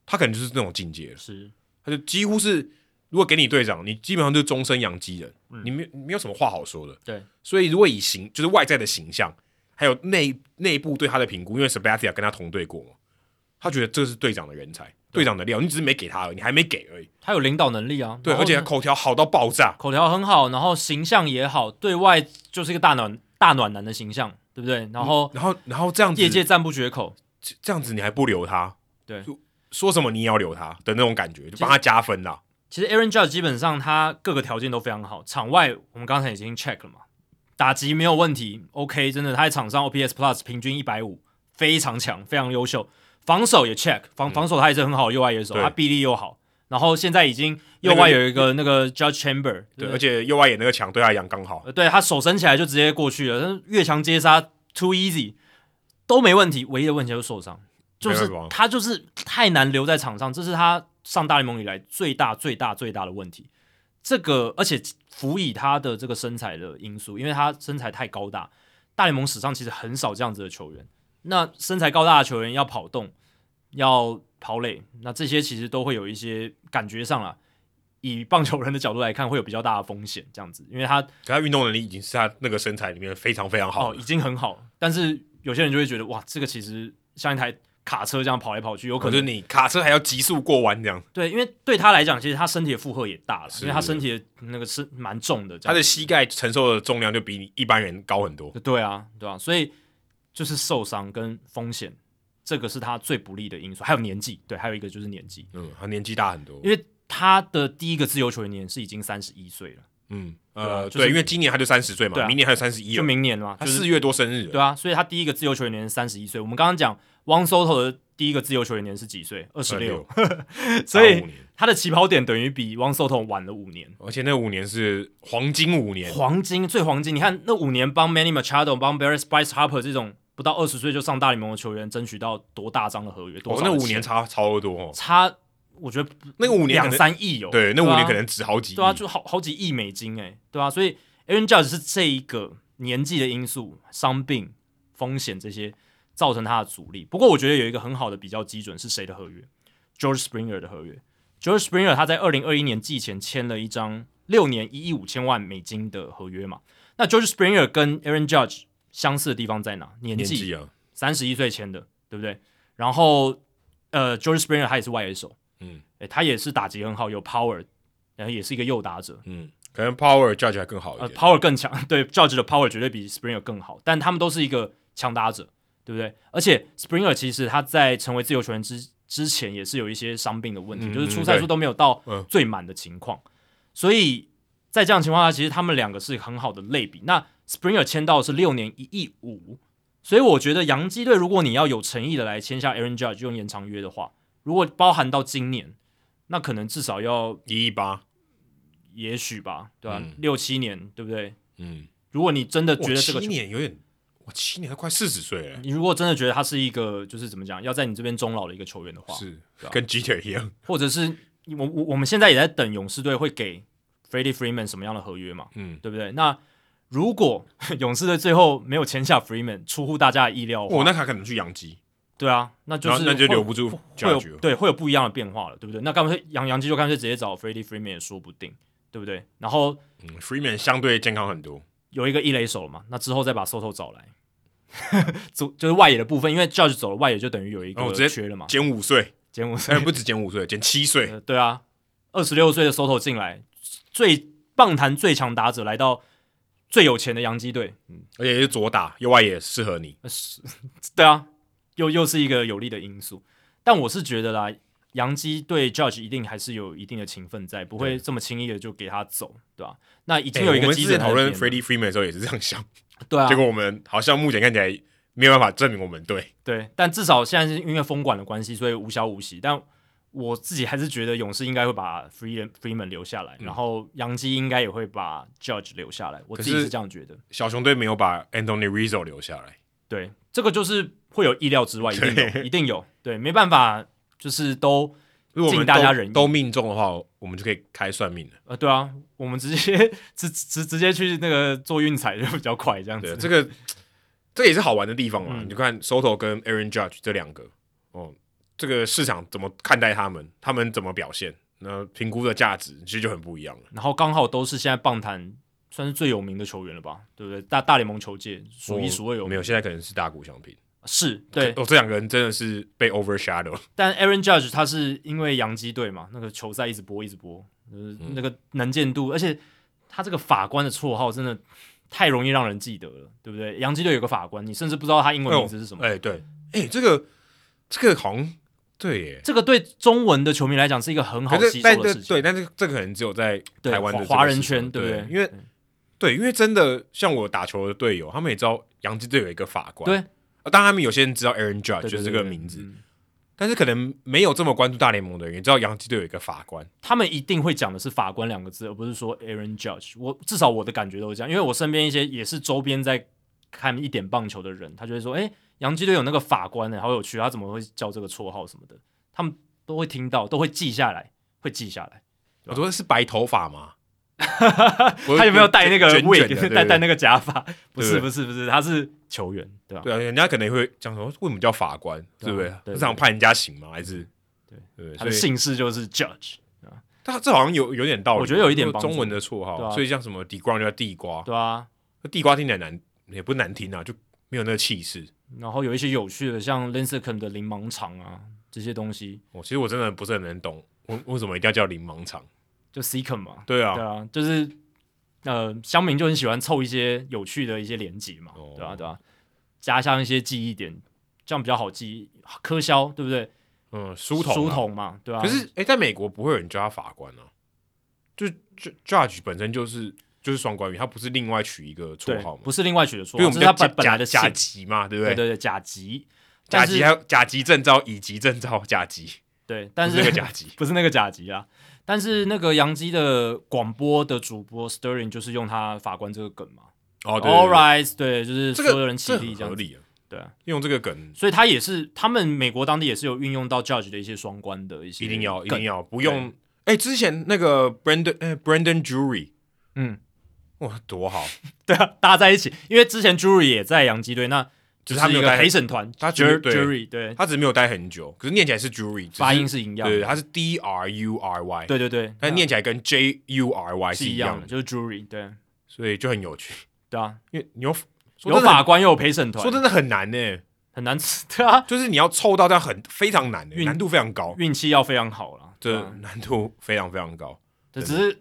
他可能就是那种境界了。
是
他就几乎是，如果给你队长，你基本上就是终身养鸡人，
嗯
你没你没有什么话好说的。
对，
所以如果以形就是外在的形象，还有内内部对他的评估，因为 Sabathia 跟他同队过嘛，他觉得这是队长的人才，队长的料，你只是没给他而已，你还没给而已。
他有领导能力啊，
对，
然后
而且他
呢
口条好到爆炸，
口条很好，然后形象也好，对外就是一个大暖大暖男的形象，对不对？然后
然后然后这样子
业界赞不绝口，
这这样子你还不留他，
对
就说什么你也要留他的那种感觉，就帮他加分啦。
其实 Aaron Judge 基本上他各个条件都非常好，场外我们刚才已经 check 了嘛，打击没有问题，OK，真的他在场上 OPS Plus 平均一百五，非常强，非常优秀。防守也 check，防防守他也是很好的右外野手，
对
他臂力又好。然后现在已经右外有一个那个 Judge Chamber，
对，
不
而且右外野那个墙对他来讲刚好，
呃对他手伸起来就直接过去了，但是越强接杀 too easy 都没问题，唯一的问题就是受伤，就
没
是
办法
他就是太难留在场上，这是他上大联盟以来最大最大最大的问题。这个而且辅以他的这个身材的因素，因为他身材太高大，大联盟史上其实很少这样子的球员。那身材高大的球员要跑动，要跑垒，那这些其实都会有一些感觉上啊，以棒球人的角度来看，会有比较大的风险，这样子，因为他
可他运动能力已经是他那个身材里面非常非常好
哦，
的
已经很好。但是有些人就会觉得，哇，这个其实像一台卡车这样跑来跑去，有可
可
能
是你卡车还要急速过弯这样，
对，因为对他来讲，其实他身体的负荷也大了，因为他身体的那个是蛮重的，这
他
样
的膝盖承受的重量就比你一般人高很多。
对啊，对啊，所以就是受伤跟风险，这个是他最不利的因素，还有年纪，对，还有一个就是年纪，
嗯，他年纪大很多。
因为他的第一个自由球员年是已经三十一岁了，
嗯，
对啊
呃，
就是
对，因为今年他就三十岁
对
嘛，
啊
明年还有三十一
就，明年嘛，
他
就是
四月多生日了。
对啊，所以他第一个自由球员年是三十一岁。我们刚刚讲汪 Soto 的第一个自由球员年是几岁？二十六，
差
所
五
以
年
他的起跑点等于比汪 Soto 晚了五年。
而且那五年是黄金五年，
黄金最黄金，你看那五年帮 Manny Machado、帮 Barry Spice Harper 这种不到二十岁就上大联盟的球员争取到多大张的合约？多
哦
少，的
那
钱、
五年差超多哦，
差，我觉得
那个五年可
两
能
三亿有。
对，那五
啊
年可能值好几亿
对。啊，就好好几亿美金哎、对啊，所以 Aaron Judge 是这一个年纪的因素、伤病、风险这些造成他的阻力。不过我觉得有一个很好的比较基准是谁的合约，George Springer 的合约。George Springer 他在二零二一年季前签了一张六年一亿五千万美金的合约嘛。那 George Springer 跟 Aaron Judge 相似的地方在哪？年
年
纪
纪啊，
三十一岁签的，对不对？然后呃，George Springer 他也是外野手，
嗯
诶，他也是打击很好，有 power，然后也是一个右打者，
嗯，可能 Power Judge 还更好一
呃
点。
，power 更强， 对，Judge 的 power 绝对比 Springer 更好，但他们都是一个强打者，对不对？而且 Springer 其实他在成为自由球员之之前也是有一些伤病的问题，
嗯
就是出赛数都没有到
嗯
最满的情况，所以在这样的情况下，其实他们两个是很好的类比。那 Springer 签到的是六年一亿五，所以我觉得洋基队如果你要有诚意的来签下 Aaron Judge 用延长约的话，如果包含到今年，那可能至少要
一一八，
也许吧，对吧、
嗯
六七年，对不对？
嗯，
如果你真的
我
觉得这个
七
球，
年有点，我七年都快四十岁了，
你如果真的觉得他是一个就是怎么讲，要在你这边终老的一个球员的话，
是
对啊
跟 Jeter 一样。
或者是我我我们现在也在等勇士队会给 Freddie Freeman 什么样的合约嘛，
嗯，
对不对？那如果 勇士队最后没有签下 Freeman，出乎大家的意料的话，
哦，那他可能去养鸡，
对啊，那就
然
是
后那就
会
留不住
会
Judge
有
了。
对会有不一样的变化了，对不对？那干脆杨杨基就干脆直接找 Freddie Freeman 也说不定，对不对？然后
嗯，Freeman 相对健康很多。
有一个一垒手嘛，那之后再把 Soto 找来， 就就是外野的部分，因为 Judge 走了，外野就等于有一
哦
个
直接
缺了嘛，
减五岁，
简武
哎，不止减五岁，减七岁。
呃，对啊，二十六岁的 Soto 进来，最棒坛最强打者来到最有钱的洋基队，
而
呃
且是左打右外野适合你。
对啊，又又是一个有利的因素。但我是觉得啦，洋基对 Judge 一定还是有一定的情分在，不会这么轻易的就给他走，对吧、那已经有
哎
一
我
个
们
基
之
准
前
在
讨
那
论
边了
Freddie Freeman 的时候也是这样想，
对啊
结，果我们好像目前看起来没有办法证明我们对。
对，但至少现在是因为封管的关系，所以无消无息。但我自己还是觉得勇士应该会把 Free Freeman 留下来，然后洋基应该也会把 Judge 留下来，我自己
嗯可是
是这样觉得。
小熊队没有把 Anthony Rizzo 留下来，
对，这个就是会有意料之外，一定有，
对
一定有。对，没办法，就是都
如果我
尽
们
大
都
家人意
都命中的话，我们就可以开算命了。
呃，对啊，我们直接直直直接去那个做运彩就比较快，这样
对，啊
子。
这个这也是好玩的地方嘛。
啊嗯
你就看 Soto 跟 Aaron Judge 这两个哦，这个市场怎么看待他们，他们怎么表现，那评估的价值其实就很不一样了。
然后刚好都是现在棒坛算是最有名的球员了吧，对不对？大大联盟球界数一数二有
哦没
名，
有？现在可能是大股相拼。
是对。
哦，这两个人真的是被 overshadow。
但 Aaron Judge 他是因为洋基队嘛，那个球赛一直播一直播，
嗯
就是那个能见度，而且他这个法官的绰号真的太容易让人记得了，对不对？洋基队有个法官，你甚至不知道他英文名字是什么。
哎、对，哎、这个这个好像对耶。
这个对中文的球迷来讲是一个很好
可是，
吸
但
收的
这
事情
对，。但是这个可能只有在
对
台湾的
华
这个
华人
市场
圈对
对
不对嗯
因为对，因为真的像我打球的队友，他们也知道洋基队有一个法官，
对
啊，当然他们有些人知道 Aaron Judge
对
就是这
对
个
对
名字，
嗯
但是可能没有这么关注大联盟的人也知道洋基队有一个法官，
他们一定会讲的是法官两个字，而不是说 Aaron Judge。我至少我的感觉都是这样，因为我身边一些也是周边在看一点棒球的人，他就会说：“哎，洋基队有那个法官呢、好有趣，他怎么会叫这个绰号什么的？”他们都会听到，都会记下来，会记下来。
我说是白头发 吗？
他
他
有没有戴那个 wig，戴
对
戴那个假发？不
对
是，
对
不是，不是，他是球员，对吧？
对啊，人家可能会讲说为什么叫法官，
对
对
啊
不
对对
是想判人家刑吗？还是
对
对，
他
所
的
以
姓氏就是 Judge，
他这好像有有点道理，
我觉得有一点
就是
帮助
中文的绰
对
号，
啊
所以像什么 d e g r a n 叫地瓜，
对啊，
那地瓜听起来难，也不难听啊，就没有那个气势。
然后有一些有趣的，像 l i n s e c o m 的零盲场啊这些东西，
哦我其实我真的不是很能懂，为为什么一定要叫零盲场？
就 s e c o m 嘛，
对啊，
对啊，就是呃，乡民就很喜欢凑一些有趣的一些连结嘛，
哦
对啊，对啊，加上一些记忆点，这样比较好记忆。科肖对不对？
嗯，书童、啊，
书。童嘛，对啊。
可是，哎、在美国不会有人叫他法官啊，就就 judge 本身就是就是双关语，他不是另外取一个绰
对
号，吗
不？是另外取的错，
对，我们
这是他
叫
本本来
甲
的
甲
姓
级嘛，对不
对
对？
对对，甲级，
甲
但是
级还有甲级证照、乙级证照、甲级，
对，但
不
是
是那个甲级
不是那个甲级啊。但是那个杨基的广播的主播 Sterling 就是用他法官这个梗嘛。
哦，对
All right，对，就是
这
所
个
有人起
这
立
很
这
合
样子。
理啊，
对啊，
用这个梗
所以他也是他们美国当地也是有运用到 Judge 的一些双关的一些
一定要一
梗
定要不用。嗯哎、之前那个 Brandon 哎、Brandon Jury，
嗯，
哇，多好！
对啊，搭在一起，因为之前 Jury 也在洋基队，那
只
就是
他
是
没有
一个
带
陪审团，
他
Jur-
对
Jury 对，
他只是没有待很久，可是念起来是 Jury，只
发音是一样的
对，它是 D R U R Y，，
对对对，
但念起来跟 J U R Y
是
一
一
样
样的，就是 Jury 对
所以就很有趣。
对啊，
因为你有
有法，官又有陪审团
说真的很说，真的很难呢、
很难 对啊，
就是你要凑到这样很非常难、欸，
运
难度非常高，
运气要非常好啦。对
这
啊，
难度非常非常高。
这只是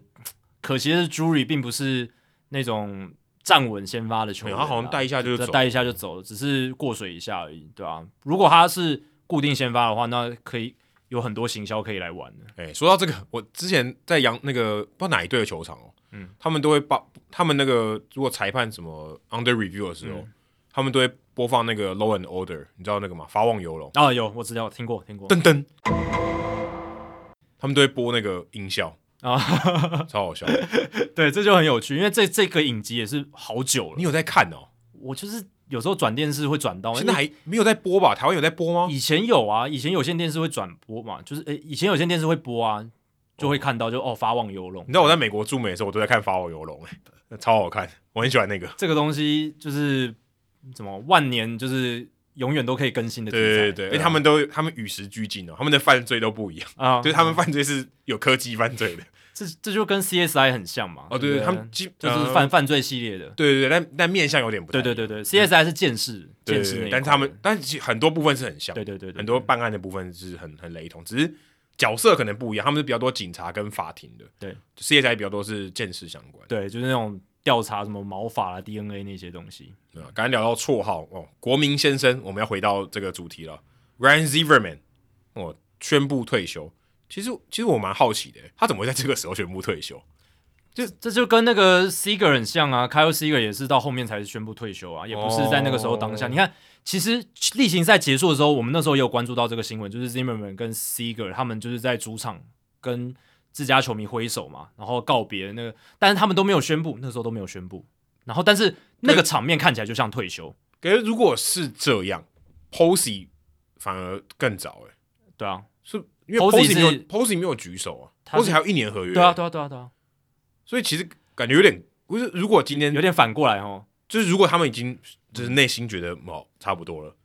可惜的是 Jury 并不是那种站稳先发的球
没
员
有
啊，
他好像带一下就
再
走，
带一下就走了，只是过水一下而已，对啊，如果他是固定先发的话，那可以有很多行销可以来玩的，
哎、说到这个，我之前在杨那个不知道哪一队的球场哦，
嗯
他们都会把他们那个如果裁判什么 under review 的时候，他们都会播放那个 low and order，你知道那个吗？法网游龙，
啊，有我知道，听过听过
噔噔，他们都会播那个音效，
啊。
超好笑。
对，这就很有趣，因为这这个影集也是好久
你
了。
有在看哦？
我就是有时候转电视会转到，
现在还没有在播吧？台湾有在播
因为
吗？
以前有啊，以前有线电视会转播嘛，就是诶、以前有线电视会播啊，就会看到就哦法网游龙
你知道我在美国驻美的时候，我都在看法网游龙，哎，那超好看，我很喜欢那个。
这个东西，就是怎么万年就是永远都可以更新的题材，
对对对，因为
啊
他们都他们与时俱进哦，他们的犯罪都不一样，
啊，
就是他们犯罪是有科技犯罪的。
这这就跟 CSI 很像嘛，
哦，对
对
对，
不
他们基
这就是
呃
犯犯罪系列的，
对对对，但但面向有点不太
对对对对，CSI 是剑士，
对对
剑士
对但是
那一块
他
的
们，但是其实很多部分是很像，
对对对对，
很多办案的部分是很很雷同，只是角色可能不一样，他们是比较多警察跟法庭的，
对
事业才比较多是见识相关。
对，就是那种调查什么毛发啦、DNA 那些东西，
对吧，啊刚才聊到绰号哦，国民先生，我们要回到这个主题了。Ryan Zimmerman 哦，宣布退休。其实其实我蛮好奇的，他怎么会在这个时候宣布退休？
这就跟那个 Seager 很像啊，Kyle Seager 也是到后面才宣布退休啊，也不是在那个时候当下。
哦
你看，其实例行赛结束的时候，我们那时候也有关注到这个新闻，就是 Zimmerman 跟 Seager 他们就是在主场跟自家球迷挥手嘛，然后告别那个，但是他们都没有宣布，那时候都没有宣布。然后，但是那个场面看起来就像退休，
可是如果是这样，Posey 反而更早哎，
对啊，
是因为
Posey
Posey 没有
是
Posey 没有举手啊
他是
，Posey 还有一年合约，
对啊，对啊，对啊，对啊，
所以其实感觉有点，不是如果今天
有点反过来哦，
就是如果他们已经就是内心觉得哦差不多了，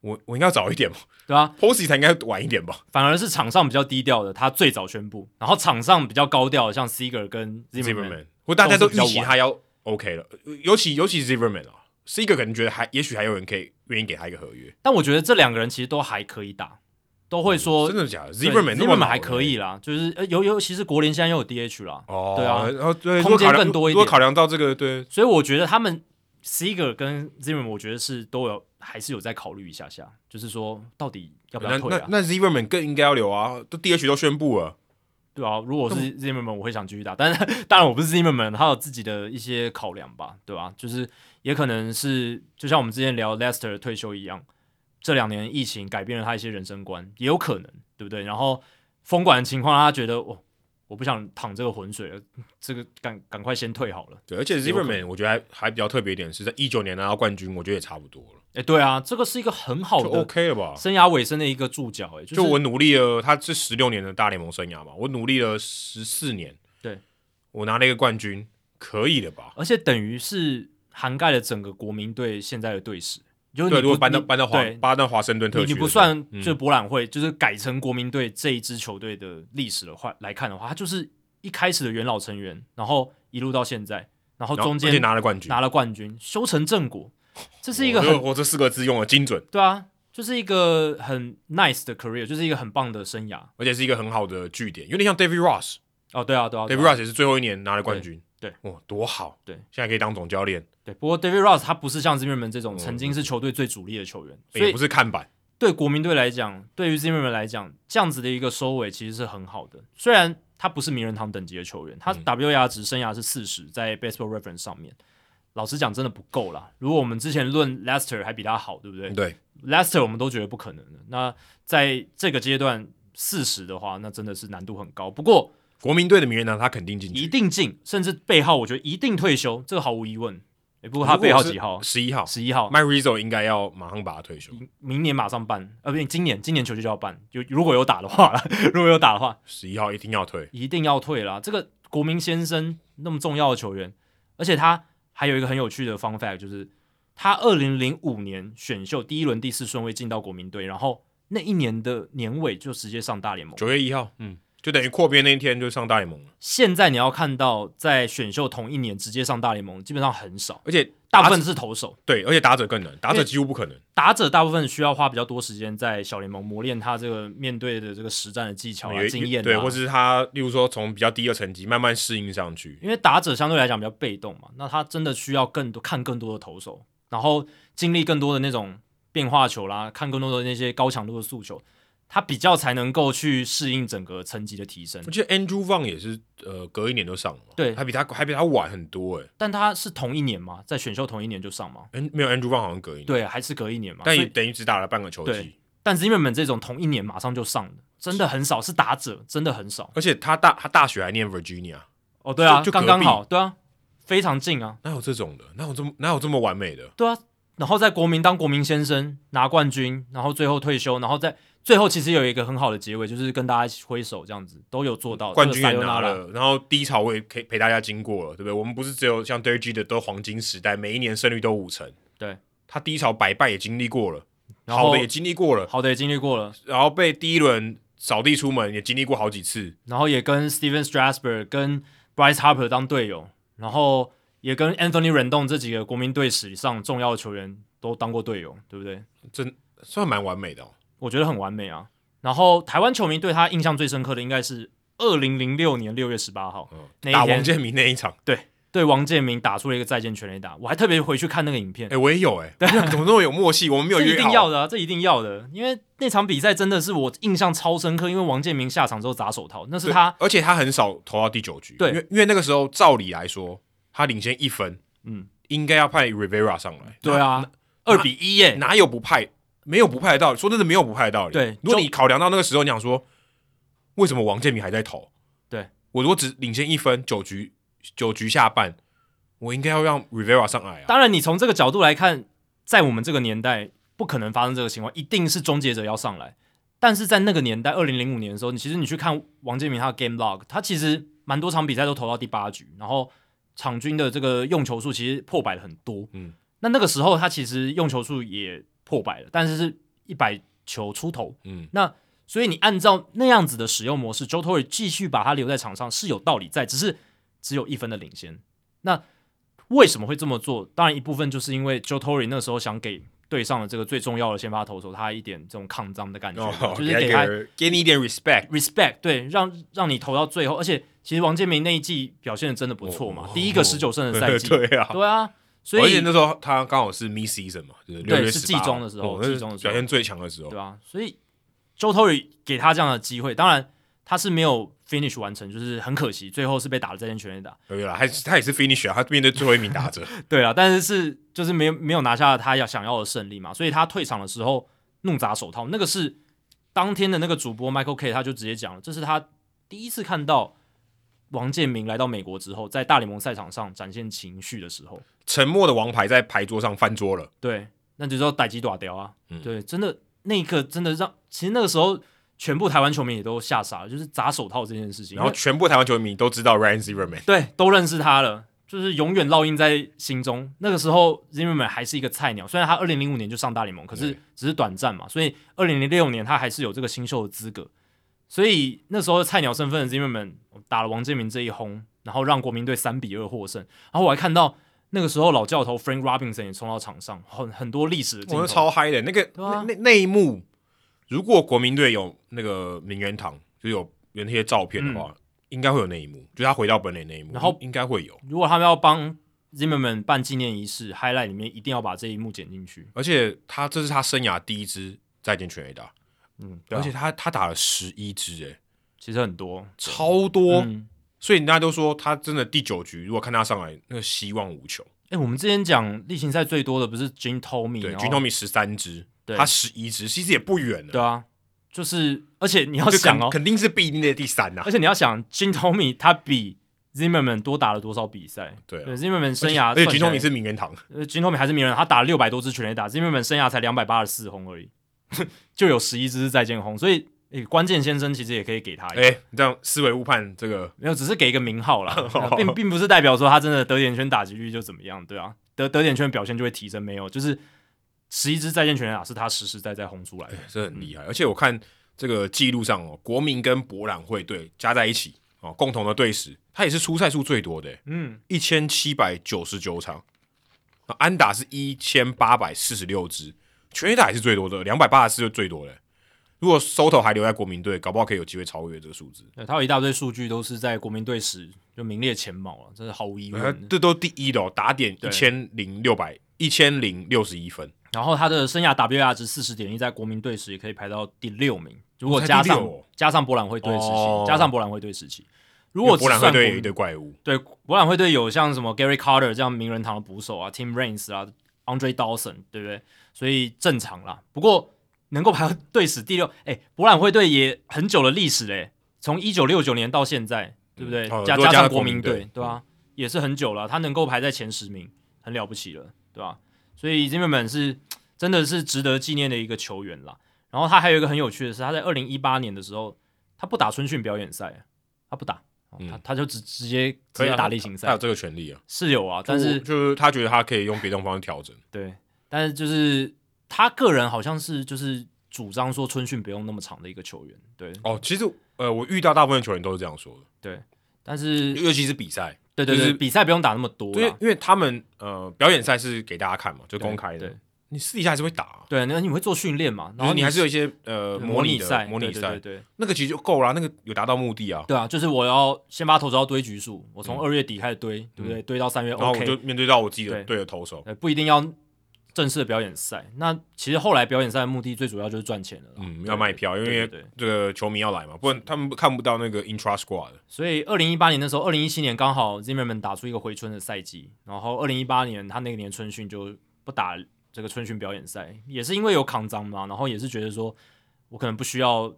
我我应该要早一点吧
对啊，
，Posey 才应该晚一点吧，
反而是场上比较低调的，他最早宣布，然后场上比较高调的，像 Seager 跟 Zimmerman，
Zimmerman，或大家都
都
预
是比较
期他要 OK 了，尤其尤其 Zimmerman 啊，是一个可能觉得还也许还有人可以愿意给他一个合约，
但我觉得这两个人其实都还可以打，都会说、
哦真的假的
对
？Zimmerman 那么老欸
Zimmerman 还可以啦，就是呃尤尤其是国联现在又有 DH 啦，
哦，
对啊
然后对，
空
如果考
间
量
更多一点
如果考量到这个，对，
所以我觉得他们 Seager 跟 Zimmerman，我觉得是都有还是有在考虑一下下，就是说到底要不
那
要退
那
啊？
那 Zimmerman 更应该要留啊，都 DH 都宣布了，
对啊，如果我是 Zimmerman，我会想继续打，但是 当然我不是 Zimmerman，他有自己的一些考量吧，对吧、就是也可能是就像我们之前聊 Lester 退休一样，这两年疫情改变了他一些人生观，也有可能，对不对？然后封管的情况，他觉得哦，我不想淌这个浑水了，这个赶赶快先退好了。
对，而且 Zimmerman 我觉得还还比较特别一点是在一九年拿到冠军，我觉得也差不多了，
哎，对啊，这个是一个很好
就
的
OK 了吧。
生涯尾声的一个注脚、诶哎，就是
就我努力了，他是十六年的大联盟生涯嘛，我努力了十四年，
对，
我拿了一个冠军，可以了吧？
而且等于是涵盖了整个国民队现在的队史。就是
对，
你
如果
不
搬到
你
搬到华
对
搬到华盛顿特
你
区的时候，
你不算
嗯
就是博览会，就是改成国民队这一支球队的历史的话来看的话，他就是一开始的元老成员，然后一路到现在，然后
然后
中
而且
间
拿了冠军，哦
拿了冠军，修成正果。这是一个
我这
很
我这四个字用的精准，
对啊，就是一个很 nice 的 career，就是一个很棒的生涯。
而且是一个很好的据点，有点像 David Ross。
哦，对啊，对啊，对
David
啊
Ross 也是最后一年拿了冠军，
对
哇，多好！
对
现在可以当总教练，
对。不过 David Ross 他不是像 Zimmerman 这
哦
种曾经是球队最主力的球员，所
也
以
不是看板，
对国民队来讲，对于 Zimmerman 来讲，这样子的一个收尾其实是很好的。虽然他不是名人堂等级的球员，他
嗯
WAR 值生涯是四十，在 Baseball Reference 上面，老实讲真的不够啦。如果我们之前论 Lester 还比他好，对不对
对，
？Lester 我们都觉得不可能的。那在这个阶段四十的话，那真的是难度很高。不过
国民队的名人堂他肯定进去，
一定进，甚至背号我觉得一定退休，这个毫无疑问。诶不过他
如果
背号
是
几号？
十一号
十一号。
，My Rizzo 应该要马上把他退休，
明年马上办，呃，不，今年今年球季就要办，就如果有打的话啦， 如果有打的话，
十一号一定要退，
一定要退啦。这个国民先生那么重要的球员，而且他还有一个很有趣的 fun fact，就是他二零零五年选秀第一轮第四顺位进到国民队，然后那一年的年尾就直接上大联盟。
九月一号，嗯，就等于扩编那一天就上大联盟了，
现在你要看到在选秀同一年直接上大联盟，基本上很少，
而且
大部分是投手。
对，而且打者更难，打者几乎不可能，
打者大部分需要花比较多时间在小联盟磨练他这个面对的这个实战的技巧
有
啊、
一
经验啊，
对，或者是他，例如说从比较低的层级慢慢适应上去，
因为打者相对来讲比较被动嘛，那他真的需要更多看更多的投手，然后经历更多的那种变化球啦，看更多的那些高强度的速球，他比较才能够去适应整个层级的提升
我。记得 Andrew Vaughn 也是，呃，隔一年就上了嘛，
对
还比他还比他晚很多哎，
但他是同一年嘛，在选秀同一年就上嘛，
嗯，没有 Andrew Vaughn 好像隔一年，
对，还是隔一年嘛。
但
所
也
以
等于只打了半个球
对
季，
但 Zimmerman 这种同一年马上就上的，真的很少，是打者真的很少。
而且他大他大学还念 Virginia，
哦，对啊，
就就
刚
隔
刚
壁
好，对啊，非常近啊。
哪有这种的？哪有这么哪有这么完美的？
对啊，然后在国民当国民先生拿冠军，然后最后退休，然后在最后其实有一个很好的结尾，就是跟大家一起挥手这样子，都有做到
嗯冠军也
哦这个
拿
sayonara
了，然后低潮我也可以陪大家经过了，对不对？我们不是只有像 d i r g y 的都黄金时代，每一年胜率都五成。
对，
他低潮百败也经历过了，
然后
好的也经历过了，
好的也经历过了，
然后被第一轮扫地出门也经历过好几次。
然后也跟 Steven Strasburg 跟 Bryce Harper 当队友，然后也跟 Anthony Rendon 这几个国民队史上重要的球员都当过队友，对不对？
算蛮完美的、哦，
我觉得很完美啊。然后台湾球迷对他印象最深刻的应该是二零零六年六月十八号、
嗯
那一
打
天
王建民那一场，
对王建民打出了一个再见全垒打，我还特别回去看那个影片
哎、。我也有哎、我想怎么那么有默契？我们没有
这一
约
定
好，
要的、啊，这一定要的，因为那场比赛真的是我印象超深刻，因为王建民下场之后砸手套，那是
对
他，
而且他很少投到第九局，
对
因为因为那个时候照理来说，他领先一分，
嗯，
应该要派 Rivera 上来，
对啊，二比一耶，
哪有不派？没有不派的道理。说真的，没有不派的道理。
对
如果
就
你考量到那个时候，你想说，为什么王建民还在投？
对
我如果只领先一分，九局九局下半，我应该要让 Rivera 上来啊。
当然你从这个角度来看，在我们这个年代不可能发生这个情况，一定是终结者要上来。但是在那个年代，二零零五年的时候，你其实你去看王建民他的 game log，他其实蛮多场比赛都投到第八局，然后场均的这个用球数其实破百了很多。
嗯，
那那个时候他其实用球数也破百了，但是是一百球出头。
嗯，
所以你按照那样子的使用模式，Joe Torre 继续把他留在场上是有道理在，只是只有一分的领先。那为什么会这么做？当然一部分就是因为 Joe Torre 那时候想给队上的这个最重要的先发投手他一点这种抗脏的感觉，
哦，给
就是
他
给
一
他
个给你一点 respect。
respect，对，让让你投到最后。而且其实王建民那一季表现的真的不错嘛，
哦
第一个十九胜的嗯赛 季，
对啊，
对啊，所
而且
以
那时候他刚好是 mid season 嘛，就是六
对
月
是
18
季中的时候
哦那是
季中的时候
表现最强的时候
对。啊，所以 Joe Torre 给他这样的机会，当然他是没有 finish 完成，就是很可惜，最后是被打了再见全垒打。
对啦，还是他也是 finish 啊，他面对最后一名打 者，
对啊，但是是就是没有没有拿下他要想要的胜利嘛，所以他退场的时候怒砸手套，那个是当天的那个主播 Michael K 他就直接讲了，这是他第一次看到王建民来到美国之后，在大联盟赛场上展现情绪的时候。
沉默的王牌在牌桌上翻桌了。
对，那就叫逮鸡爪屌啊！
嗯
对，真的那一刻真的让，其实那个时候全部台湾球迷也都吓傻了，就是砸手套这件事情，
然后
因为
全部台湾球迷都知道 Ryan Zimmerman，
对都认识他了，就是永远烙印在心中。那个时候 Zimmerman 还是一个菜鸟，虽然他二零零五年就上大联盟，可是
对
只是短暂嘛，所以二零零六年他还是有这个新秀的资格。所以那时候菜鸟身份的 Zimmerman 打了王建民这一轰，然后让国民队三比二获胜。然后我还看到那个时候老教头 Frank Robinson 也冲到场上，很很多历史的镜
我
头，
那超嗨的，那个、
对啊
那那那一幕，如果国民队有那个名人堂，就有有那些照片的话，应该会有那一幕，就是他回到本垒那一幕，
嗯然后
应该会有。
如果他们要帮 Zimmerman 办纪念仪式，highlight 里面一定要把这一幕剪进去。
而且他这是他生涯第一支再见全垒打，
嗯，对啊
而且他他打了十一支，哎，
其实很多，
超多。
嗯
所以大家都说他真的第九局，如果看他上来，那个希望无穷。
哎、我们之前讲例行赛最多的不是 Jim Tommy，
对
然后
军 i 米十三支，
嗯哦对
他十一支，其实也不远了。
对啊，就是而且你要
就肯
想哦，
肯定是必定的第三啊呐、
而且你要想 Jim Tommy 他比 Zimmerman 多打了多少比赛？
对啊
对，Zimmerman 生涯
而且军 i
米
米是名人堂，
Jim Tommy 还是名人，他打了六百多支全垒打，Zimmerman 生涯才两百八十四轰而已， 就有十一支是再见轰，所以。诶关键先生其实也可以给他一个
哎、你这样思维误判这个
没有，只是给一个 名号啦，
哦
呃并并不是代表说他真的得点圈打击率就怎么样，对啊，得得点圈表现就会提升，没有，就是十一支再见全垒打是他实实在在轰出来的，
这很厉害。而且我看这个记录上哦，国民跟博览会队加在一起哦，共同的队史，他也是出赛数最多的，欸
嗯，
一千七百九十九场。那安打是一千八百四十六支，全垒打也是最多的，两百八十四是最多的。如果 Soto 还留在国民队，搞不好可以有机会超越这个数字。
对他有一大堆数据都是在国民队史就名列前茅了，这是毫无疑问
呃
的。
这都第一的哦，打点一千零六百一千零六十一分，
然后他的生涯 WR 值四十点一，在国民队史也可以排到第六名，如果
哦才
加
第
上、
六哦
加上博览会队时期，
哦
加上博览会队时期，如果
博览
只
会
算
队
国
有一
民
堆怪物，
对，博览会队有像什么 Gary Carter 这样名人堂的捕手啊，Tim Raines 啊，Andre Dawson，对不对？所以正常啦。不过能够排到队史第六，哎，博览会队也很久的历史嘞，从一九六九年到现在，对不对？
哦
加
如果加
上
上
国
国民队
队，对吧、也是很久了，他能够排在前十名，很了不起了，对吧、所以 Zimmerman 是真的是值得纪念的一个球员啦。然后他还有一个很有趣的是，他在二零一八年的时候，他不打春训表演赛，啊他不打，哦
嗯
他他就直直接直
可以
接
啊
打例行
他有
赛
这个权利啊。
是有啊，但
就
是
就是他觉得他可以用别种方式调整，
对，但是就是他个人好像是就是主张说春训不用那么长的一个球员，对
哦，其实呃，我遇到大部分球员都是这样说的，
对，但是
尤其是比赛，
对对对，
就是
比赛不用打那么多
因为
啦，
因为他们呃表演赛是给大家看嘛，就
啊对
公开的
对，
你私底下还是会打啊，
对，那你会做训练嘛？然
然
后
后你还是有一些呃
模
拟的
赛，
模拟
对
赛
对，对对
那个其实就够了，那个有达到目的啊。
对啊，就是我要先把投资要堆局数，我从二月底开始堆，对不对？堆到三月
嗯然后我就
，OK，
面对到我自己的
对
队的投手，
呃，不一定要正式的表演赛。那其实后来表演赛的目的最主要就是赚钱了啦，
嗯，
对
要卖票，因
对
为
对对
这个球迷要来嘛，不然他们看不到那个 intra squad 的。
所以二零一八年那时候，二零一七年刚好 Zimmerman 打出一个回春的赛季，然后二零一八年他那个年春训就不打这个春训表演赛，也是因为有扛脏嘛，然后也是觉得说我可能不需要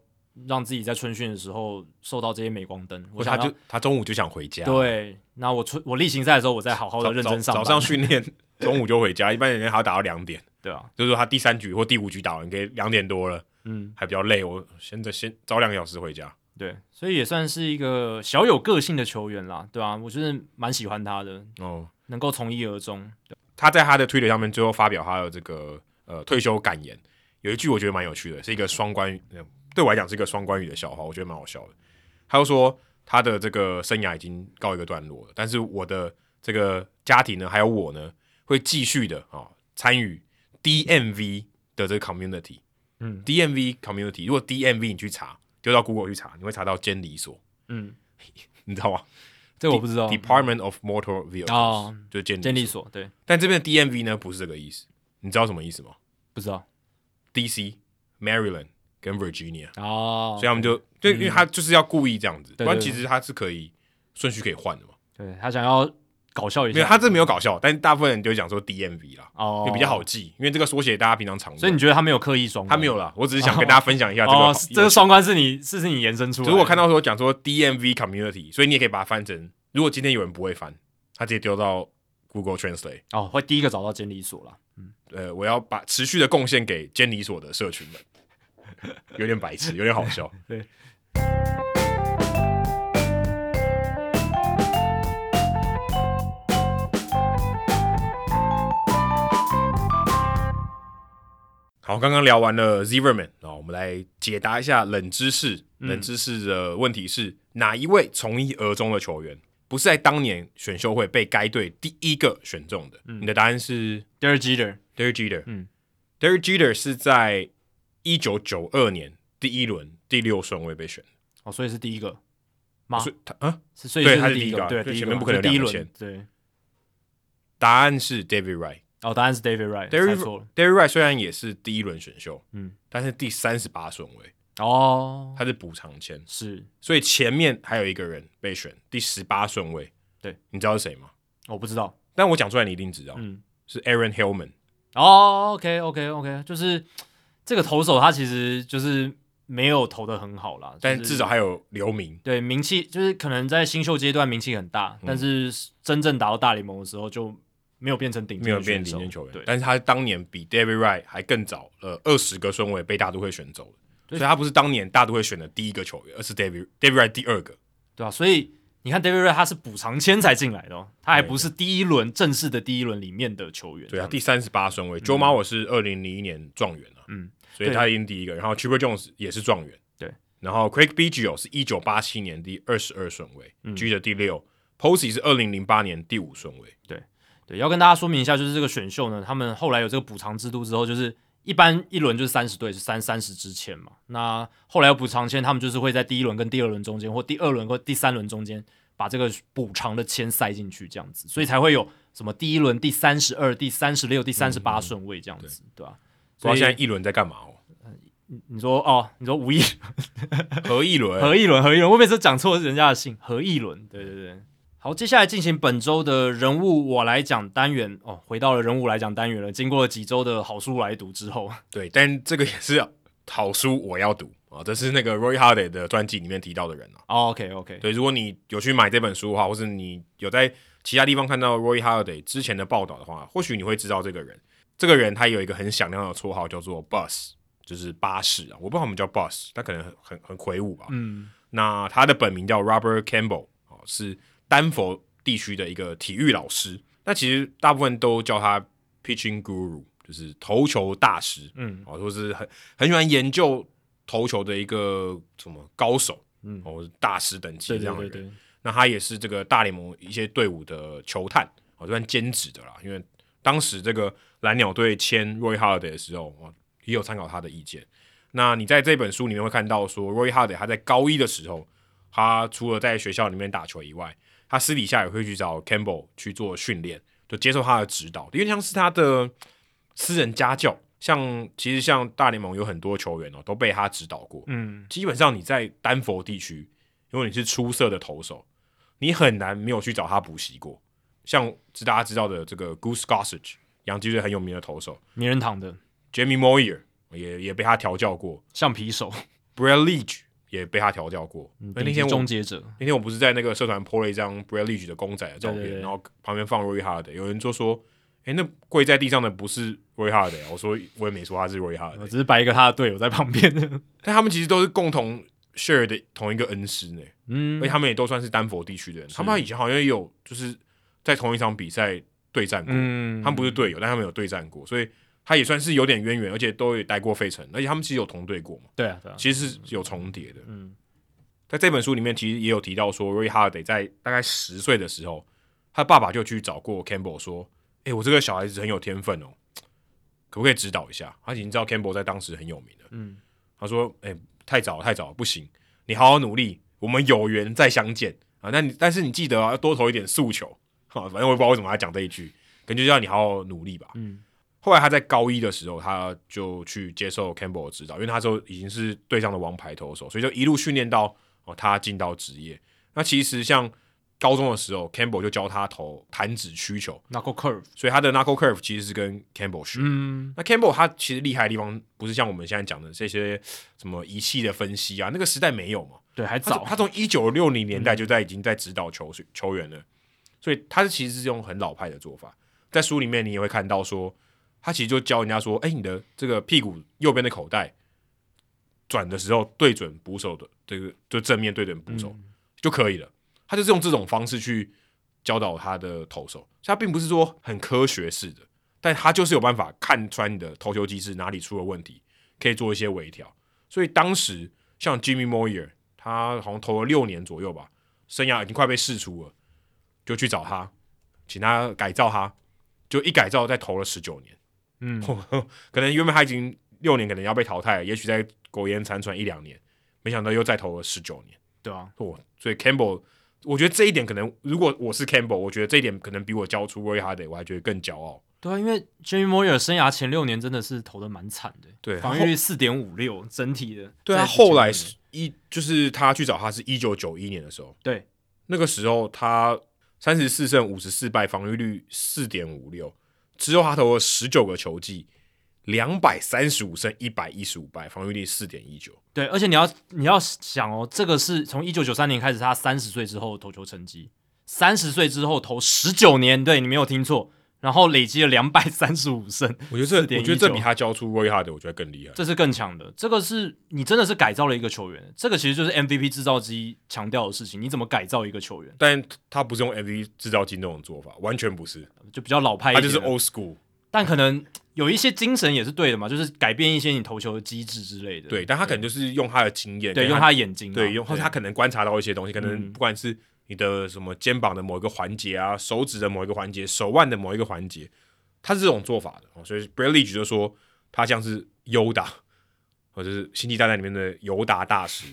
让自己在春训的时候受到这些镁光灯，我
不是他
想要
就他中午就想回家，
对，那我春我例行赛的时候，我再好好
早，
的认真上
早
班，
早上训练，中午就回家。一般人还要打到两点，
对啊，
就是说他第三局或第五局打完，可以两点多了，
嗯，
还比较累，我现在先早两个小时回家。
对，所以也算是一个小有个性的球员啦，对啊，我就是蛮喜欢他的，
哦，
能够从一而终，
他在他的推特上面最后发表他的这个呃退休感言，有一句我觉得蛮有趣的，是一个双关语，呃对我来讲是一个双关语的笑话，我觉得蛮好笑的。他就说他的这个生涯已经告一个段落了，但是我的这个家庭呢，还有我呢，会继续的啊、参与 DMV 的这个 community。
嗯
DMV community，如果 DMV 你去查，丢到 Google 去查，你会查到监理所，
嗯，
你知道吗
这我不知道，
？Department of Motor Vehicles，、
哦
就是监理
监
所
理所，对，
但这边的 DMV 呢，不是这个意思，你知道什么意思吗
不知道。
？DC、Maryland 跟 Virginia，
哦，
所以他们就就因为他就是要故意这样子，
对
不然
对
其实他是可以顺序可以换的嘛。
对他想要搞笑一
没有，
下，
他这没有搞笑，但是大部分人就会讲说 DMV 啦，
哦
就比较好，记，因为这个缩写大家平常常用。
所以你觉得他没有刻意双
他
关？
没有啦，我只是想跟大家分享一下这个
哦，是这个双关是你是是你延伸出来的，
如果看到说讲说 DMV community，所以你也可以把它翻成，如果今天有人不会翻，他直接丢到 Google Translate。
哦，会第一个找到监理所啦。
呃，我要把持续的贡献给监理所的社群们，有点白痴，有点好笑。
对。
好，刚刚聊完了 Zimmerman，啊，我们来解答一下冷知识。
嗯
冷知识的问题是、哪一位从一而终的球员不是在当年选秀会被该队第一个选中的？
嗯
你的答案是
Derek Jeter，
Derek Jeter。
嗯
，Derek Jeter 是在一九九二年第一轮第六顺位被选的，
哦，所以是第一个吗？
所以他啊，
是所以
对
是
他是
第
第一个
个，
啊
对，
就
第一
前
个
面
嘛
不可能
就第一
有两
轮，对。
答案是 David Wright。
哦，答案是 David Wright，猜
David
错了。
David Wright 虽然也是第一轮选秀，
嗯
嗯，但是第三十八顺位，
哦，
他是补偿签，
是
所以前面还有一个人被选第十八顺位。
对，
你知道是谁吗？
我不知道。
但我讲出来你一定知道，
嗯，
是 Aaron Hillman。
哦，OK OK OK，就是这个投手他其实就是没有投的很好啦，
但
就是
至少还有留名。
对名气，就是可能在新秀阶段名气很
嗯
大，但是真正打到大联盟的时候就没有变成顶尖
没有
的
变
选手，
顶尖球员，
对，
但是他当年比 David Wright 还更早，呃，二十个顺位被大都会选走了，所以他不是当年大都会选的第一个球员，而是 David David Wright 第二个。
对啊吧、所以你看 David Wright 他是补偿签才进来的、哦，他还不是第一轮正式的第一轮里面的球员，
对啊，第三十八顺位，Joe Mauer 是二零零一年状元啊，
嗯，
所以他已经第一个，然后 Chipper Jones 也是状元，
对，
然后 Craig Biggio 是一九八七年第二十二顺位、g
嗯
的第六，Posey 是二零零八年第五顺位，
对，要跟大家说明一下，就是这个选秀呢，他们后来有这个补偿制度之后，就是一般一轮就是三十队，是三三十支签嘛。那后来有补偿签，他们就是会在第一轮跟第二轮中间，或第二轮或第三轮中间，把这个补偿的签塞进去，这样子，所以才会有什么第一轮第三十二、第三十六、第三十八顺位这样子，对吧、
不知道
所以
现在一轮在干嘛 哦，
你说哦，你说吴一
何一轮
何一伦，何一伦，我每次讲错人家的姓，何一伦，对对对。好，接下来进行本周的人物我来讲单元哦，回到了人物来讲单元了。经过了几周的好书来读之 后，
对，但这个也是好书我要读啊，这是那个 Roy Hardy 的专辑里面提到的人啊。
哦、OK OK，
对，如果你有去买这本书的话，或是你有在其他地方看到 Roy Halladay 之前的报道的话，或许你会知道这个人。这个人他有一个很响亮的绰号叫做 Bus，就是巴士啊。我不知道我们叫 Bus，他可能很很很魁梧吧。
嗯，
那他的本名叫 Robert Campbell，哦，是丹佛地区的一个体育老师。那其实大部分都叫他 Pitching Guru，就是投球大师。
嗯，
哦，说是很很喜欢研究投球的一个什么高手，
嗯
哦，大师等级
对
这
对
样的
对
人。
对，
那他也是这个大联盟一些队伍的球探，哦，算兼职的啦。因为当时这个蓝鸟队签 Roy Halladay 的时候，哦，也有参考他的意见。那你在这本书里面会看到说，Roy Halladay 他在高一的时候，他除了在学校里面打球以外，他私底下也会去找 Campbell 去做训练，就接受他的指导，因为像是他的私人家教。像其实像大联盟有很多球员哦，都被他指导过。
嗯，
基本上你在丹佛地区，如果你是出色的投手，你很难没有去找他补习过。像是大家知道的这个 Goose Gossage，洋基队很有名的投手
名人堂的
Jamie Moyer 也也被他调教过
橡皮手，
，Brad Leach 也被他调教过。那
嗯顶
那
级
天我
终结者，
那天我不是在那个社团 po 了一张 Brad Leach 的公仔的照片，
对对对
然后旁边放 Roy Hard，有人就说：“诶，那跪在地上的不是 Roy Hard。”我说：“我也没说他是 Roy Hard。”
我只是摆一个他的队友在旁边，
但他们其实都是共同 share 的同一个恩师呢。
嗯
而且，他们也都算是丹佛地区的人。他们以前好像也有就是在同一场比赛对战过，
嗯，
他们不是队友，但他们有对战过，所以他也算是有点渊源，而且都有待过费城，而且他们其实有同队过嘛，
对啊对啊，
其实是有重叠的。
嗯
在这本书里面，其实也有提到说，Ray Holiday 在大概十岁的时候，他爸爸就去找过 Campbell 说：“诶，我这个小孩子很有天分哦，可不可以指导一下？”他已经知道 Campbell 在当时很有名了。
嗯，
他说：“哎、太早了太早了，不行，你好好努力，我们有缘再相见啊。那你但是你记得啊，要多投一点速球。哈、反正我也不知道为什么他讲这一句，可能就叫你好好努力吧。
嗯，
后来他在高一的时候，他就去接受 Campbell 的指导，因为他那时候已经是队上的王牌投手，所以就一路训练到哦，他进到职业。那其实像高中的时候，Campbell 就教他投弹指曲球，
knuckle curve，
所以他的 knuckle curve 其实是跟 Campbell 学的。
嗯
那 Campbell 他其实厉害的地方，不是像我们现在讲的这些什么仪器的分析啊，那个时代没有嘛。
对，还
他
早，嗯
他从一九六零年代就在已经在指导球球员了，所以他是其实是用很老派的做法。在书里面你也会看到说，他其实就教人家说，哎、你的这个屁股右边的口袋转的时候对准捕手的这个就正面对准捕
嗯
手、就可以了。他就是用这种方式去教导他的投手，所以他并不是说很科学式的，但他就是有办法看穿你的投球机制哪里出了问题，可以做一些微调。所以当时像 Jimmy Moyer，他好像投了六年左右吧，生涯已经快被释出了。就去找他，请他改造他，就一改造再投了十九年，
嗯，
可能原本他已经六年可能要被淘汰了，也许在苟延残喘一两年，没想到又再投了十九年。
对啊，
哦，所以 Campbell，我觉得这一点可能，如果我是 Campbell，我觉得这一点可能比我交出 Roy Hardy 我还觉得更骄傲。
对啊，因为 Jamie Moyer 生涯前六年真的是投的蛮惨的，
对
防御率四点五六，整体的，
对啊，
在
后来
前
是一就是他去找他是一九九一年的时候，
对，
那个时候他三十四胜五十四败，防御率四点五六，之后他投了十九个球季，两百三十五胜一百一十五败，防御率四点一九。
对，而且你要你要想哦，这个是从一九九三年开始，他三十岁之后投球成绩，三十岁之后投十九年，对你没有听错，然后累积了两百三十五胜，
我觉得这
4.19
我觉得这比他交出 Roy Hardy 我觉得更厉害。
这是更强的。这个是你真的是改造了一个球员，这个其实就是 MVP 制造机强调的事情，你怎么改造一个球员，
但他不是用 MVP 制造金那种做法，完全不是，
就比较老派一
他
点
就
的，
是 old school。
但可能有一些精神也是对的嘛，就是改变一些你投球的机制之类的。
对，但他可能就是用他的经验，
对，
跟
用他的眼睛啊、
对，用或者他可能观察到一些东西，可能
嗯
不管是你的什么肩膀的某一个环节啊，手指的某一个环节，手腕的某一个环节，他是这种做法的。哦所以 Bradley 就说他像是优达，或者是星际大战里面的尤达大师，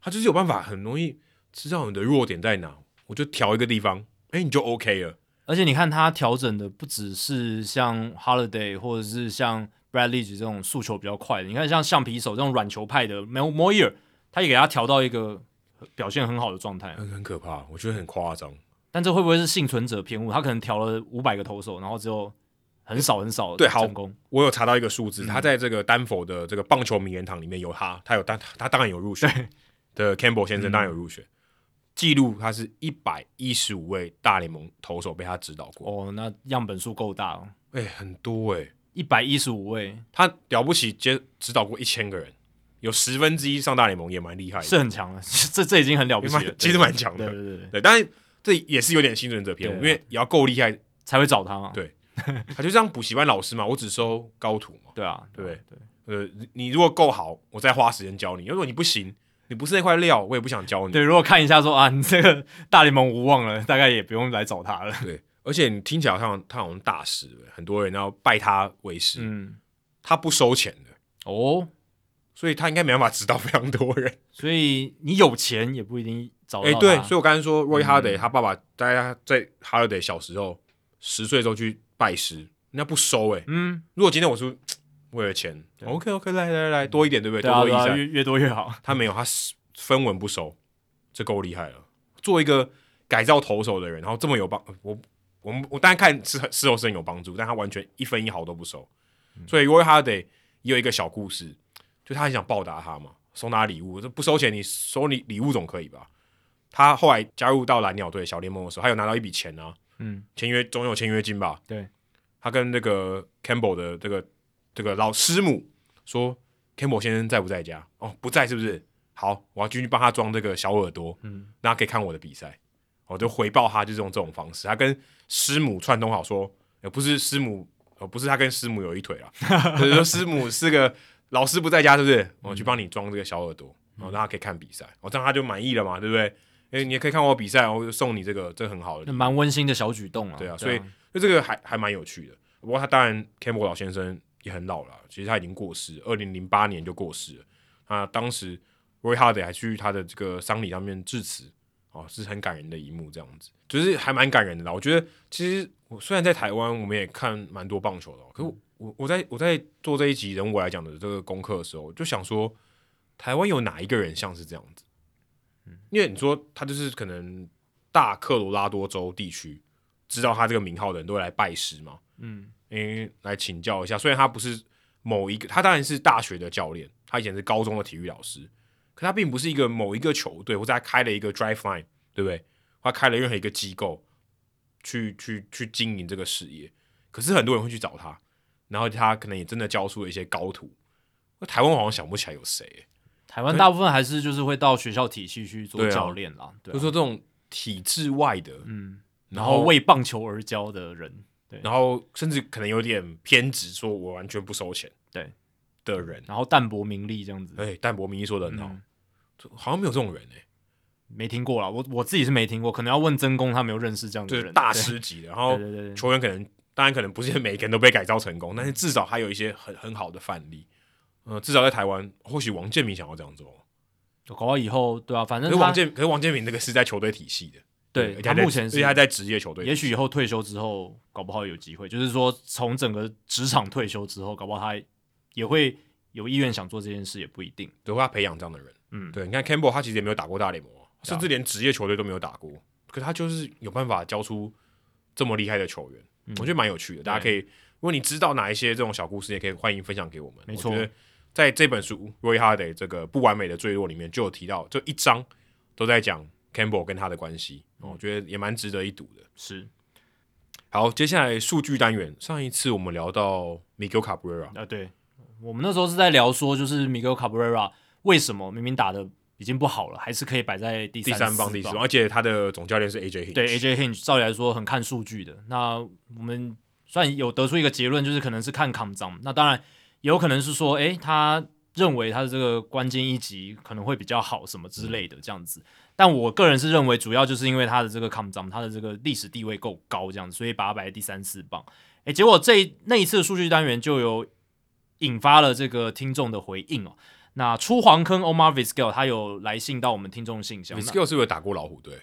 他就是有办法很容易知道你的弱点在哪，我就调一个地方，哎，你就 OK 了。
而且你看他调整的不只是像 Holiday 或者是像 Bradley 这种速球比较快的，你看像橡皮手这种软球派的 Mo Moyer，他也给他调到一个表现很好的状态。
很很可怕，我觉得很夸张。
但这会不会是幸存者偏误？他可能调了五百个投手，然后只有很少很少
对好
成功。
我有查到一个数字，他在这个丹佛的这个棒球名人堂里面有他，他有他他当然有入选的 Campbell 先生当然有入选，记录他是一百一十五位大联盟投手被他指导过，
哦，那样本数够大哦，
哎、很多哎、
一百一十五位
他了不起接指导过一千个人，有十分之一上大联盟也蛮厉害的，
是很强了， 这这已经很了不
也
起了
蛮，其实蛮强
对
的，
对对对，
对，当然这也是有点幸存者偏误，
对啊
因为也要够厉害，
才会找他嘛。
对他就像补习班老师嘛，我只收高徒嘛。
对啊，
对
对
呃，你你如果够好，我再花时间教你；如果你不行，你不是那块料，我也不想教你。
对，如果看一下说啊，你这个大联盟无望了，大概也不用来找他了。
对而且你听起来好像他好像大师，很多人要拜他为师，
嗯，
他不收钱的，
哦，
所以他应该没办法指导非常多人。
所以你有钱也不一定找
哎、
得到他。
对，所以我刚才说 Roy
嗯
Hardy、他爸爸在他在 Hardy 小时候十岁的时候去拜师，人家不收哎、
嗯，
如果今天我说为了钱，OK OK，来来来，多一点对不对？
对啊，
多
对
多益
啊，
善。
越越多越好。
他没有，他分文不收，这够厉害了。做一个改造投手的人，然后这么有帮我，我们我当然看是是后生有帮助，但他完全一分一毫都不收。所以 Roy Hardy 也有一个小故事，就他很想报答他嘛，送他礼物，这不收钱，你收你礼物总可以吧？他后来加入到蓝鸟队小联盟的时候，他有拿到一笔钱啊，
嗯，
签约总有签约金吧？
对，
他跟那个 Campbell 的这个这个老师母说，Campbell 先生在不在家？哦，不在，是不是？好，我要继续帮他装这个小耳朵，
嗯，
那他可以看我的比赛，我就回报他，就是用这种方式。他跟师母串通好说，呃，不是师母，呃，不是他跟师母有一腿啊， 就是说师母是个老师不在家，是不是？我去帮你装这个小耳朵，然后让他可以看比赛，我这样他就满意了嘛，对不对？哎，你也可以看我比赛，我就送你这个，这很好的礼物
那蛮温馨的小举动啊。
对啊，所以就这个还还蛮有趣的。不过他当然 Campbell 老先生也很老了，其实他已经过世，二零零八年就过世了。那当时 Roy Hardy 还去他的这个丧礼上面致辞，哦，是很感人的一幕，这样子，就是还蛮感人的啦。我觉得其实我虽然在台湾我们也看蛮多棒球的哦，可是我我我在我在做这一集人物来讲的这个功课的时候，我就想说，台湾有哪一个人像是这样子？因为你说他就是可能大科罗拉多州地区，知道他这个名号的人都会来拜师嘛，
嗯，
诶，来请教一下。虽然他不是某一个，他当然是大学的教练，他以前是高中的体育老师，可他并不是一个某一个球队，或者他开了一个 drive line，对不对？他开了任何一个机构去去去经营这个事业。可是很多人会去找他，然后他可能也真的教出了一些高徒。那台湾我好像想不起来有谁、欸
台湾大部分还是就是会到学校体系去做
对啊
教练啦，对
就哦
啊，
说这种体制外的，
嗯，
然
然
后
后为棒球而教的人，对
然后甚至可能有点偏执，说我完全不收钱，
对
的人，
然后淡泊名利这样子。嗯
哦哎、淡泊名义说的很好，好像没有这种人哎、
没听过啦，我我自己是没听过，可能要问真宫他没有认识这样的
就
人。
是大
对
师级 的。然后
对对对
球员可能，当然可能不是每个人都被改造成功，但是至少还有一些很很好的范例。呃，至少在台湾，或许王建民想要这样做，
搞不好以后对啊，反
可
正
是
他
王建，可是王建民那个是在球队体系的，
对
而且
他
还在
目前
而
是
且，还在职业球队，
也许以后退休之后，搞不好有机会，就是说从整个职场退休之后，搞不好他也会有意愿想做这件事，也不一定。
对，他培养这样的人。
嗯
对，你看 Campbell 他其实也没有打过大联盟啊，
啊
甚至连职业球队都没有打过，可是他就是有办法教出这么厉害的球员，
嗯
我觉得蛮有趣的。大家可以，如果你知道哪一些这种小故事，也可以欢迎分享给我们。
没错
我觉得在这本书《Roy Hardy》这个不完美的坠落里面就有提到，这一章都在讲 Campbell 跟他的关系，
嗯
我觉得也蛮值得一读的。
是
好，接下来数据单元，上一次我们聊到 Miguel Cabrera，
啊、对，我们那时候是在聊说，就是米 i 卡布 e 拉为什么明明打的已经不好了，还是可以摆在第
第
三
三方
四
第四方，而且他的总教练是 AJ Hinch，
对 AJ Hinch 照理来说很看数据的。那我们算有得出一个结论，就是可能是看 com 脏。那当然也有可能是说，诶，他认为他的这个关键一级可能会比较好什么之类的这样子。但我个人是认为，主要就是因为他的这个 com 脏，他的这个历史地位够高这样子，所以把他摆在第三四棒。诶，结果这一那一次的数据单元就有引发了这个听众的回应哦。那出黄坑 Omar Vizquel 他有来信到我们听众信箱，
v i
那
s c o 是不是有打过老虎队？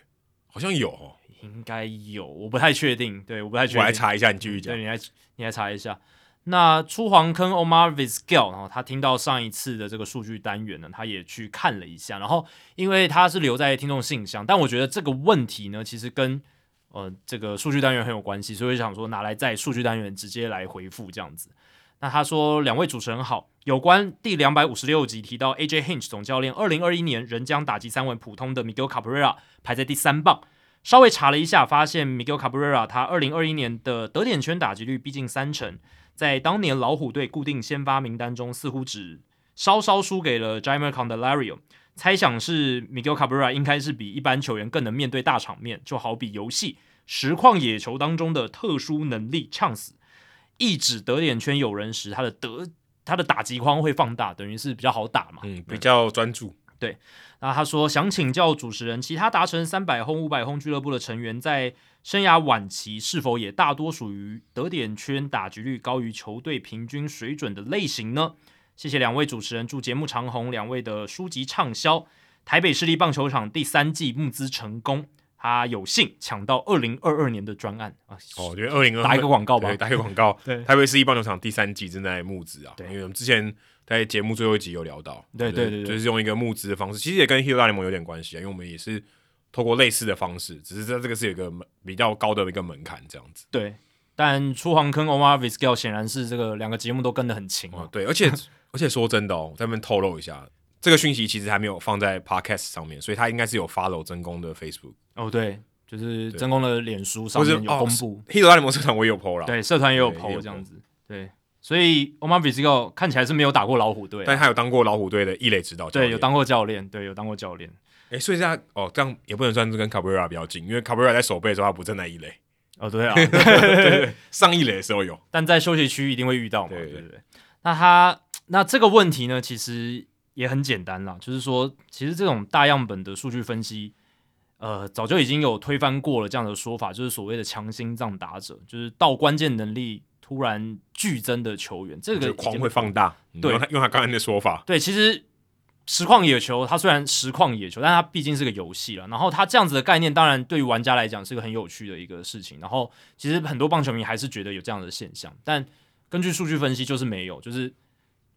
好像有哦，
应该有，我不太确定，对，我不太确
我
定。
来查一下，你继续讲
对，。你来你来查一下。那出黄坑 Omar Vizquel，然后他听到上一次的这个数据单元呢，他也去看了一下。然后因为他是留在听众信箱，但我觉得这个问题呢，其实跟呃这个数据单元很有关系，所以我想说拿来在数据单元直接来回复这样子。那他说：“两位主持人好，有关第两百五十六集提到 AJ Hinch 总教练，二零二一年仍将打击三位普通的 Miguel Cabrera 排在第三棒。稍微查了一下，发现 Miguel Cabrera 他二零二一年的得点圈打击率逼近三成，在当年老虎队固定先发名单中，似乎只稍稍输给了 Jamer Candelario。猜想是 Miguel Cabrera 应该是比一般球员更能面对大场面，就好比游戏实况野球当中的特殊能力呛死。一指得点圈有人时，他的得他的打击框会放大，等于是比较好打嘛。
嗯，比较专注。
那他说想请教主持人，其他达成三百轰、五百轰俱乐部的成员，在生涯晚期是否也大多属于得点圈打局率高于球队平均水准的类型呢？谢谢两位主持人，祝节目长红，两位的书籍畅销。台北市立棒球场第三季募资成功，他有幸抢到二零二二年的专案啊！
哦，因为二零二
打一个广告吧
对，打一个广告。
对
台北市一棒球场第三季正在募资啊，
对
因为我们之前在节目最后一集有聊到，
对
就是
对对对
就是用一个募资的方式，其实也跟 Hero 大联盟有点关系啊，因为我们也是透过类似的方式，只是在这个是有一个门比较高的一个门槛这样子。
对，但出黄坑 Omar Vizquel 显然是这个两个节目都跟得很勤
哦
啊，。
对，而 且而且说真的哦，在那边透露一下，这个讯息其实还没有放在 Podcast 上面，所以他应该是有 follow 真宫的 Facebook，
哦，对，就是
对
真空的脸书上
或是
面有公布。
哦、Hero 大联盟社团我也有 PO 啦，
对，社团也有
对
PO
也有
这样子，对，所以 Omar v i z i g o 看起来是没有打过老虎队
但
啊，
他有当过老虎队的一垒指导教
对，
练，
有当过教练，对，有当过教练，
哎、所以这样哦，这样也不能算是跟 Cabrera 比较近，因为 Cabrera 在守备的时候他不站在一垒，
哦，对啊，
上一垒的时候有。
但在休息区一定会遇到嘛，
对
对不对？那他那这个问题呢，其实也很简单啦，就是说，其实这种大样本的数据分析，呃，早就已经有推翻过了这样的说法，就是所谓的强心脏打者，就是到关键能力突然剧增的球员，这
就
个
狂
已经
会放大，嗯
对
用他用他刚才的说法，
对，其实实况野球它虽然实况野球，但它毕竟是个游戏了。然后它这样子的概念，当然对于玩家来讲是个很有趣的一个事情。然后其实很多棒球迷还是觉得有这样的现象，但根据数据分析就是没有，就是。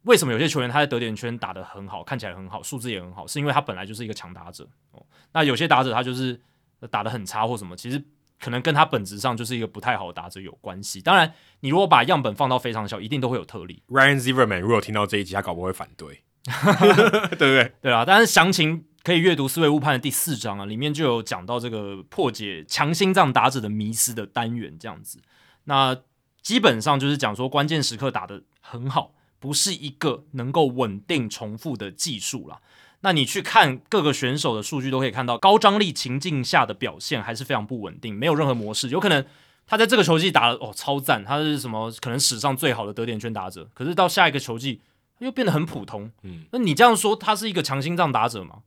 为什么有些球员他在得点圈打得很好，看起来很好，数字也很好，是因为他本来就是一个强打者哦。那有些打者他就是呃打得很差或什么，其实可能跟他本质上就是一个不太好的打者有关系。当然，你如果把样本放到非常小，一定都会有特例。
Ryan Zimmerman 如果有听到这一集，他搞不好会反 对，对不对？
对啊，但是详情可以阅读《思维误判》的第四章啊，里面就有讲到这个破解强心脏打者的迷失的单元这样子。那基本上就是讲说，关键时刻打得很好，不是一个能够稳定重复的技术啦。那你去看各个选手的数据，都可以看到高张力情境下的表现还是非常不稳定，没有任何模式。有可能他在这个球季打的哦超赞，他是什么可能史上最好的得点圈打者，可是到下一个球季他又变得很普通，
嗯，
那你这样说他是一个强心脏打者吗？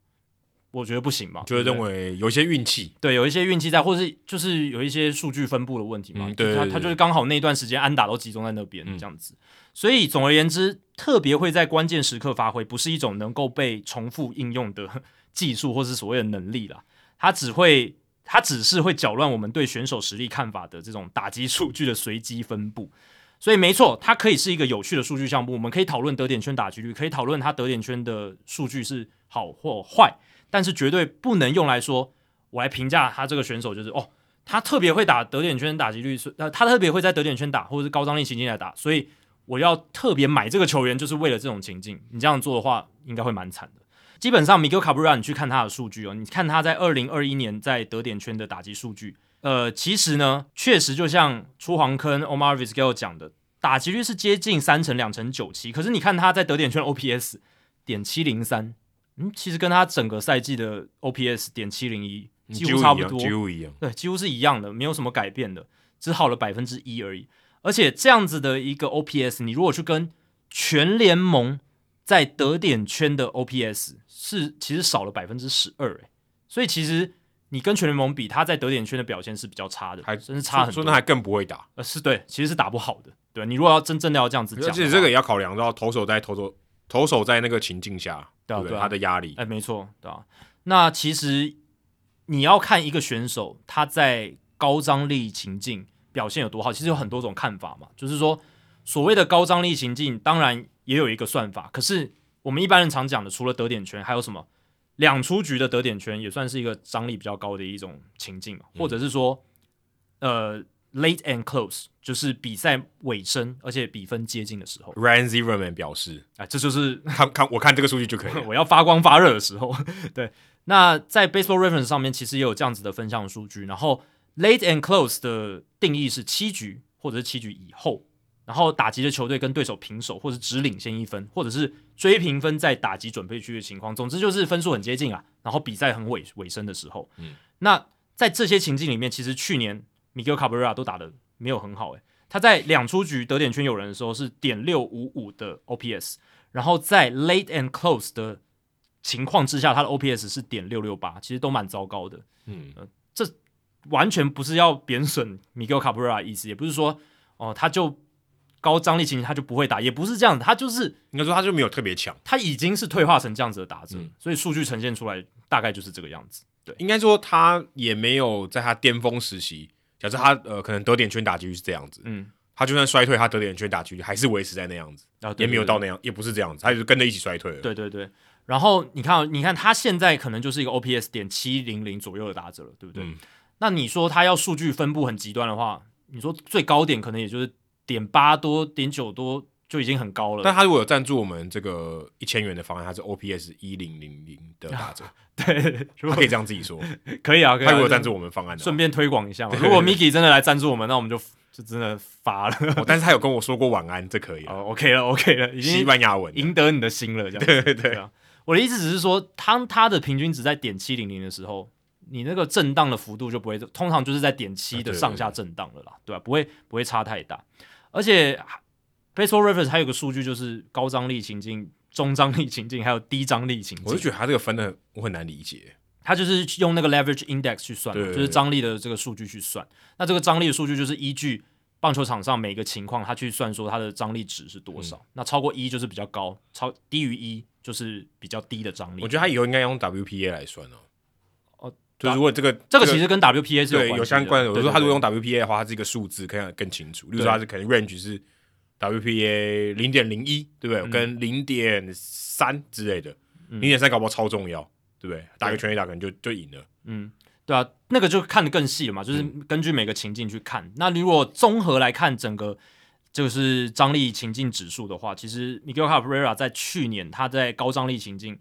我觉得不行嘛，
就会
对
认
不对
为有一些运气，
对有一些运气在，或是就是有一些数据分布的问题嘛，
嗯对
就他
对
他
对
就是刚好那段时间安打都集中在那边、
嗯
这样子，所以总而言之，特别会在关键时刻发挥，不是一种能够被重复应用的 技术或是所谓的能力啦，它只会。它只是会搅乱我们对选手实力看法的这种打击数据的随机分布，所以没错，它可以是一个有趣的数据项目，我们可以讨论得点圈打击率，可以讨论它得点圈的数据是好或坏，但是绝对不能用来说我来评价他这个选手，就是哦，他特别会打得点圈打击率，所以呃，他特别会在得点圈打或者是高张力情境来打，所以我要特别买这个球员就是为了这种情境。你这样做的话，应该会蛮惨的。基本上，Miguel Cabrera，你去看他的数据哦，你看他在二零二一年在得点圈的打击数据，呃，其实呢，确实就像出黄坑 Omar Vizquel 讲的，打击率是接近三成、两成九七，可是你看他在得点圈的 OPS 点七零三，嗯，其实跟他整个赛季的 OPS 点七零一几乎差不
嗯
多，
几乎一样。
对，几乎是一样的，没有什么改变的，只好了百分之一而已。而且这样子的一个 OPS，你如果去跟全联盟在得点圈的 OPS 是其实少了百分之十二，哎，所以其实你跟全联盟比，他在得点圈的表现是比较差的，
还
真是差很
说
多。
那还更不会打，
呃，是对，其实是打不好的。对你如果要真正的要这样子讲的
而
话，
且这个也要考量到投手在投手投手在那个情境下，
对啊
对不
对啊
他的压力
哎、，没错，对啊。那其实你要看一个选手他在高张力情境表现有多好，其实有很多种看法嘛。就是说，所谓的高张力情境，当然也有一个算法，可是我们一般人常讲的，除了得点圈，还有什么？两出局的得点圈也算是一个张力比较高的一种情境嘛，或者是说，呃，late and close，就是比赛尾声，而且比分接近的时候，
Ryan Zimmerman 表示，
哎、这就是
看看我看这个数据就可以啊 了。
我要发光发热的时候。 对，那在 Baseball Reference 上面其实也有这样子的分项数据。然后 Late and Close 的定义是七局或者是七局以后，然后打击的球队跟对手平手，或者只领先一分，或者是追平分在打击准备区的情况。总之就是分数很接近啊，然后比赛很尾尾声的时候。
嗯，
那在这些情境里面，其实去年 Miguel Cabrera 都打的没有很好、欸，他在两出局得点圈有人的时候是点六五五的 OPS，然后在 late and close 的情况之下，他的 OPS 是点六六八，其实都蛮糟糕的。呃
嗯，
完全不是要贬损 Miguel Cabrera 的意思，也不是说哦、他就高张力情形他就不会打，也不是这样，他就是
应该说他就没有特别强，
他已经是退化成这样子的打者，
嗯
所以数据呈现出来大概就是这个样子。
应该说他也没有在他巅峰时期，假设他呃可能得点圈打击率是这样子，
嗯，
他就算衰退，他得点圈打击率还是维持在那样子，
啊，对
也没有
对对
到那样，也不是这样子，他就是跟着一起衰退了。，
对对对。然后你看哦，你看他现在可能就是一个 OPS 点七零零左右的打者了，对不对？
嗯
那你说他要数据分布很极端的话，你说最高点可能也就是点八多、点九多就已经很高了。
但他如果有赞助我们这个一千元的方案，他是 OPS 一零零零的打折，
对，
他
如果
可以这样自己 说。
可以啊，可以、
他
啊。
如果赞助我们方案的话
顺，便推广一 下嘛。如果 Miki 真的来赞助我们，那我们就就真的发了。
哦但是他有跟我说过晚安，这可以啊，
哦，OK 了，OK 了，已
西
经
班牙文啊的。
赢得你的心了，这样子。
对对对
对啊，我的意思只是说，当他的平均值在点七零零的时候，你那个震荡的幅度就不会，通常就是在点
啊
七的上下震荡了啦，对吧、啊不会不会差太大。而且 Baseball Reference 还有个数据就是高张力情境、中张力情境还有低张力情
我
境
就，觉得他这个分的我很难理解，
它就是用那个 leverage index 去算嘛，
对
就是张力的这个数据去算。那这个张力的数据就是依据棒球场上每个情况，它去算说它的张力值是多
嗯
少。那超过一就是比较高，超低于一就是比较低的张力。
我觉得他以后应该用 WPA 来算哦。
哦，
就如果这个
这个其实跟 WPA 是
对
有
有
关系
相关的，我
对
说他
对
如果
对
用 WPA 的话，它这个数字可以更清楚。例如
对
说，它是可能 range 是 WPA 零点零一，对
嗯
不对？跟零点三之类的，零点三搞不好超重要，对不对？打个全垒打可能就就赢了。
嗯，对啊，那个就看得更细了嘛，就是根据每个情境去看。那如果综合来看整个就是张力情境指数的话，其实 Miguel Cabrera 在去年他在高张力情境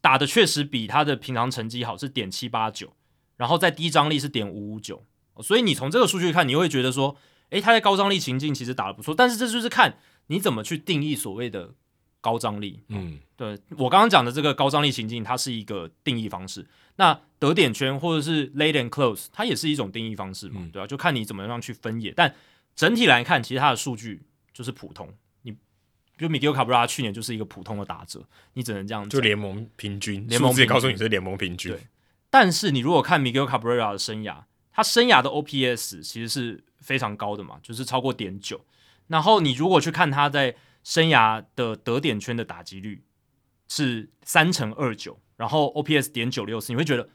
打的确实比他的平常成绩好，是点七八九，然后在低张力是点五五九。所以你从这个数据看，你会觉得说，诶，他在高张力情境其实打得不错，但是这就是看你怎么去定义所谓的高张力。
嗯，
对我刚刚讲的这个高张力情境，它是一个定义方式。那得点圈或者是 late and close，它也是一种定义方式嘛，
嗯
对吧、啊就看你怎么样去分野。但整体来看，其实它的数据就是普通，你比如米 i 卡布拉去年就是一个普通的打者，你只能这样
就
讲。
联盟平均，
联盟
数字也
平均
告诉你是联盟平均，
对但是你如果看 Miguel Cabrera 的生涯，他生涯的 OPS 其实是非常高的嘛，就是超过点九。然后你如果去看他在生涯的得点圈的打击率是三乘二九，然后 OPS 点九六四，你会觉得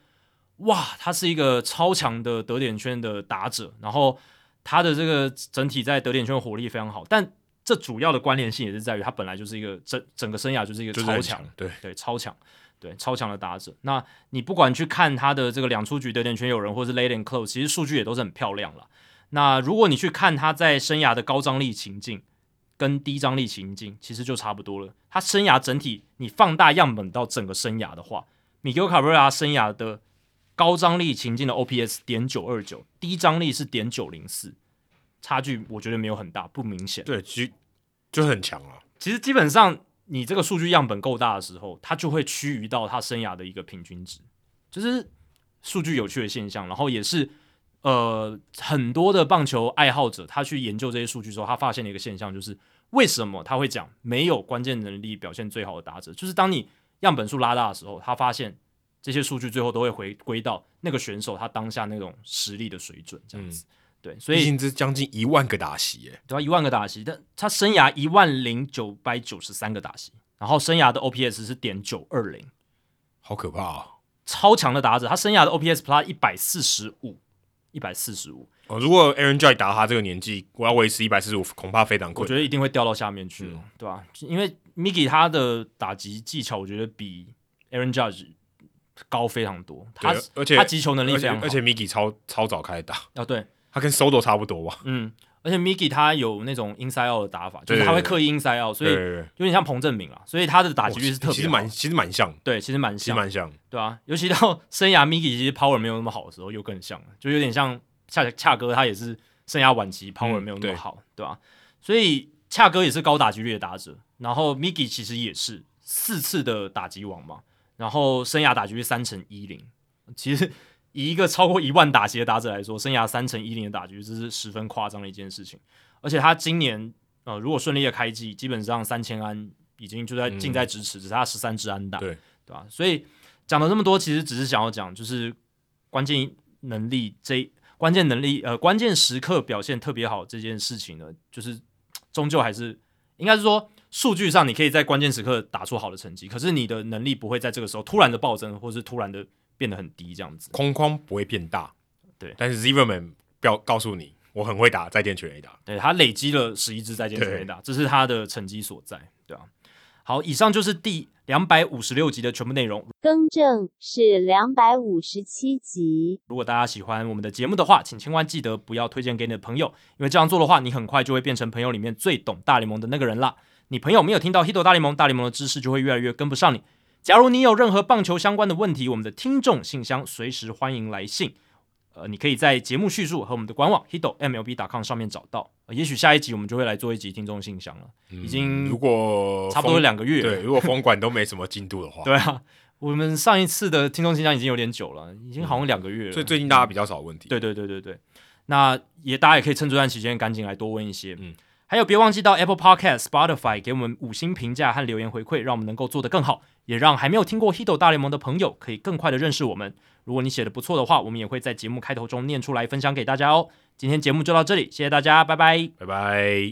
哇，他是一个超强的得点圈的打者，然后他的这个整体在得点圈的火力非常好。但这主要的关联性也是在于他本来就是一个整整个生涯就是一个
就是
超
很
强
强，对，
对，超强，对，超强的打者。那你不管去看他的这个两出局得点圈有人，或是 late and close，其实数据也都是很漂亮了。那如果你去看他在生涯的高张力情境跟低张力情境，其实就差不多了。他生涯整体你放大样本到整个生涯的话，Miguel Cabrera 生涯的高张力情境的 OPS 点九二九，低张力是点九零四，差距我觉得没有很大，不明显。
对，其实就很强啊。
其实基本上你这个数据样本够大的时候，它就会趋于到他生涯的一个平均值，就是数据有趣的现象。然后也是呃很多的棒球爱好者他去研究这些数据之后，他发现了一个现象，就是为什么他会讲没有关键能力表现最好的打者，就是当你样本数拉大的时候，他发现。这些数据最后都会回归到那个选手他当下那种实力的水准，这样子。对，所以
毕竟这将近一万个打席耶，
对啊，一万个打席，但他生涯一万零九百九十三个打席，然后生涯的 OPS 是点九二零，
好可怕哦！
超强的打者，他生涯的 OPS plus 一百四十五，一百四十五，
哦，如果 Aaron Judge 打他这个年纪，我要维持一百四十五，恐怕非常
我
困
觉
难。
得一定会掉到下面去，哦，对吧、因为 Miki 他的打击技巧，我觉得比 Aaron Judge 高非常多，他
对而且
他击球能力非常好，
而且而且 Miki 超超早开始打，
啊对，
他跟 Soto 差不多吧？
嗯，而且 Miki 他有那种 inside out 的打法，就是
对对
他会
对
刻意 inside out，所以
对对对，
有点像彭正明啦，所以他的打击率是特别
其实
好
蛮其实蛮像，
对，其实蛮
其实
像。
蛮像。
对啊，尤其到 生涯 Miki 其实 power 没有那么好的时候，又更像了，就有点像恰恰哥他也是生涯晚期 power
嗯
没有那么
对
好，对吧、所以恰哥也是高打击率的打者，然后 Miki 其实也是四次的打击王嘛，然后生涯打击率三乘一零，其实 以一个超过一万打击的打者来说，生涯三乘一零的打击率这是十分夸张的一件事情，而且他今年呃如果顺利的开季，基本上三千安已经就在近在咫尺，只是他十三支安打，
嗯对
对吧、所以讲了这么多，其实只是想要讲，就是关键能力这关键能力呃关键时刻表现特别好这件事情呢，就是嘖终究还是应该是说数据上你可以在关键时刻打出好的成绩，可是你的能力不会在这个时候突然的暴增，或是突然的变得很低这样子。
框框不会变大，
对
但是 Zimmerman 表告诉你，我很会打，再见全垒打。
对他累积了十一支再见全垒打，这是他的成绩所在，对啊。好，以上就是第两百五十六集的全部内容。
更正是两百五十七集。
如果大家喜欢我们的节目的话，请千万记得不要推荐给你的朋友，因为这样做的话，你很快就会变成朋友里面最懂大联盟的那个人啦。你朋友没有听到《h i t 大联盟》，大联盟的知识就会越来越跟不上你。假如你有任何棒球相关的问题，我们的听众信箱随时欢迎来信。呃，你可以在节目叙述和我们的官网 hito mlb.com 上面找到。呃也许下一集我们就会来做一集听众信箱了，已经
嗯如果
差不多
封
两个月了。
对，如果封管都没什么进度的话，
对啊，我们上一次的听众信箱已经有点久了，已经好像两个月了。
所以最近大家比较少问题。
对对对对对，那也大家也可以趁这段期间赶紧来多问一些。嗯
嗯，
还有别忘记到 Apple Podcast、Spotify 给我们五星评价和留言回馈，让我们能够做得更好，也让还没有听过 Hito 大联盟的朋友可以更快的认识我们。如果你写的不错的话，我们也会在节目开头中念出来分享给大家哦。今天节目就到这里，谢谢大家，拜拜。
拜拜。